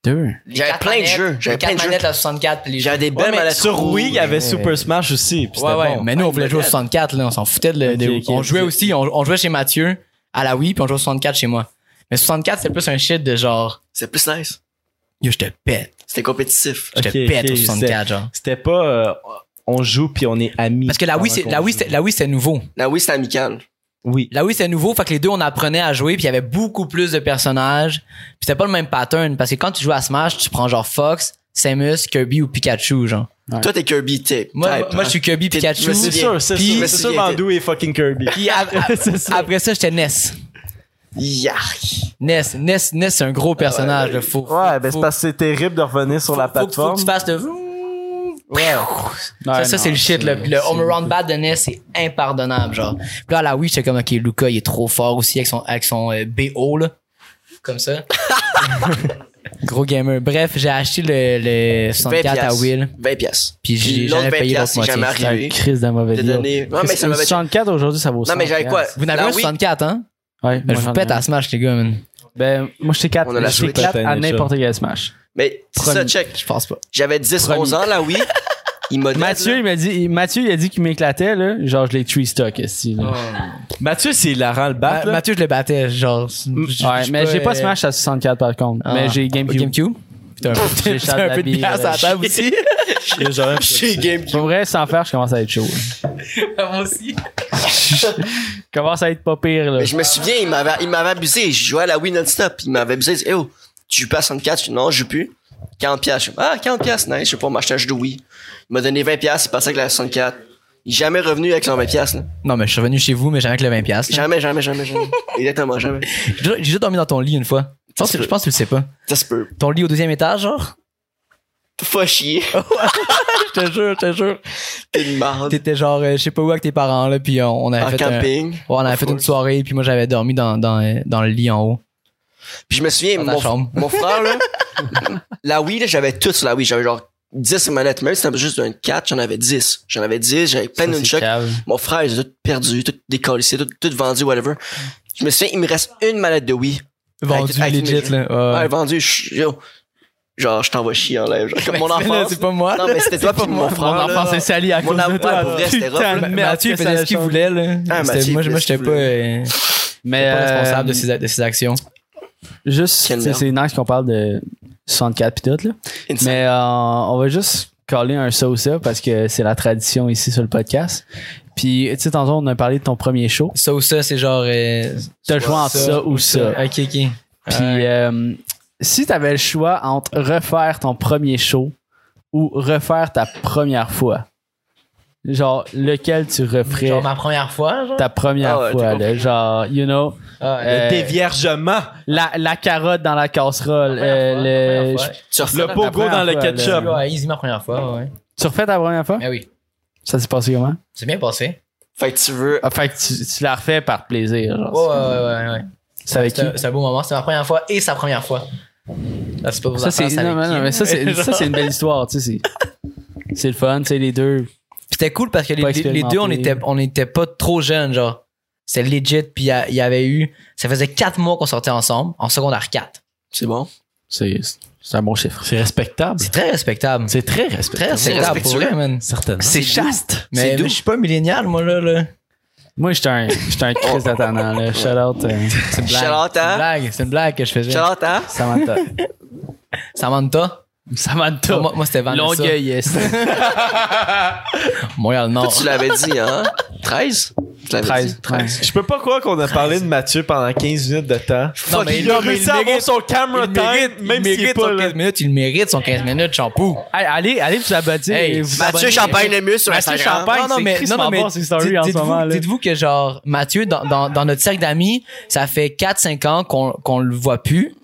Deux. J'avais plein de jeux. J'avais plein de jeux. à 64, puis les J'avais des Ouais, belles mais manettes. sur Wii, il y avait Super Smash aussi. puis Ouais, c'était ouais, bon. mais nous, on voulait jouer au 64, là, on s'en foutait de le. Ok, de- ok, on ok. jouait aussi, on, on jouait chez Mathieu, à la Wii, puis on jouait au 64 chez moi. Mais 64, c'était plus un shit de genre, C'était plus nice. yo, je te pète, C'était compétitif. je te Ok, pète ok, au 64, genre. C'était pas euh, on joue puis on est amis. Parce que Ah, la Wii, c'est- la Wii, c'était- la Wii, c'était nouveau. La Wii, c'était amical. Oui. Là oui, c'est nouveau, fait que les deux on apprenait à jouer, puis il y avait beaucoup plus de personnages. Puis c'était pas le même pattern parce que quand tu joues à Smash, tu prends genre Fox, Samus, Kirby ou Pikachu genre. Toi, t'es Kirby type. Moi type, moi hein. je suis Kirby T'es- Pikachu. mais C'est sûr, c'est Puis- sûr, c'est sûr Bandou et fucking Kirby. Puis a- a- [LAUGHS] C'est ça. après ça, j'étais Ness. Yark. Ness, Ness, Ness c'est un gros personnage, là, faut Ouais, ben faut- c'est parce que c'est terrible de revenir sur la faut- faut que- plateforme. Faut que tu fasses le Ouais, ça, ça, non, c'est le shit. là. Puis le home run bat de Ness, c'est impardonnable. Genre. Puis là, à la Wii, j'étais comme, OK, Luca, il est trop fort aussi avec son, avec son euh, BO, là. Comme [LAUGHS] ça. Gros gamer. Bref, j'ai acheté le, le 20 64 à Will. 20 piastres. Puis j'ai Puis jamais l'autre 20 payé piastres, c'est l'autre jamais moitié. C'est un arrivé. crise d'un mauvais T'as deal. donné... Non, mais Parce ça que m'avait... 64 aujourd'hui, ça vaut ça. Non, mais j'avais quoi? Vous n'avez La un Wii- 64, hein? Ouais, Ben, moi, je j'en vous ai pète un. à Smash, les gars, man. Ben, moi, j'étais 4 On a la Switch. à Peut-être, n'importe quel Smash. Mais c'est ça, Premier. check. Je pense pas. J'avais 10, 11 ans, la Wii. Il m'a dit. Mathieu, il m'a dit, il- Mathieu, il a dit qu'il m'éclatait, là. Genre, je l'ai tree stock, esti, là. Mathieu, c'est hilarant le bat. là. Mathieu, je le battais, genre. je- je- Ouais, je mais j'ai pas euh, Smash à 64 par contre. Ah. mais j'ai GameCube. GameCube. Putain, [LAUGHS] J'ai Charles Labille, euh, table aussi. Et genre, Chez Game. Pour vrai, sans faire, je commence à être chaud. là. Ah, Moi aussi. Je [LAUGHS] commence à être pas pire, là. Mais je me souviens, il m'avait, il m'avait abusé. Je jouais à la Wii non-stop. Il m'avait abusé. Il dit, eh oh, tu joues pas à 64? Je dis, non, je joue plus. 40 piastres. Je dis, ah, 40 piastres, nice. Je sais pas, m'acheter un jeu de Wii. Il m'a donné 20 piastres. Il passait avec la 64. Il est jamais revenu avec son 20 piastres, là. [LAUGHS] Non, mais je suis revenu chez vous, mais jamais avec le 20$. piastres. Jamais, jamais, jamais, [LAUGHS] jamais. Exactement, jamais. J'ai j'ai juste dormi dans ton lit une fois. Je pense, que- je pense que tu le sais pas. Ça se peut. Ton lit au deuxième étage, genre? Faut chier. Oh. Je te jure, je te jure. T'es une marde. T'étais genre, euh, je sais pas où avec tes parents, là, puis euh, on avait En fait, un- ouais, camping. on avait fait une soirée, puis moi j'avais dormi dans, dans, euh, dans le lit en haut. Puis je me souviens, Dans ta mon, chambre. mon frère, [LAUGHS] là, la Wii, là, j'avais tout sur la Wii. J'avais genre 10 manettes. Même si c'était juste un 4, j'en avais 10. J'en avais 10, j'avais plein de chocs. Mon frère, il les a toutes perdues, toutes décalissées, toutes, toutes vendues, whatever. Je me souviens, il me reste une manette de Wii. Vendu avec une legit, là. Ouais, Ouais. vendue, je- yo. Genre, je t'envoie chier en lèvres. Genre, comme mon [LAUGHS] Mais là, enfance. C'est pas moi. Non, là. mais c'était toi puis mon frère. Mon là. enfant s'est sali à Mon cause de amour, toi. pour vrai, c'était rough, Putain de là. merde, Mathieu il que faisait ça ce qu'il change. voulait, là. Ah, C'était- Mathieu, moi, je- moi, il faisait ce j'étais qu'il pas, euh, j'étais Mais pas euh, responsable de ses, a- de ses actions. Juste, Quelle c'est merde. c'est nice qu'on parle de 64 pis tout, là. Insane. Mais euh, on va juste coller un ça ou ça parce que c'est la tradition ici sur le podcast. Puis, tu sais, tantôt, on a parlé de ton premier show. Ça ou ça, c'est genre. euh, T'as soit joué entre ça ou ça. Ok, ok. Puis, euh, si t'avais le choix entre refaire ton premier show ou refaire ta première fois, genre, lequel tu referais Genre ma première fois, genre. ta première Ah ouais, fois, là, t'es genre, you know, Ah, euh, le déviergement. la, la carotte dans la casserole, première euh, fois, le- ma première fois. Tu refais Le la- la pogo première dans le fois, ketchup. là. Ouais, easy ma première fois, ouais. Tu refais ta première fois? Mais oui, Ça s'est passé comment? c'est bien passé. Fait que tu veux. Ah, fait que tu, tu la refais par plaisir. Genre. Ouais, ouais, ouais, ouais, ouais. C'est avec qui? C'est un- c'est un beau moment, c'est ma première fois et sa première fois. Là, c'est pas pour Ça, c'est, non, non, non, mais ça, [LAUGHS] c'est, ça, c'est une belle histoire. Tu sais, c'est, c'est le fun, tu sais, les deux. C'était cool parce que les, Pas les- les deux, on expérimenté. était, on était pas trop jeunes, genre. C'était legit, puis il y a- il y avait eu. Ça faisait 4 mois qu'on sortait ensemble, en secondaire 4. C'est bon. C'est, c'est un bon chiffre. C'est respectable. C'est très respectable. C'est très très respectable. respectable pour respectueux. vrai, man. Certainement. C'est chaste. Mais, C'est doux. mais je suis pas millénial, moi, là. là. Moi, j'étais un, j'étais un Chris d'attendant. Là. Shout out. euh, C'est une [LAUGHS] blague. Shout-out C'est à- une blague. C'est une blague que je faisais. Charlotte, hein? [LAUGHS] Samantha. Samantha. Samantha. Moi, moi c'était Vanessa. Longueuil, [LAUGHS] yes. Montréal Toi, Nord. tu l'avais dit, hein? 13? Tu l'avais 13. dit? 13. Je peux pas croire qu'on a parlé de Mathieu pendant 15 minutes de temps. Non, mais il a mais réussi à avoir mérite- son camera il mérite- time, même il s'il est mérite pas son là. 15 minutes, il mérite son 15 minutes, shampoo. allez, allez vous abonner. Hey, et vous Mathieu abonner. Champagne le mieux sur Mathieu Ah, Instagram. Champagne. c'est crissement bon, ces stories en ce dites-vous- moment, là. Dites-vous que genre, Mathieu, dans, dans, dans notre cercle d'amis, ça fait 4-5 ans qu'on, qu'on le voit plus.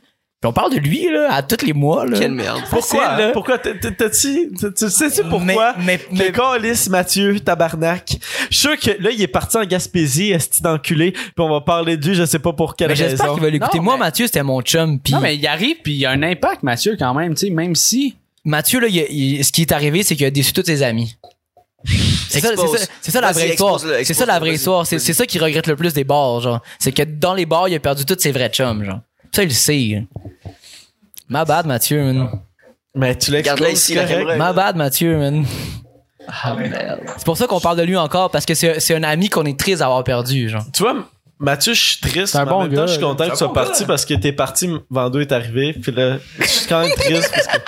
Puis on parle de lui, là, à tous les mois, là. Quelle merde. Facile, là. Pourquoi? Pourquoi? T'as- t'as- T'as-tu, t'as- tu sais-tu pourquoi? Mais, mais, Mais mais, calisse Mathieu, tabarnak. Je suis sûr que là, il est parti en Gaspésie, esti d'enculé, puis on va parler de lui, je sais pas pour quelle mais j'espère raison. qu'il va l'écouter. Non, Moi, mais- Mathieu, c'était mon chum. Puis Non, mais il arrive, puis il y a un impact, Mathieu, quand même, tu sais, même si. Mathieu, là, il a- il- ce qui est arrivé, c'est qu'il a déçu tous ses amis. C'est ça, Expose. c'est ça- c'est ça la Vas-y, vraie histoire. expose-le, C'est ça la expose-le, vraie vas-y, histoire. C'est vas-y. c'est ça qu'il regrette le plus des bars, genre. C'est que dans les bars, il a perdu tous ses vrais chums, genre. Ça, il le sait. Ma bad, Mathieu, man. Mais tu Regarde-la l'exposes, ici, c'est la correct. caméra. Ma bad, Mathieu, man. Ah, C'est pour ça qu'on parle de lui encore, parce que c'est c'est un ami qu'on est triste d'avoir perdu, genre. Tu vois, Mathieu, je suis triste, C'est un mais bon en même temps, gars, je suis content c'est que un tu sois bon parti parce que t'es parti, Vando est arrivé, puis là, je suis quand même triste parce que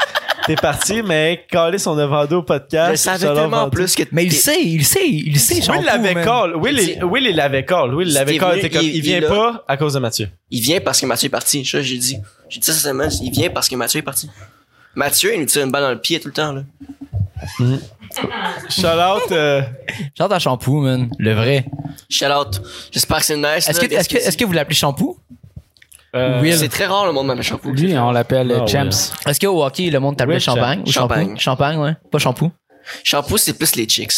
t'es parti, mais calisse, on a Vando au podcast. Je savais Shalom, tellement en Vando. plus que Mais il t'es- sait, il sait, il sait, Will shampoo, l'avait man. call. Will, il- Will, il l'avait call. Will, il l'avait C'était call. venu, T'es comme, il- il, vient il l'a- pas à cause [LAUGHS] de Mathieu. Il vient parce que Mathieu est parti. Ça, j'ai dit. J'ai dit ça cette semaine. Il vient parce que Mathieu est parti. Mathieu, il nous tire une balle dans le pied tout le temps, là. Shout out, euh, J'entends à shampoo, man. Le vrai. Shout out. J'espère que c'est nice. Est-ce là, que, est-ce que, est-ce que vous l'appelez shampoo? euh, Will. C'est très rare le monde de shampoo. Lui, on l'appelle Ah, ouais. Champs. Est-ce qu'au hockey, le monde t'appelait Oui, champagne? ou champagne. shampoo? Champagne, ouais. Pas shampoo. Shampoo, c'est plus les chicks.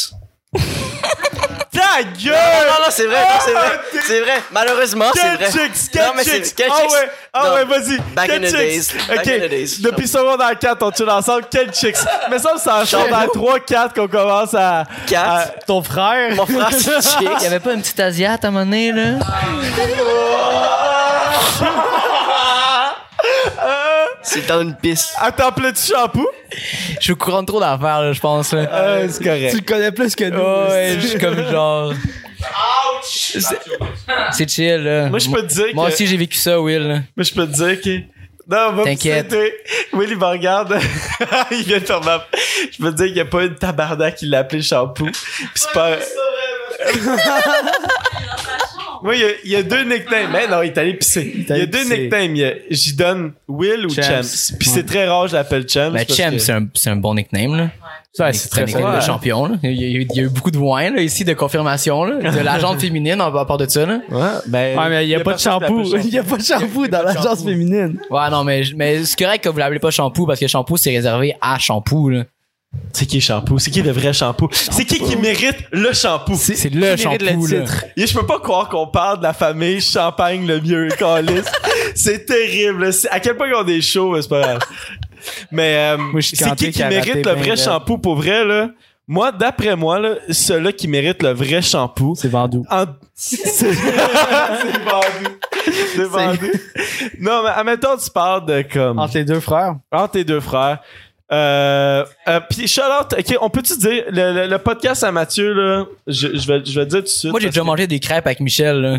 Ta Non, gueule! non, non, c'est vrai, non, c'est vrai. C'est vrai. Malheureusement, c'est Quel vrai. chicks, Non, mais quel c'est- chicks. quel Ah chicks? ouais, ah Non. ouais, vas-y. Back Quel in the chicks. days. Back in the days. Ok. Depuis secondaire 4, on tue ensemble. Quel chicks. Mais ça, c'est en secondaire 3, 4 qu'on commence à. Quatre. Ton frère. Mon frère, [LAUGHS] c'est Il y chick. avait pas une petite Asiate à un moment donné, là? C'est dans une piste. Attends, plein-tu shampoo? Je suis au courant de trop d'affaires, là, je pense. là. Euh, c'est correct. Tu le connais plus que nous. Ouais, je suis comme genre. Ouch! C'est chill, là. Moi, je peux te dire Moi que- aussi, j'ai vécu ça, Will. là. Mais je peux te dire que. Non, va T'inquiète. t'inquiète. Will, il me regarde. [LAUGHS] il vient de faire ma- Je peux te dire qu'il n'y a pas une tabarnak qui l'a appelé shampoo. Puis c'est pas. Moi, il y, a, il y a deux nicknames. Mais non, il est allé pisser. Il y allé a deux pisser. nicknames. Il y a- J'y donne Will ou Champs. Champs. Puis c'est très rare, je l'appelle Champs. Ben, parce Chem, que- c'est un, c'est un bon nickname, là. Ouais, C'est c'est très très nickname de fort. champion, là. Il y, a, eu- il y a eu beaucoup de wine, là, ici, de confirmation, là. De l'agente féminine, en- à part de ça, là. Ouais, ben. Ouais, mais il n'y a, pas de personne qui shampoo. [LAUGHS] l'appelle Il n'y a pas de shampoo dans l'agence féminine. Ouais, non, mais, mais c'est correct que vous l'appelez pas shampoo parce que shampoo, c'est réservé à shampoo, là. C'est qui shampoo? C'est qui le vrai shampoo? C'est qui qui mérite le shampoo? C'est le Qui mérite shampoo, là. titre? Et je peux pas croire qu'on parle de la famille Champagne le mieux, Calis. c'est terrible. là. C'est- À quel point ils ont des shows, mais c'est pas grave. Mais euh, Moi, je suis c'est canté qui qui qu'il a raté mérite le bien vrai raide. shampoo pour vrai, là? Moi, d'après moi, là, ceux-là qui méritent le vrai shampoo, C'est vendu. en- C'est c'est vendu. C'est vendu. Non, mais admettons, tu parles de comme Entre les deux frères. entre tes deux frères. Euh, euh, puis shout out, ok, on peut-tu dire le, le- le podcast à Mathieu là, je, je vais je vais le dire tout de suite. Moi, j'ai parce déjà que- mangé des crêpes avec Michel, là.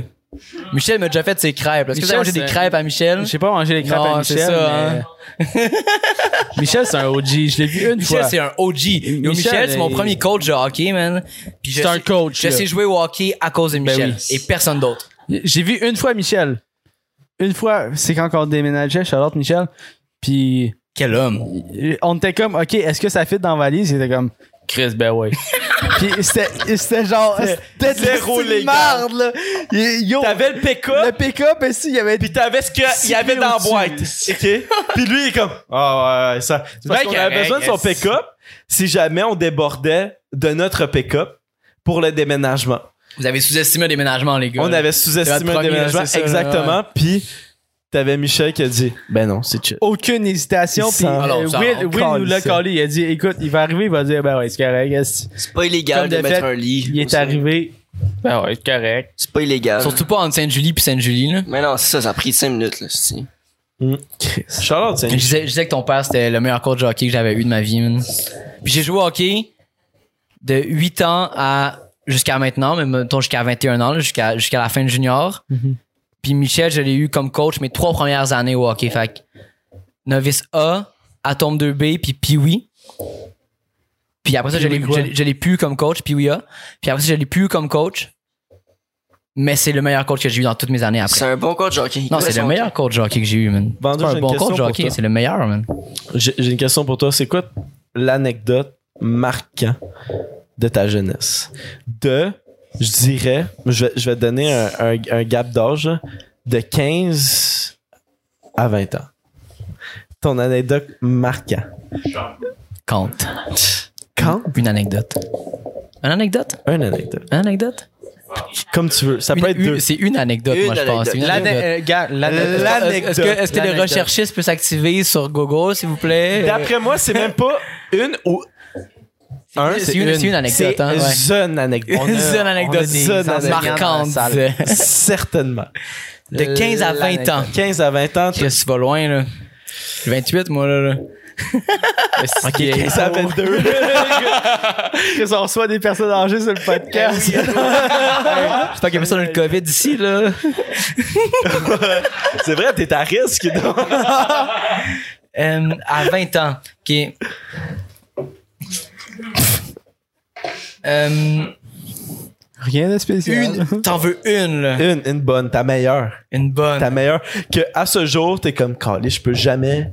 Michel m'a déjà fait ses crêpes. Est-ce que vous Michel, avez mangé des c'est- crêpes à Michel? J'ai pas mangé les crêpes Hein? Non, à c'est Michel. ça, hein. mais- [LAUGHS] Michel, c'est un OG. Je l'ai vu une Michel, fois. c'est un OG. Yo, Michel, c'est mon il- premier coach de hockey, man. Puis je C'est un sais- coach, Je là. Ben sais jouer au hockey à cause de Michel oui. et personne d'autre. J'ai vu une fois Michel. Une fois, c'est quand on déménageait, Charlotte Michel. Puis Quel homme. on était comme, OK, est-ce que ça fit dans la valise? Il était comme, Chris, ben ouais. Puis c'était c'était genre, c'était zéro de la légal. marde, là. Il- Yo, T'avais le pick-up, le pick-up, et si, il y avait puis t'avais ce qu'il y avait dans la boîte. [LAUGHS] OK? Puis lui il est comme ah ouais, ouais, ça. C'est parce Ben, qu'on avait correct, besoin de son yes. pick-up si jamais on débordait de notre pick-up pour le déménagement. Vous avez sous-estimé le déménagement, les gars. On avait C'est notre sous-estimé le premier, là, déménagement c'est ça, exactement, puis t'avais Michel qui a dit ben non, c'est chill. aucune hésitation. Il Puis s'en- euh, Alors, ça, Will, on Will nous l'a calisse. collé. Il a dit, écoute, il va arriver, il va dire, ben ouais, c'est correct. est-ce que- C'est pas illégal Comme de, de mettre fait, un lit. Il est arrivé. Ben ouais, c'est correct. C'est pas illégal. Surtout pas entre Sainte-Julie puis Sainte-Julie, là. Mais non, c'est ça, ça a pris 5 minutes, là, c'est- Charlotte, Je disais, je disais que ton père, c'était le meilleur coach de hockey que j'avais eu de ma vie, man. Puis j'ai joué au hockey de 8 ans à jusqu'à maintenant, mais mettons jusqu'à 21 ans, là, jusqu'à jusqu'à la fin de junior. Puis Michel, je l'ai eu comme coach mes trois premières années au hockey. Fait que novice A, Atome 2B, puis Piwi. Puis après ça, je l'ai- Pee-wee quoi? je l'ai- je l'ai pu comme coach, Piwi A. Puis après ça, je l'ai pu comme coach. Mais c'est le meilleur coach que j'ai eu dans toutes mes années C'est après. un bon coach de hockey. Il Non, connaît c'est le son meilleur coach de hockey que j'ai eu, man. Vendu, C'est pas j'ai un une bon question coach de pour hockey, toi. c'est le meilleur, man. J'ai j'ai une question pour toi. C'est quoi l'anecdote marquante de ta jeunesse? De, je dirais, je vais, je vais te donner un, un- un gap d'âge là, de 15 à 20 ans. Ton anecdote marquante. Kant. Quand? Une anecdote. Une anecdote? Une anecdote. Une anecdote? Comme tu veux. Ça Une- peut être une- deux. C'est une anecdote, Une moi, je pense. anecdote. Une L'ane- anecdote. euh, gars, l'ane- L'anecdote. Est-ce que, est-ce que les L'anecdote. recherchistes peuvent s'activer sur Google, s'il vous plaît? D'après moi, c'est même pas une ou un. c'est une- c'est une anecdote, C'est hein, une anecdote. Euh, [LAUGHS] [LAUGHS] c'est une anecdote une anecdote. marquante. [LAUGHS] Certainement. De 15 à 20 ans. 15 à 20 ans, Chris, tu vas loin, là. J'ai 28, moi, là. là. Ok, 15 à 22. [LAUGHS] Chris, on reçoit des personnes âgées sur le podcast. J'espère qu'il y a personne dans le COVID ici, là. C'est vrai, t'es à risque. non? Euh, à 20 ans. OK. Euh, Rien de spécial. [LAUGHS] une. T'en veux une, là. Une, une bonne, ta meilleure. Une bonne. Ta meilleure. Que à ce jour, t'es comme, calé, je peux jamais.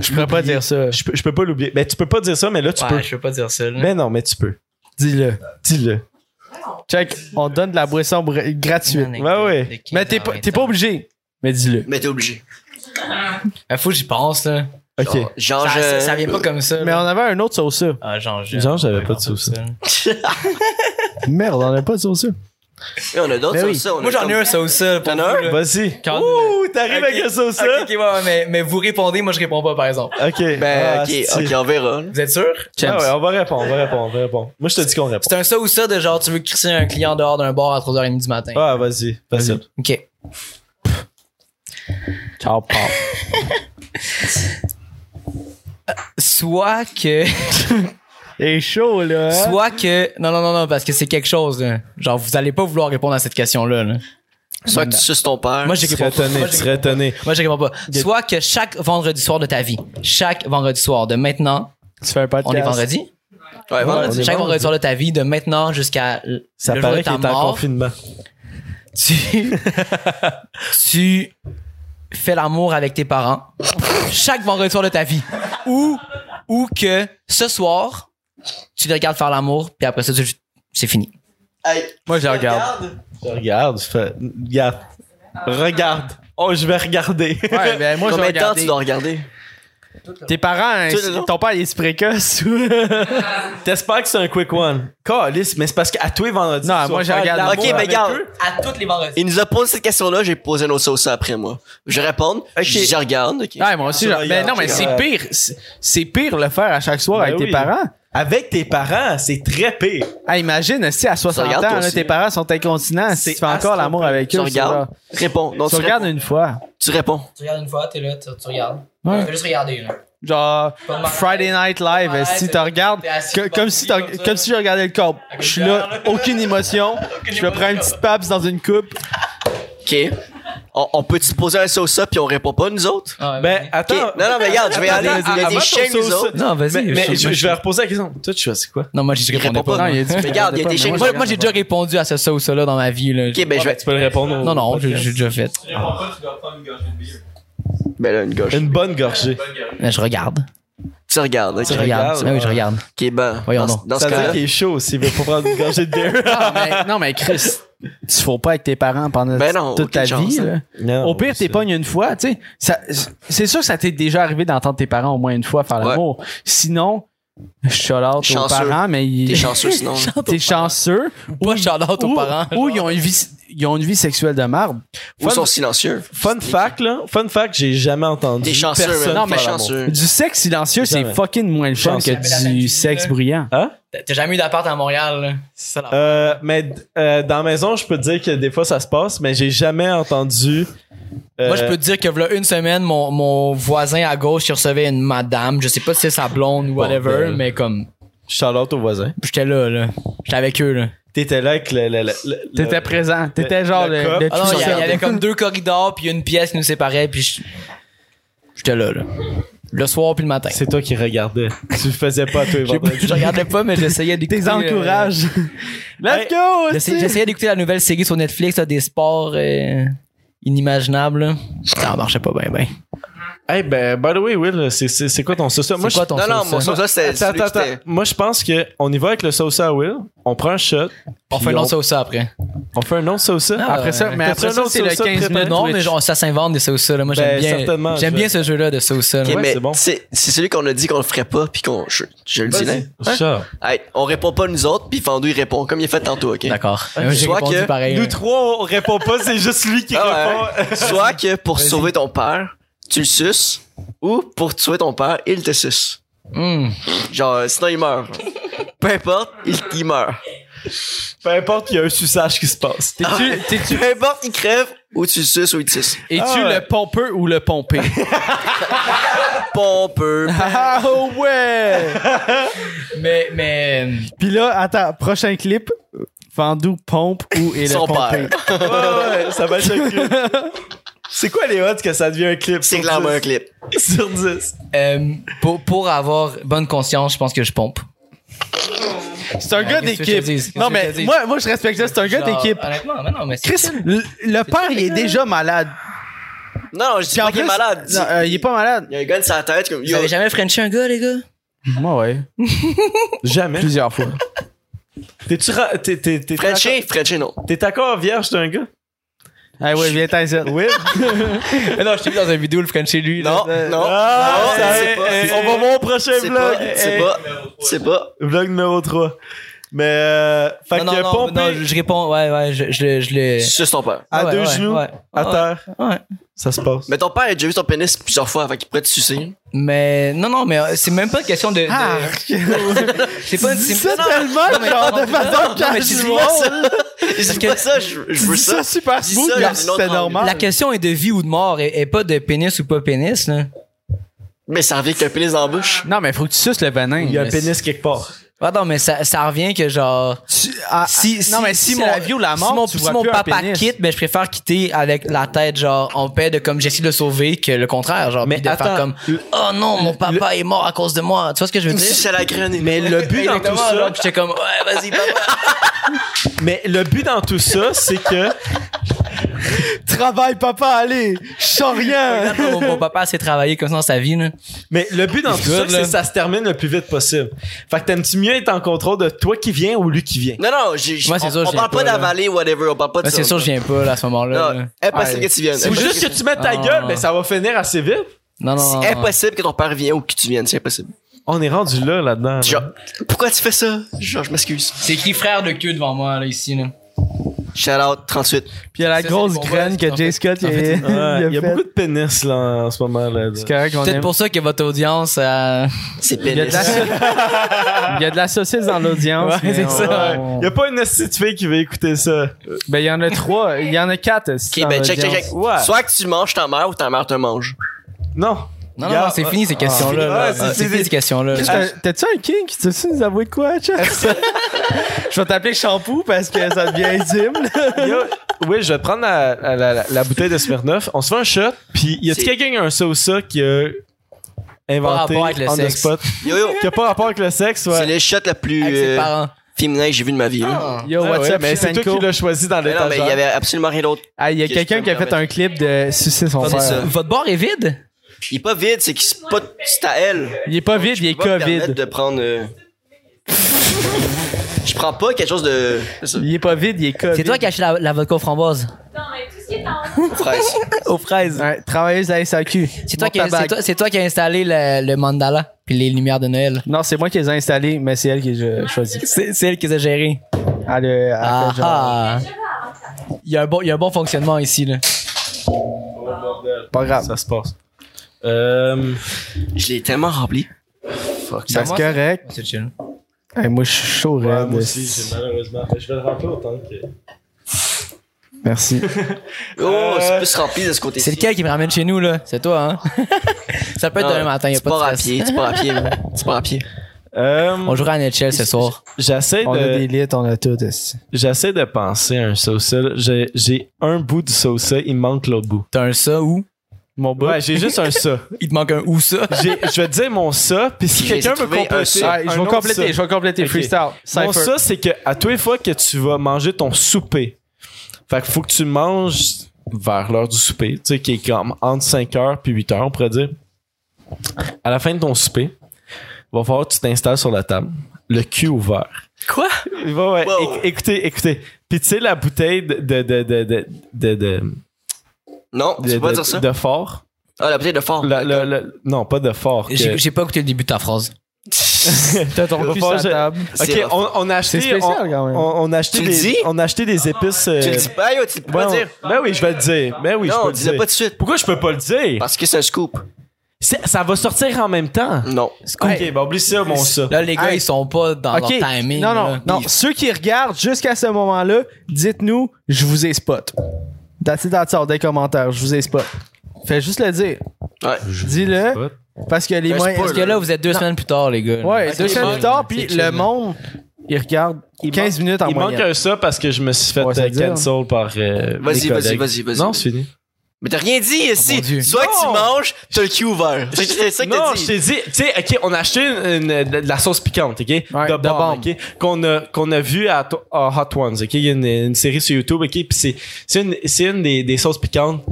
Je pourrais pas dire ça. Je peux, je peux pas l'oublier. Mais tu peux pas dire ça, mais là, tu Ouais, peux. je peux pas dire ça, là. Mais non, mais tu peux. Dis-le. Dis-le. Check, on donne de la boisson br- gratuite. Ouais, ouais. Mais t'es pas, t'es pas obligé. Mais dis-le. Mais t'es obligé. Il Euh, faut que j'y pense, là. Ok. Genre, genre, ça, Oh, je- ça vient pas comme ça. Mais on là. avait un autre sur ça. Ah, genre, je- Genre, j'avais pas de comme sauce. Merde, on avait pas de sauce. Mais on a d'autres Mais sur oui. ça. on Moi, a j'en comme- ai un sauce, ça. pour T'en as vous, un? là. Vas-y. Quand- Ouh, t'arrives Ok, avec ça, ça. Ok, ok, ouais, ouais, mais, mais vous répondez, moi, je réponds pas, par exemple. Ok. Ben, Ah, ok, c'est- ok, on verra. là. Vous êtes sûr? Ah ouais, on va répondre, on va répondre, on va répondre. Moi, je te dis qu'on répond. C'est un ça ou ça de genre, tu veux crisser un client dehors d'un bar à 3h30 du matin. Ah, vas-y. Facile. Ok. Ciao, Paul. Soit [LAUGHS] que. Et chaud, là. hein? Soit que. Non, non, non, non, parce que c'est quelque chose, là. Genre, vous allez pas vouloir répondre à cette question-là. là. Soit que tu suces ton père. Moi, j'ai Tu serais réponds pas. étonné, Moi, tu j'ai- serais étonné. Moi, je réponds pas. Soit que chaque vendredi soir de ta vie, chaque vendredi soir de maintenant, Tu fais un podcast. on est vendredi? ouais, vendredi. on est chaque vendredi. vendredi soir de ta vie, de maintenant jusqu'à l- Ça le jour de paraît ta qu'il est en mort, confinement. tu, [LAUGHS] tu fais l'amour avec tes parents chaque vendredi soir de ta vie. Ou, ou que ce soir, tu les regardes faire l'amour, puis après ça, tu- c'est fini. Hey, Moi, je les regarde. Je regarde, je fais- Regarde. Regarde. Oh, je vais regarder. Ouais, ben, moi, je combien de temps regardé. tu dois regarder? Tes parents, hein, Tout le long. ton père, il est précoce. ou- [LAUGHS] [LAUGHS] T'espères que c'est un quick one. Calisse, mais c'est parce qu'à tous les vendredis. Non, tu vas moi, je faire regarde. l'amour Ok, mais avec regarde. eux. À toutes les vendredis. Il nous a posé cette question-là, j'ai posé une autre sauce après moi. Je réponds, je regarde, ok. Ouais, moi aussi. Tu genre- regardes, mais non, tu mais c'est regardes. pire. C'est c'est pire le faire à chaque soir Ben avec tes oui. parents. Avec tes parents, c'est très pire. Ah, imagine, si à 60 ans, regarde, toi là, aussi. tes parents sont incontinents, si C'est tu fais encore astropé. l'amour avec Tu eux, c'est genre- regardes, réponds. Non, tu tu, regardes réponds. une fois. Tu réponds. Tu regardes une fois, t'es là, tu, regardes. Ouais. Tu juste regarder, là. Genre, Friday Night Live, Ouais, si c'est- tu regardes, t'es assis que- devant comme, lui, si t'as- comme ça. comme si je regardais le corps. Je suis là, aucune [LAUGHS] émotion. Je me prends une petite paps dans une coupe. OK. On, on peut-tu poser un sauce puis on répond pas, nous autres? Ben, attends. OK. Non, non, mais regarde, je vais aller. Attends, Il y a des avant chiens, ton nous sauce- autres. non, vas-y. Mais, mais je, moi, je vais reposer la question. Toi, tu choisis quoi? Non, moi, j'ai Je réponds pas. pas. non. il a dit- Mais regarde, il y a des chiens. Moi, moi, j'ai déjà répondu à ce sauce-là dans ma vie. Là. OK, ben je vais... Tu peux le répondre. au- Non, non, j'ai j'ai déjà fait. Si tu réponds pas, tu dois prendre une gorgée de bière. Ben là, une gauche. Une bonne gorgée. Bonne gorgée. Mais je regarde. Tu regardes, OK. Je regarde. regardes, Ben oui, je regarde. OK, ben, Voyons dans, donc. dans ce Ça veut dire cas-là... qu'il est chaud s'il veut pas prendre une gorgée de bière. [LAUGHS] Non, mais, non, mais Chris, tu fous pas avec tes parents pendant Ben non, toute ta aucune vie. chance, hein. là. Ah, Au pire, t'es pognes une fois, tu sais. ça- C'est sûr que ça t'est déjà arrivé d'entendre tes parents au moins une fois faire Ouais. l'amour. Sinon, je suis aux Chanceux. parents, mais ils- [LAUGHS] T'es chanceux, sinon. t'es chanceux. Moi, je suis en aux ou, parents. ou ils ont une vie, ils ont une vie sexuelle de marde. Ou Fun- sont silencieux. Fun fact, là. Fun fact, j'ai jamais entendu. T'es chanceux, man. personne Non, mais faire l'amour. chanceux. Du sexe silencieux, c'est Jamais. fucking moins le fun Chanceux. que du sexe bruyant. T'as t'as jamais eu d'appart à Montréal, là. C'est ça, la- Hein? Euh, mais d- euh, dans la maison, je peux te dire que des fois ça se passe, mais j'ai jamais entendu. euh, Moi, je peux te dire que, voilà une semaine, mon, mon voisin à gauche, il recevait une madame. Je sais pas si c'est sa blonde ou whatever, Bordel. mais comme, Charlotte au voisin. j'étais là, là. J'étais avec eux, là. T'étais là avec le. le, le- le- T'étais présent. T'étais le- genre le le, cop. le Ah non, il y, a- il y toucheur. avait comme deux corridors, puis une pièce qui nous séparait, puis je- j'étais là, là. Le soir, puis le matin. C'est toi qui regardais. tu le faisais pas [LAUGHS] à tous les vendredis. Je regardais pas, mais j'essayais [LAUGHS] d'écouter. Tes encourages. Hey, Let's go! euh, [LAUGHS] j'essayais hostie! j'essayais d'écouter la nouvelle série sur Netflix, là, des sports euh, inimaginables. là. Ça marchait pas bien, bien. Hey, ben, by the way, Will, c'est- c'est c'est quoi ton sauce? Moi, C'est quoi ton Non, non, sauce, mon ça? sauce, je, c'était... attends, celui attends, qui attends. était- Moi, je pense que on y va avec le sauce à Will. On prend un shot. On fait puis un on- autre sauce après. On fait un autre sauce. Ah, Après ça, ouais. mais T'as après pris ça, un autre c'est le sauce après, 15 minutes. Non, Twitch. mais genre, ça s'invente des sauces là. Moi, Ben, j'aime certainement, bien. J'aime je- bien ce jeu-là de sauces là. Ok, Ouais, mais c'est bon. c'est c'est celui qu'on a dit qu'on le ferait pas, puis qu'on... Je, je le dis, Hein? là. Ça. Hey, on répond pas, nous autres, puis Fendu, il répond, comme il a fait tantôt, OK? D'accord. J'ai Soit répondu que pareil. Nous là. trois, on répond pas, c'est juste lui qui Ah [LAUGHS] répond. Soit que pour sauver ton père, tu le suces, ou pour tuer ton père, il te suce. Hmm. Genre, euh, sinon il meurt. Peu importe, il, il meurt. Peu importe, il y a un suçage qui se passe. T'es-tu- t'es-tu- Peu importe, il crève, ou tu le suces, ou il te suce. Es-tu Ah ouais. le pompeux ou le pompé? Pompeux. ah ouais! Mais, mais. Puis là, attends, prochain clip. Vandou pompe ou est le Son pompé? Ouais, ouais, ça va être un clip. C'est quoi les odds que ça devient un clip? C'est sur clairement 10? un clip. Sur 10. euh, pour, pour avoir bonne conscience, je pense que je pompe. C'est un gars qu'est-ce que je te d'équipe. dise? Qu'est-ce Non, que je mais te dise? moi, moi, je respecte ça. C'est un gars Genre, d'équipe. Honnêtement, mais non, mais c'est. Chris, le, le père, il est déjà malade. Non, non, je dis Puis en pas qu'il est plus- malade. dis- Non, euh, il est pas malade. Il y a un gun sur la tête, comme, Vous yo, avez jamais frenché un gars, les gars? Moi, ouais. Jamais. Plusieurs fois. T'es-tu. ra- t'es- t'es- T'es Frenchie, Frenchie, non. T'es encore vierge d'un gars? Ah ouais, viens t'en ici. Oui. Mais non, je t'ai vu dans une vidéo, le frencher lui. Non, non. Ah, non, ça- c'est pas, eh, c'est- on va voir au prochain C'est vlog. pas, c'est Eh, pas, Numéro trois. c'est pas. Vlog numéro 3. Mais, euh, fait Non, non, que non, pompé non, je je réponds, ouais, ouais, je, je, le- je le. Tu suces ton père. à Ouais, deux ouais, genoux, ouais. à Ouais. terre, Ouais. ça se passe. Mais ton père a déjà vu ton pénis plusieurs fois, fait qu'il pourrait te sucer. Mais non, non, mais euh, c'est même pas une question de. de- [LAUGHS] c'est pas une. Dis c'est- ça non, tellement, non, mais- genre, non, de non, façon non, mais je dis casual. pas ça. Je dis que- pas ça, je, je veux Dis ça ça. super Dis smooth, ça, comme j'ai si une autre c'était angle. normal. La question est de vie ou de mort et, et pas de pénis ou pas pénis. Là. Mais ça revient avec un pénis en bouche. Non, mais faut que tu suces le venin. Il y a un Mais pénis quelque part. Pardon, mais ça, ça revient que genre. Ah, Si, si, non, mais si c'est mon- si mon- si si mon, mon papa quitte, mais je préfère quitter avec la tête, genre, en paix de comme j'essaie de le sauver que le contraire, genre, Mais puis de attends, faire comme, le- oh non, mon papa est mort à cause de moi. Tu vois ce que je [LAUGHS] veux Ou si dire? c'est la graine. Mais le but dans tout Exactement, ça, genre, puis j'étais comme, ouais, vas-y, papa. mais le but dans tout ça, c'est que Travaille, papa, allez! Je sens rien! [LAUGHS] Regarde, mon, mon papa s'est travaillé comme ça dans sa vie, là. Mais le but dans tout ça, c'est que ça se termine le plus vite possible. Fait que t'aimes-tu mieux être en contrôle de toi qui viens ou lui qui vient? Non, non, j'ai, j'ai- Moi, c'est on, sûr, on je parle viens pas pas, là. d'avaler, whatever. On parle pas de Là, ça. Ben, c'est sûr, je viens pas, là, à ce moment-là. là. Non, impossible Ouais. que tu viennes. Faut juste que tu mettes ta Ah. gueule, mais ça va finir assez vite. Non, non, non. C'est non. impossible que ton père vienne ou que tu viennes. C'est impossible. On est rendu là, là-dedans. là. Genre, pourquoi tu fais ça? Genre, je m'excuse. C'est écrit frère de queue devant moi, là, ici, là. Shout out 38. Puis il y a la Ça, c'est grosse bon, graine ouais, que en Jay fait- Scott en il- fait, il Ouais, a [LAUGHS] il y a fait. beaucoup de pénis là, en ce moment. Là, C'est correct, on Peut-être aime. pour ça que votre audience, euh, C'est Il y, a de pénis. la... il y a de la saucisse dans l'audience. Ouais, mais c'est on- ça. on- Il y a pas une petite fille qui va écouter ça. Ben, il y en a trois. Il y en a quatre. Ok, ben check, check, check. Ouais. Soit que tu manges ta mère ou ta mère te mange. Non. Non, non, non, c'est [LAUGHS] fini ces questions-là. fini. là. Ouais, c'est- c'est fini ces questions-là. T'as-tu un kink? Tu tu nous avouer de quoi, Chad? Je vais t'appeler shampoo parce que ça devient intime. Yo, oui, je vais prendre la, la- la- la bouteille de Smirnoff. On se fait un shot. Puis, y a-tu C'est- quelqu'un qui a un ça ou ça qui a inventé rapport avec le on the sexe. spot? Yo, yo. Qui a pas rapport avec le sexe, C'est ouais. le shot le plus Avec ses euh, parents. féminin que j'ai vu de ma vie. là. [LAUGHS] Yo, Ah what's ouais, up, mais c'est toi Shinko? qui l'as choisi dans Mais non, mais il y l'étagère. avait absolument rien d'autre. Ah, Il y a quelqu'un qui a fait un clip de sucer son C'est père. ça. Votre bar est vide? Il est pas vide, c'est qu'il c'est pas c'est à elle. Il est pas vide, il est Je peux pas me permettre COVID. de prendre. euh, je prends pas quelque chose de. C'est ça. Il est pas vide, il est COVID. C'est toi qui as acheté la, la vodka aux framboises. Non, mais tout ce qui est en haut, Fraise. Aux fraises. Ouais, travailleuse à SAQ. C'est toi, Monte qui ta as- c'est bague. toi- c'est toi qui as installé le, le mandala puis les lumières de Noël. Non, c'est moi qui les ai installés, mais c'est elle qui les a choisis. C'est c'est elle qui les a gérées. Elle, euh, elle Ah fait genre, ah! Il y, a un bon, il y a un bon fonctionnement ici. Là. Pas grave. Ça se passe. Euh, Je l'ai tellement rempli. Ben, C'est correct. C'est chill. Hey, moi, je suis chaud, ouais, raide. moi aussi, c'est malheureusement. Mais je vais le remplir autant que. Merci. Oh, Euh, c'est plus rempli de ce côté-ci. C'est lequel qui me ramène chez nous? là C'est toi, hein? [LAUGHS] Ça peut être Non, demain matin, il a Tu pars pas à de stress. pied, tu pars à pied, man. tu pars à pied. Euh, On jouera à NHL ce soir. J'essaie On a des de, litres, on a tout. esti. j'essaie de penser à un sauce. J'ai, j'ai un bout du sauce, il me manque l'autre bout. T'as un ça ou? Mon bout. Ouais, j'ai juste un ça. Il te manque un ou ça? J'ai- je vais te dire mon ça, puis si J'ai quelqu'un veut trouvé un compléter, ça. Ouais, un Ah, je vais autre ça. compléter, je vais compléter. Ok. Freestyle. Cypher. Mon ça, c'est que à toutes les fois que tu vas manger ton souper, fait qu'il faut que tu manges vers l'heure du souper, tu sais, qui est comme entre 5h puis 8h, on pourrait dire. À la fin de ton souper, va falloir que tu t'installes sur la table, le cul ouvert. Quoi? Ouais, ouais, Wow. éc- écoutez, écoutez. Puis tu sais, la bouteille de, de, de, de, de, de, de, Non, tu de- peux pas de- dire ça. de fort. Ah, la bouteille de fort. La- la- la- non, pas de fort. que- J'ai j'ai pas écouté le début de ta phrase. T'as ton Va cul sur falloir la que je- table. C'est [LAUGHS] Ok, rough. on, on a C'est acheté. spécial, on- quand même. On, on a acheté Tu le dis? Ah, des, on a acheté des épices. euh, Tu le dis pas, yo, tu peux ouais, pas on- dire. Ben oui, je vais le dire. Ben oui, je non, peux on le le disait dire. pas tout de suite. Pourquoi je peux pas le dire? Parce que c'est un scoop. C'est- Ça va sortir en même temps. Non. Ok, ben oublie ça, mon ça. Là, les gars, Hey. ils sont pas dans Ok. leur timing. Non, non, là. non. Ils- Ceux qui regardent jusqu'à ce moment-là, dites-nous, je vous ai spot. That's it, that's all. Des commentaires, je vous ai spot. Fais juste le dire. Ouais. Dis-le, parce que les Un moyens. Parce que là, vous êtes deux semaines plus tard, les gars. Ouais, Ok, deux semaines bon. plus tard, puis C'est chill, le monde, il regarde 15 minutes en Il manque moyenne. un ça parce que je me suis fait Ouais, ça euh, veut dire. cancel par. Vas-y, euh, mes vas-y, collègues. vas-y, vas-y. Non, c'est fini. Mais t'as rien dit mon ici. Dieu. Soit que tu Non. manges, t'as le cul ouvert. C'est- C'est ça que Non, t'as je dit. t'ai dit, tu sais, OK, on a acheté une- une- de la sauce piquante, OK? de de bombe, bombe. OK? Qu'on a, qu'on a vu à, To- à Hot Ones, OK? Il y a une, une série sur YouTube, OK? Puis c'est, c'est une, c'est une des, des sauces piquantes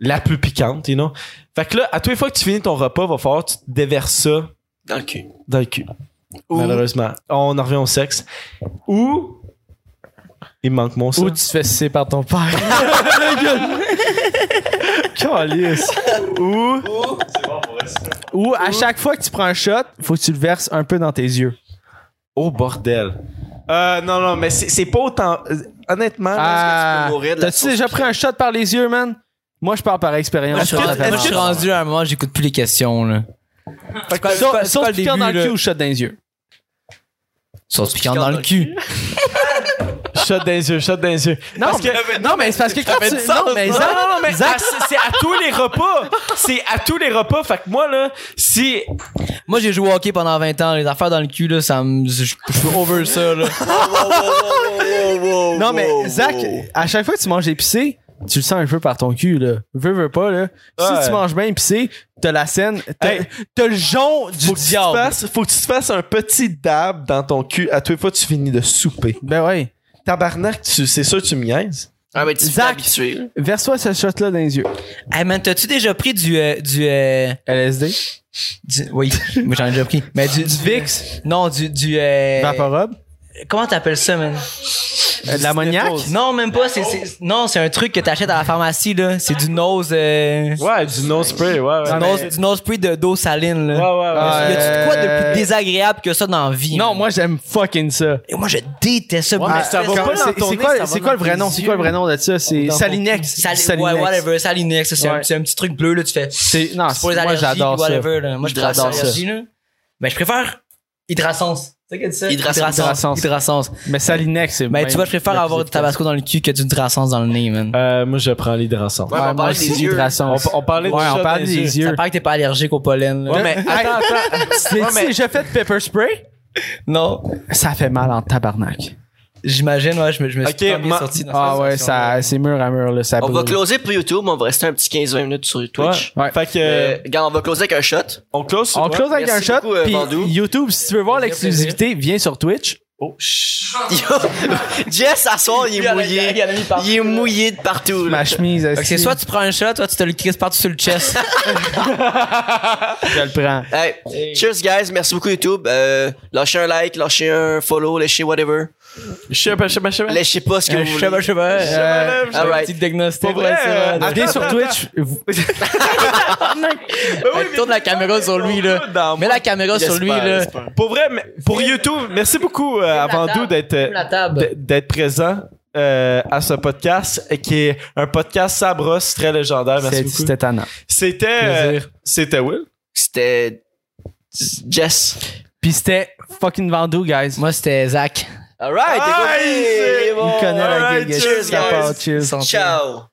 la plus piquante, you know? Fait que là, à toutes les fois que tu finis ton repas, va falloir que tu te déverses ça Dans le cul. dans le cul. Malheureusement. On en revient au sexe. Ou... Il me manque mon sang. Ou tu te fais sucer par ton père. [LAUGHS] Calice. Ou, C'est bon pour rester. ou à chaque fois que tu prends un shot, faut que tu le verses un peu dans tes yeux. Oh, bordel. Euh, non, non, mais c'est, c'est pas autant... euh, Honnêtement... là, Ah, peux mourir de la T'as-tu sauce déjà pris un shot par les yeux, man? Moi, je parle par Moi, expérience. je suis rendu- moi, je suis rendu à un moment, j'écoute plus les questions. Là. Fait que c'est pas- Sauce c'est pas sauce le piquante dans début, le cul là. ou shot dans les yeux? Sauce piquante dans le cul. Shot dans les yeux, shot dans les yeux. Non, Parce que- mais, non, mais c'est parce que quand avait tu... du Non, sens, mais non, Zach- non, non, mais à- c'est c'est à tous les repas. C'est à tous les repas. Fait que moi, là, si. Moi, j'ai joué au hockey pendant 20 ans. Les affaires dans le cul, là, ça me. Je je suis over ça, là. Non, mais Zach, à chaque fois que tu manges épicé, tu le sens un peu par ton cul, là. Veux, veux pas, là. Si Ouais. tu manges bien épicé, t'as la scène, t'as Hey. t'as le jonc du Faut que, tu te diable. fasses, faut que tu te fasses un petit dab dans ton cul à tous les fois que tu finis de souper. Ben ouais. Tabarnak, tu- c'est sûr que tu me niaises. Ah, mais tu t'es Zach. habitué. là. Verse-toi ce shot-là dans les yeux. [LAUGHS] Hey, man, t'as-tu déjà pris du. euh, du, euh, LSD. du- Oui, moi, j'en ai déjà pris. Mais du. du Vix. non, du. du euh, Eh, Vaporob. Comment t'appelles ça, man? euh, de l'ammoniac. Non, même pas. C'est, c'est- non, c'est un truc que t'achètes à la pharmacie, là. C'est du nose. euh, Ouais, du no spray, ouais. du, nose du nose spray de, d'eau saline, là. ouais. Y a-tu de quoi de Euh, plus désagréable que ça dans la vie? Non, man? moi, j'aime fucking ça. Et moi, je déteste ça. Ah, mais ça va Quand- pas dans c'est- ton C'est nez, quoi, ça va c'est dans quoi le vrai tes nom? C'est quoi le vrai nom de ça? C'est Dans ton Salinex. Sali- Salinex. ouais, whatever. Salinex, ça, c'est, un, Ouais. c'est un petit truc bleu, là. Tu fais. C'est- Non, C'est pour les c'est- moi, allergies, j'adore ça. whatever, là. Moi, je Hydrasens. j'adore ça. Mais je préfère hydrasens. C'est ça qu'elle dit ça? Hydrasens. Hydrasens. Hydrasens. Mais Salinex, c'est Mais bien tu vois, je préfère le plus avoir du tabasco dans le cul que du hydrasens dans le nez, man. Euh, moi, je prends l'hydrasant. Ouais, efficace. Ouais, moi mais on parlait des aussi, yeux. hydrasens. On, on parlait du Ouais, shot on dans parle les yeux. des Ça Euh, yeux. paraît que t'es pas allergique au pollen, là. Ouais, mais attends, attends. [LAUGHS] C'est Ouais, mais- j'ai fait pepper spray. [LAUGHS] Non. Ça fait mal en tabarnak. J'imagine, ouais, je me, je me suis Ok, pas bien ma- sorti dans Ah cette ouais, situation, ça, là. c'est mur à mur, là, ça On va brûle. closer pour YouTube, on va rester un petit 15-20 minutes sur Twitch. Ouais. Fait que, Euh, regarde, on va closer avec un shot. [LAUGHS] on close sur On quoi? close avec Merci un shot. beaucoup, euh, puis Vandou. YouTube, si tu veux voir Plaisir, l'exclusivité, viens sur Twitch. Oh, chut. Yo, Jess, à soir, il Il y est en a- il y en a- il y mouillé. en a mis partout, Il est là. mouillé de partout. là. Ma chemise, Fait que c'est esti, soit tu prends un shot, soit tu te le crisses partout sur le chest. je le prends. Hey, Cheers, guys. Merci beaucoup, YouTube. Euh, lâchez un like, lâchez un follow, lâchez whatever. Chut, chut, chut, chut. Lâchez pas ce que vous Euh, voulez. Cheval, cheval. Euh, Euh, Ah, right. Petit diagnostic. Pour vrai, ouais, c'est euh, là. Viens sur Twitch. vous- oui, Tourne la caméra sur lui, là. Dans- Mets la caméra sur lui, J'espère, là. j'espère. Pour vrai, mais- pour YouTube, merci beaucoup euh, à Vandou d'être euh, La table. d- d'être présent euh, à ce podcast euh, qui est un podcast sabros très légendaire. Merci C'est- beaucoup. C'était tannant. C'était euh, c'était Will. C'était Jess. Puis c'était fucking Vandou, guys. Moi, c'était Zach. All right, Nice! écoutez, les Il bons. connaît Alright, la gig. cheers, esti, ça guys. part, cheers. Ciao.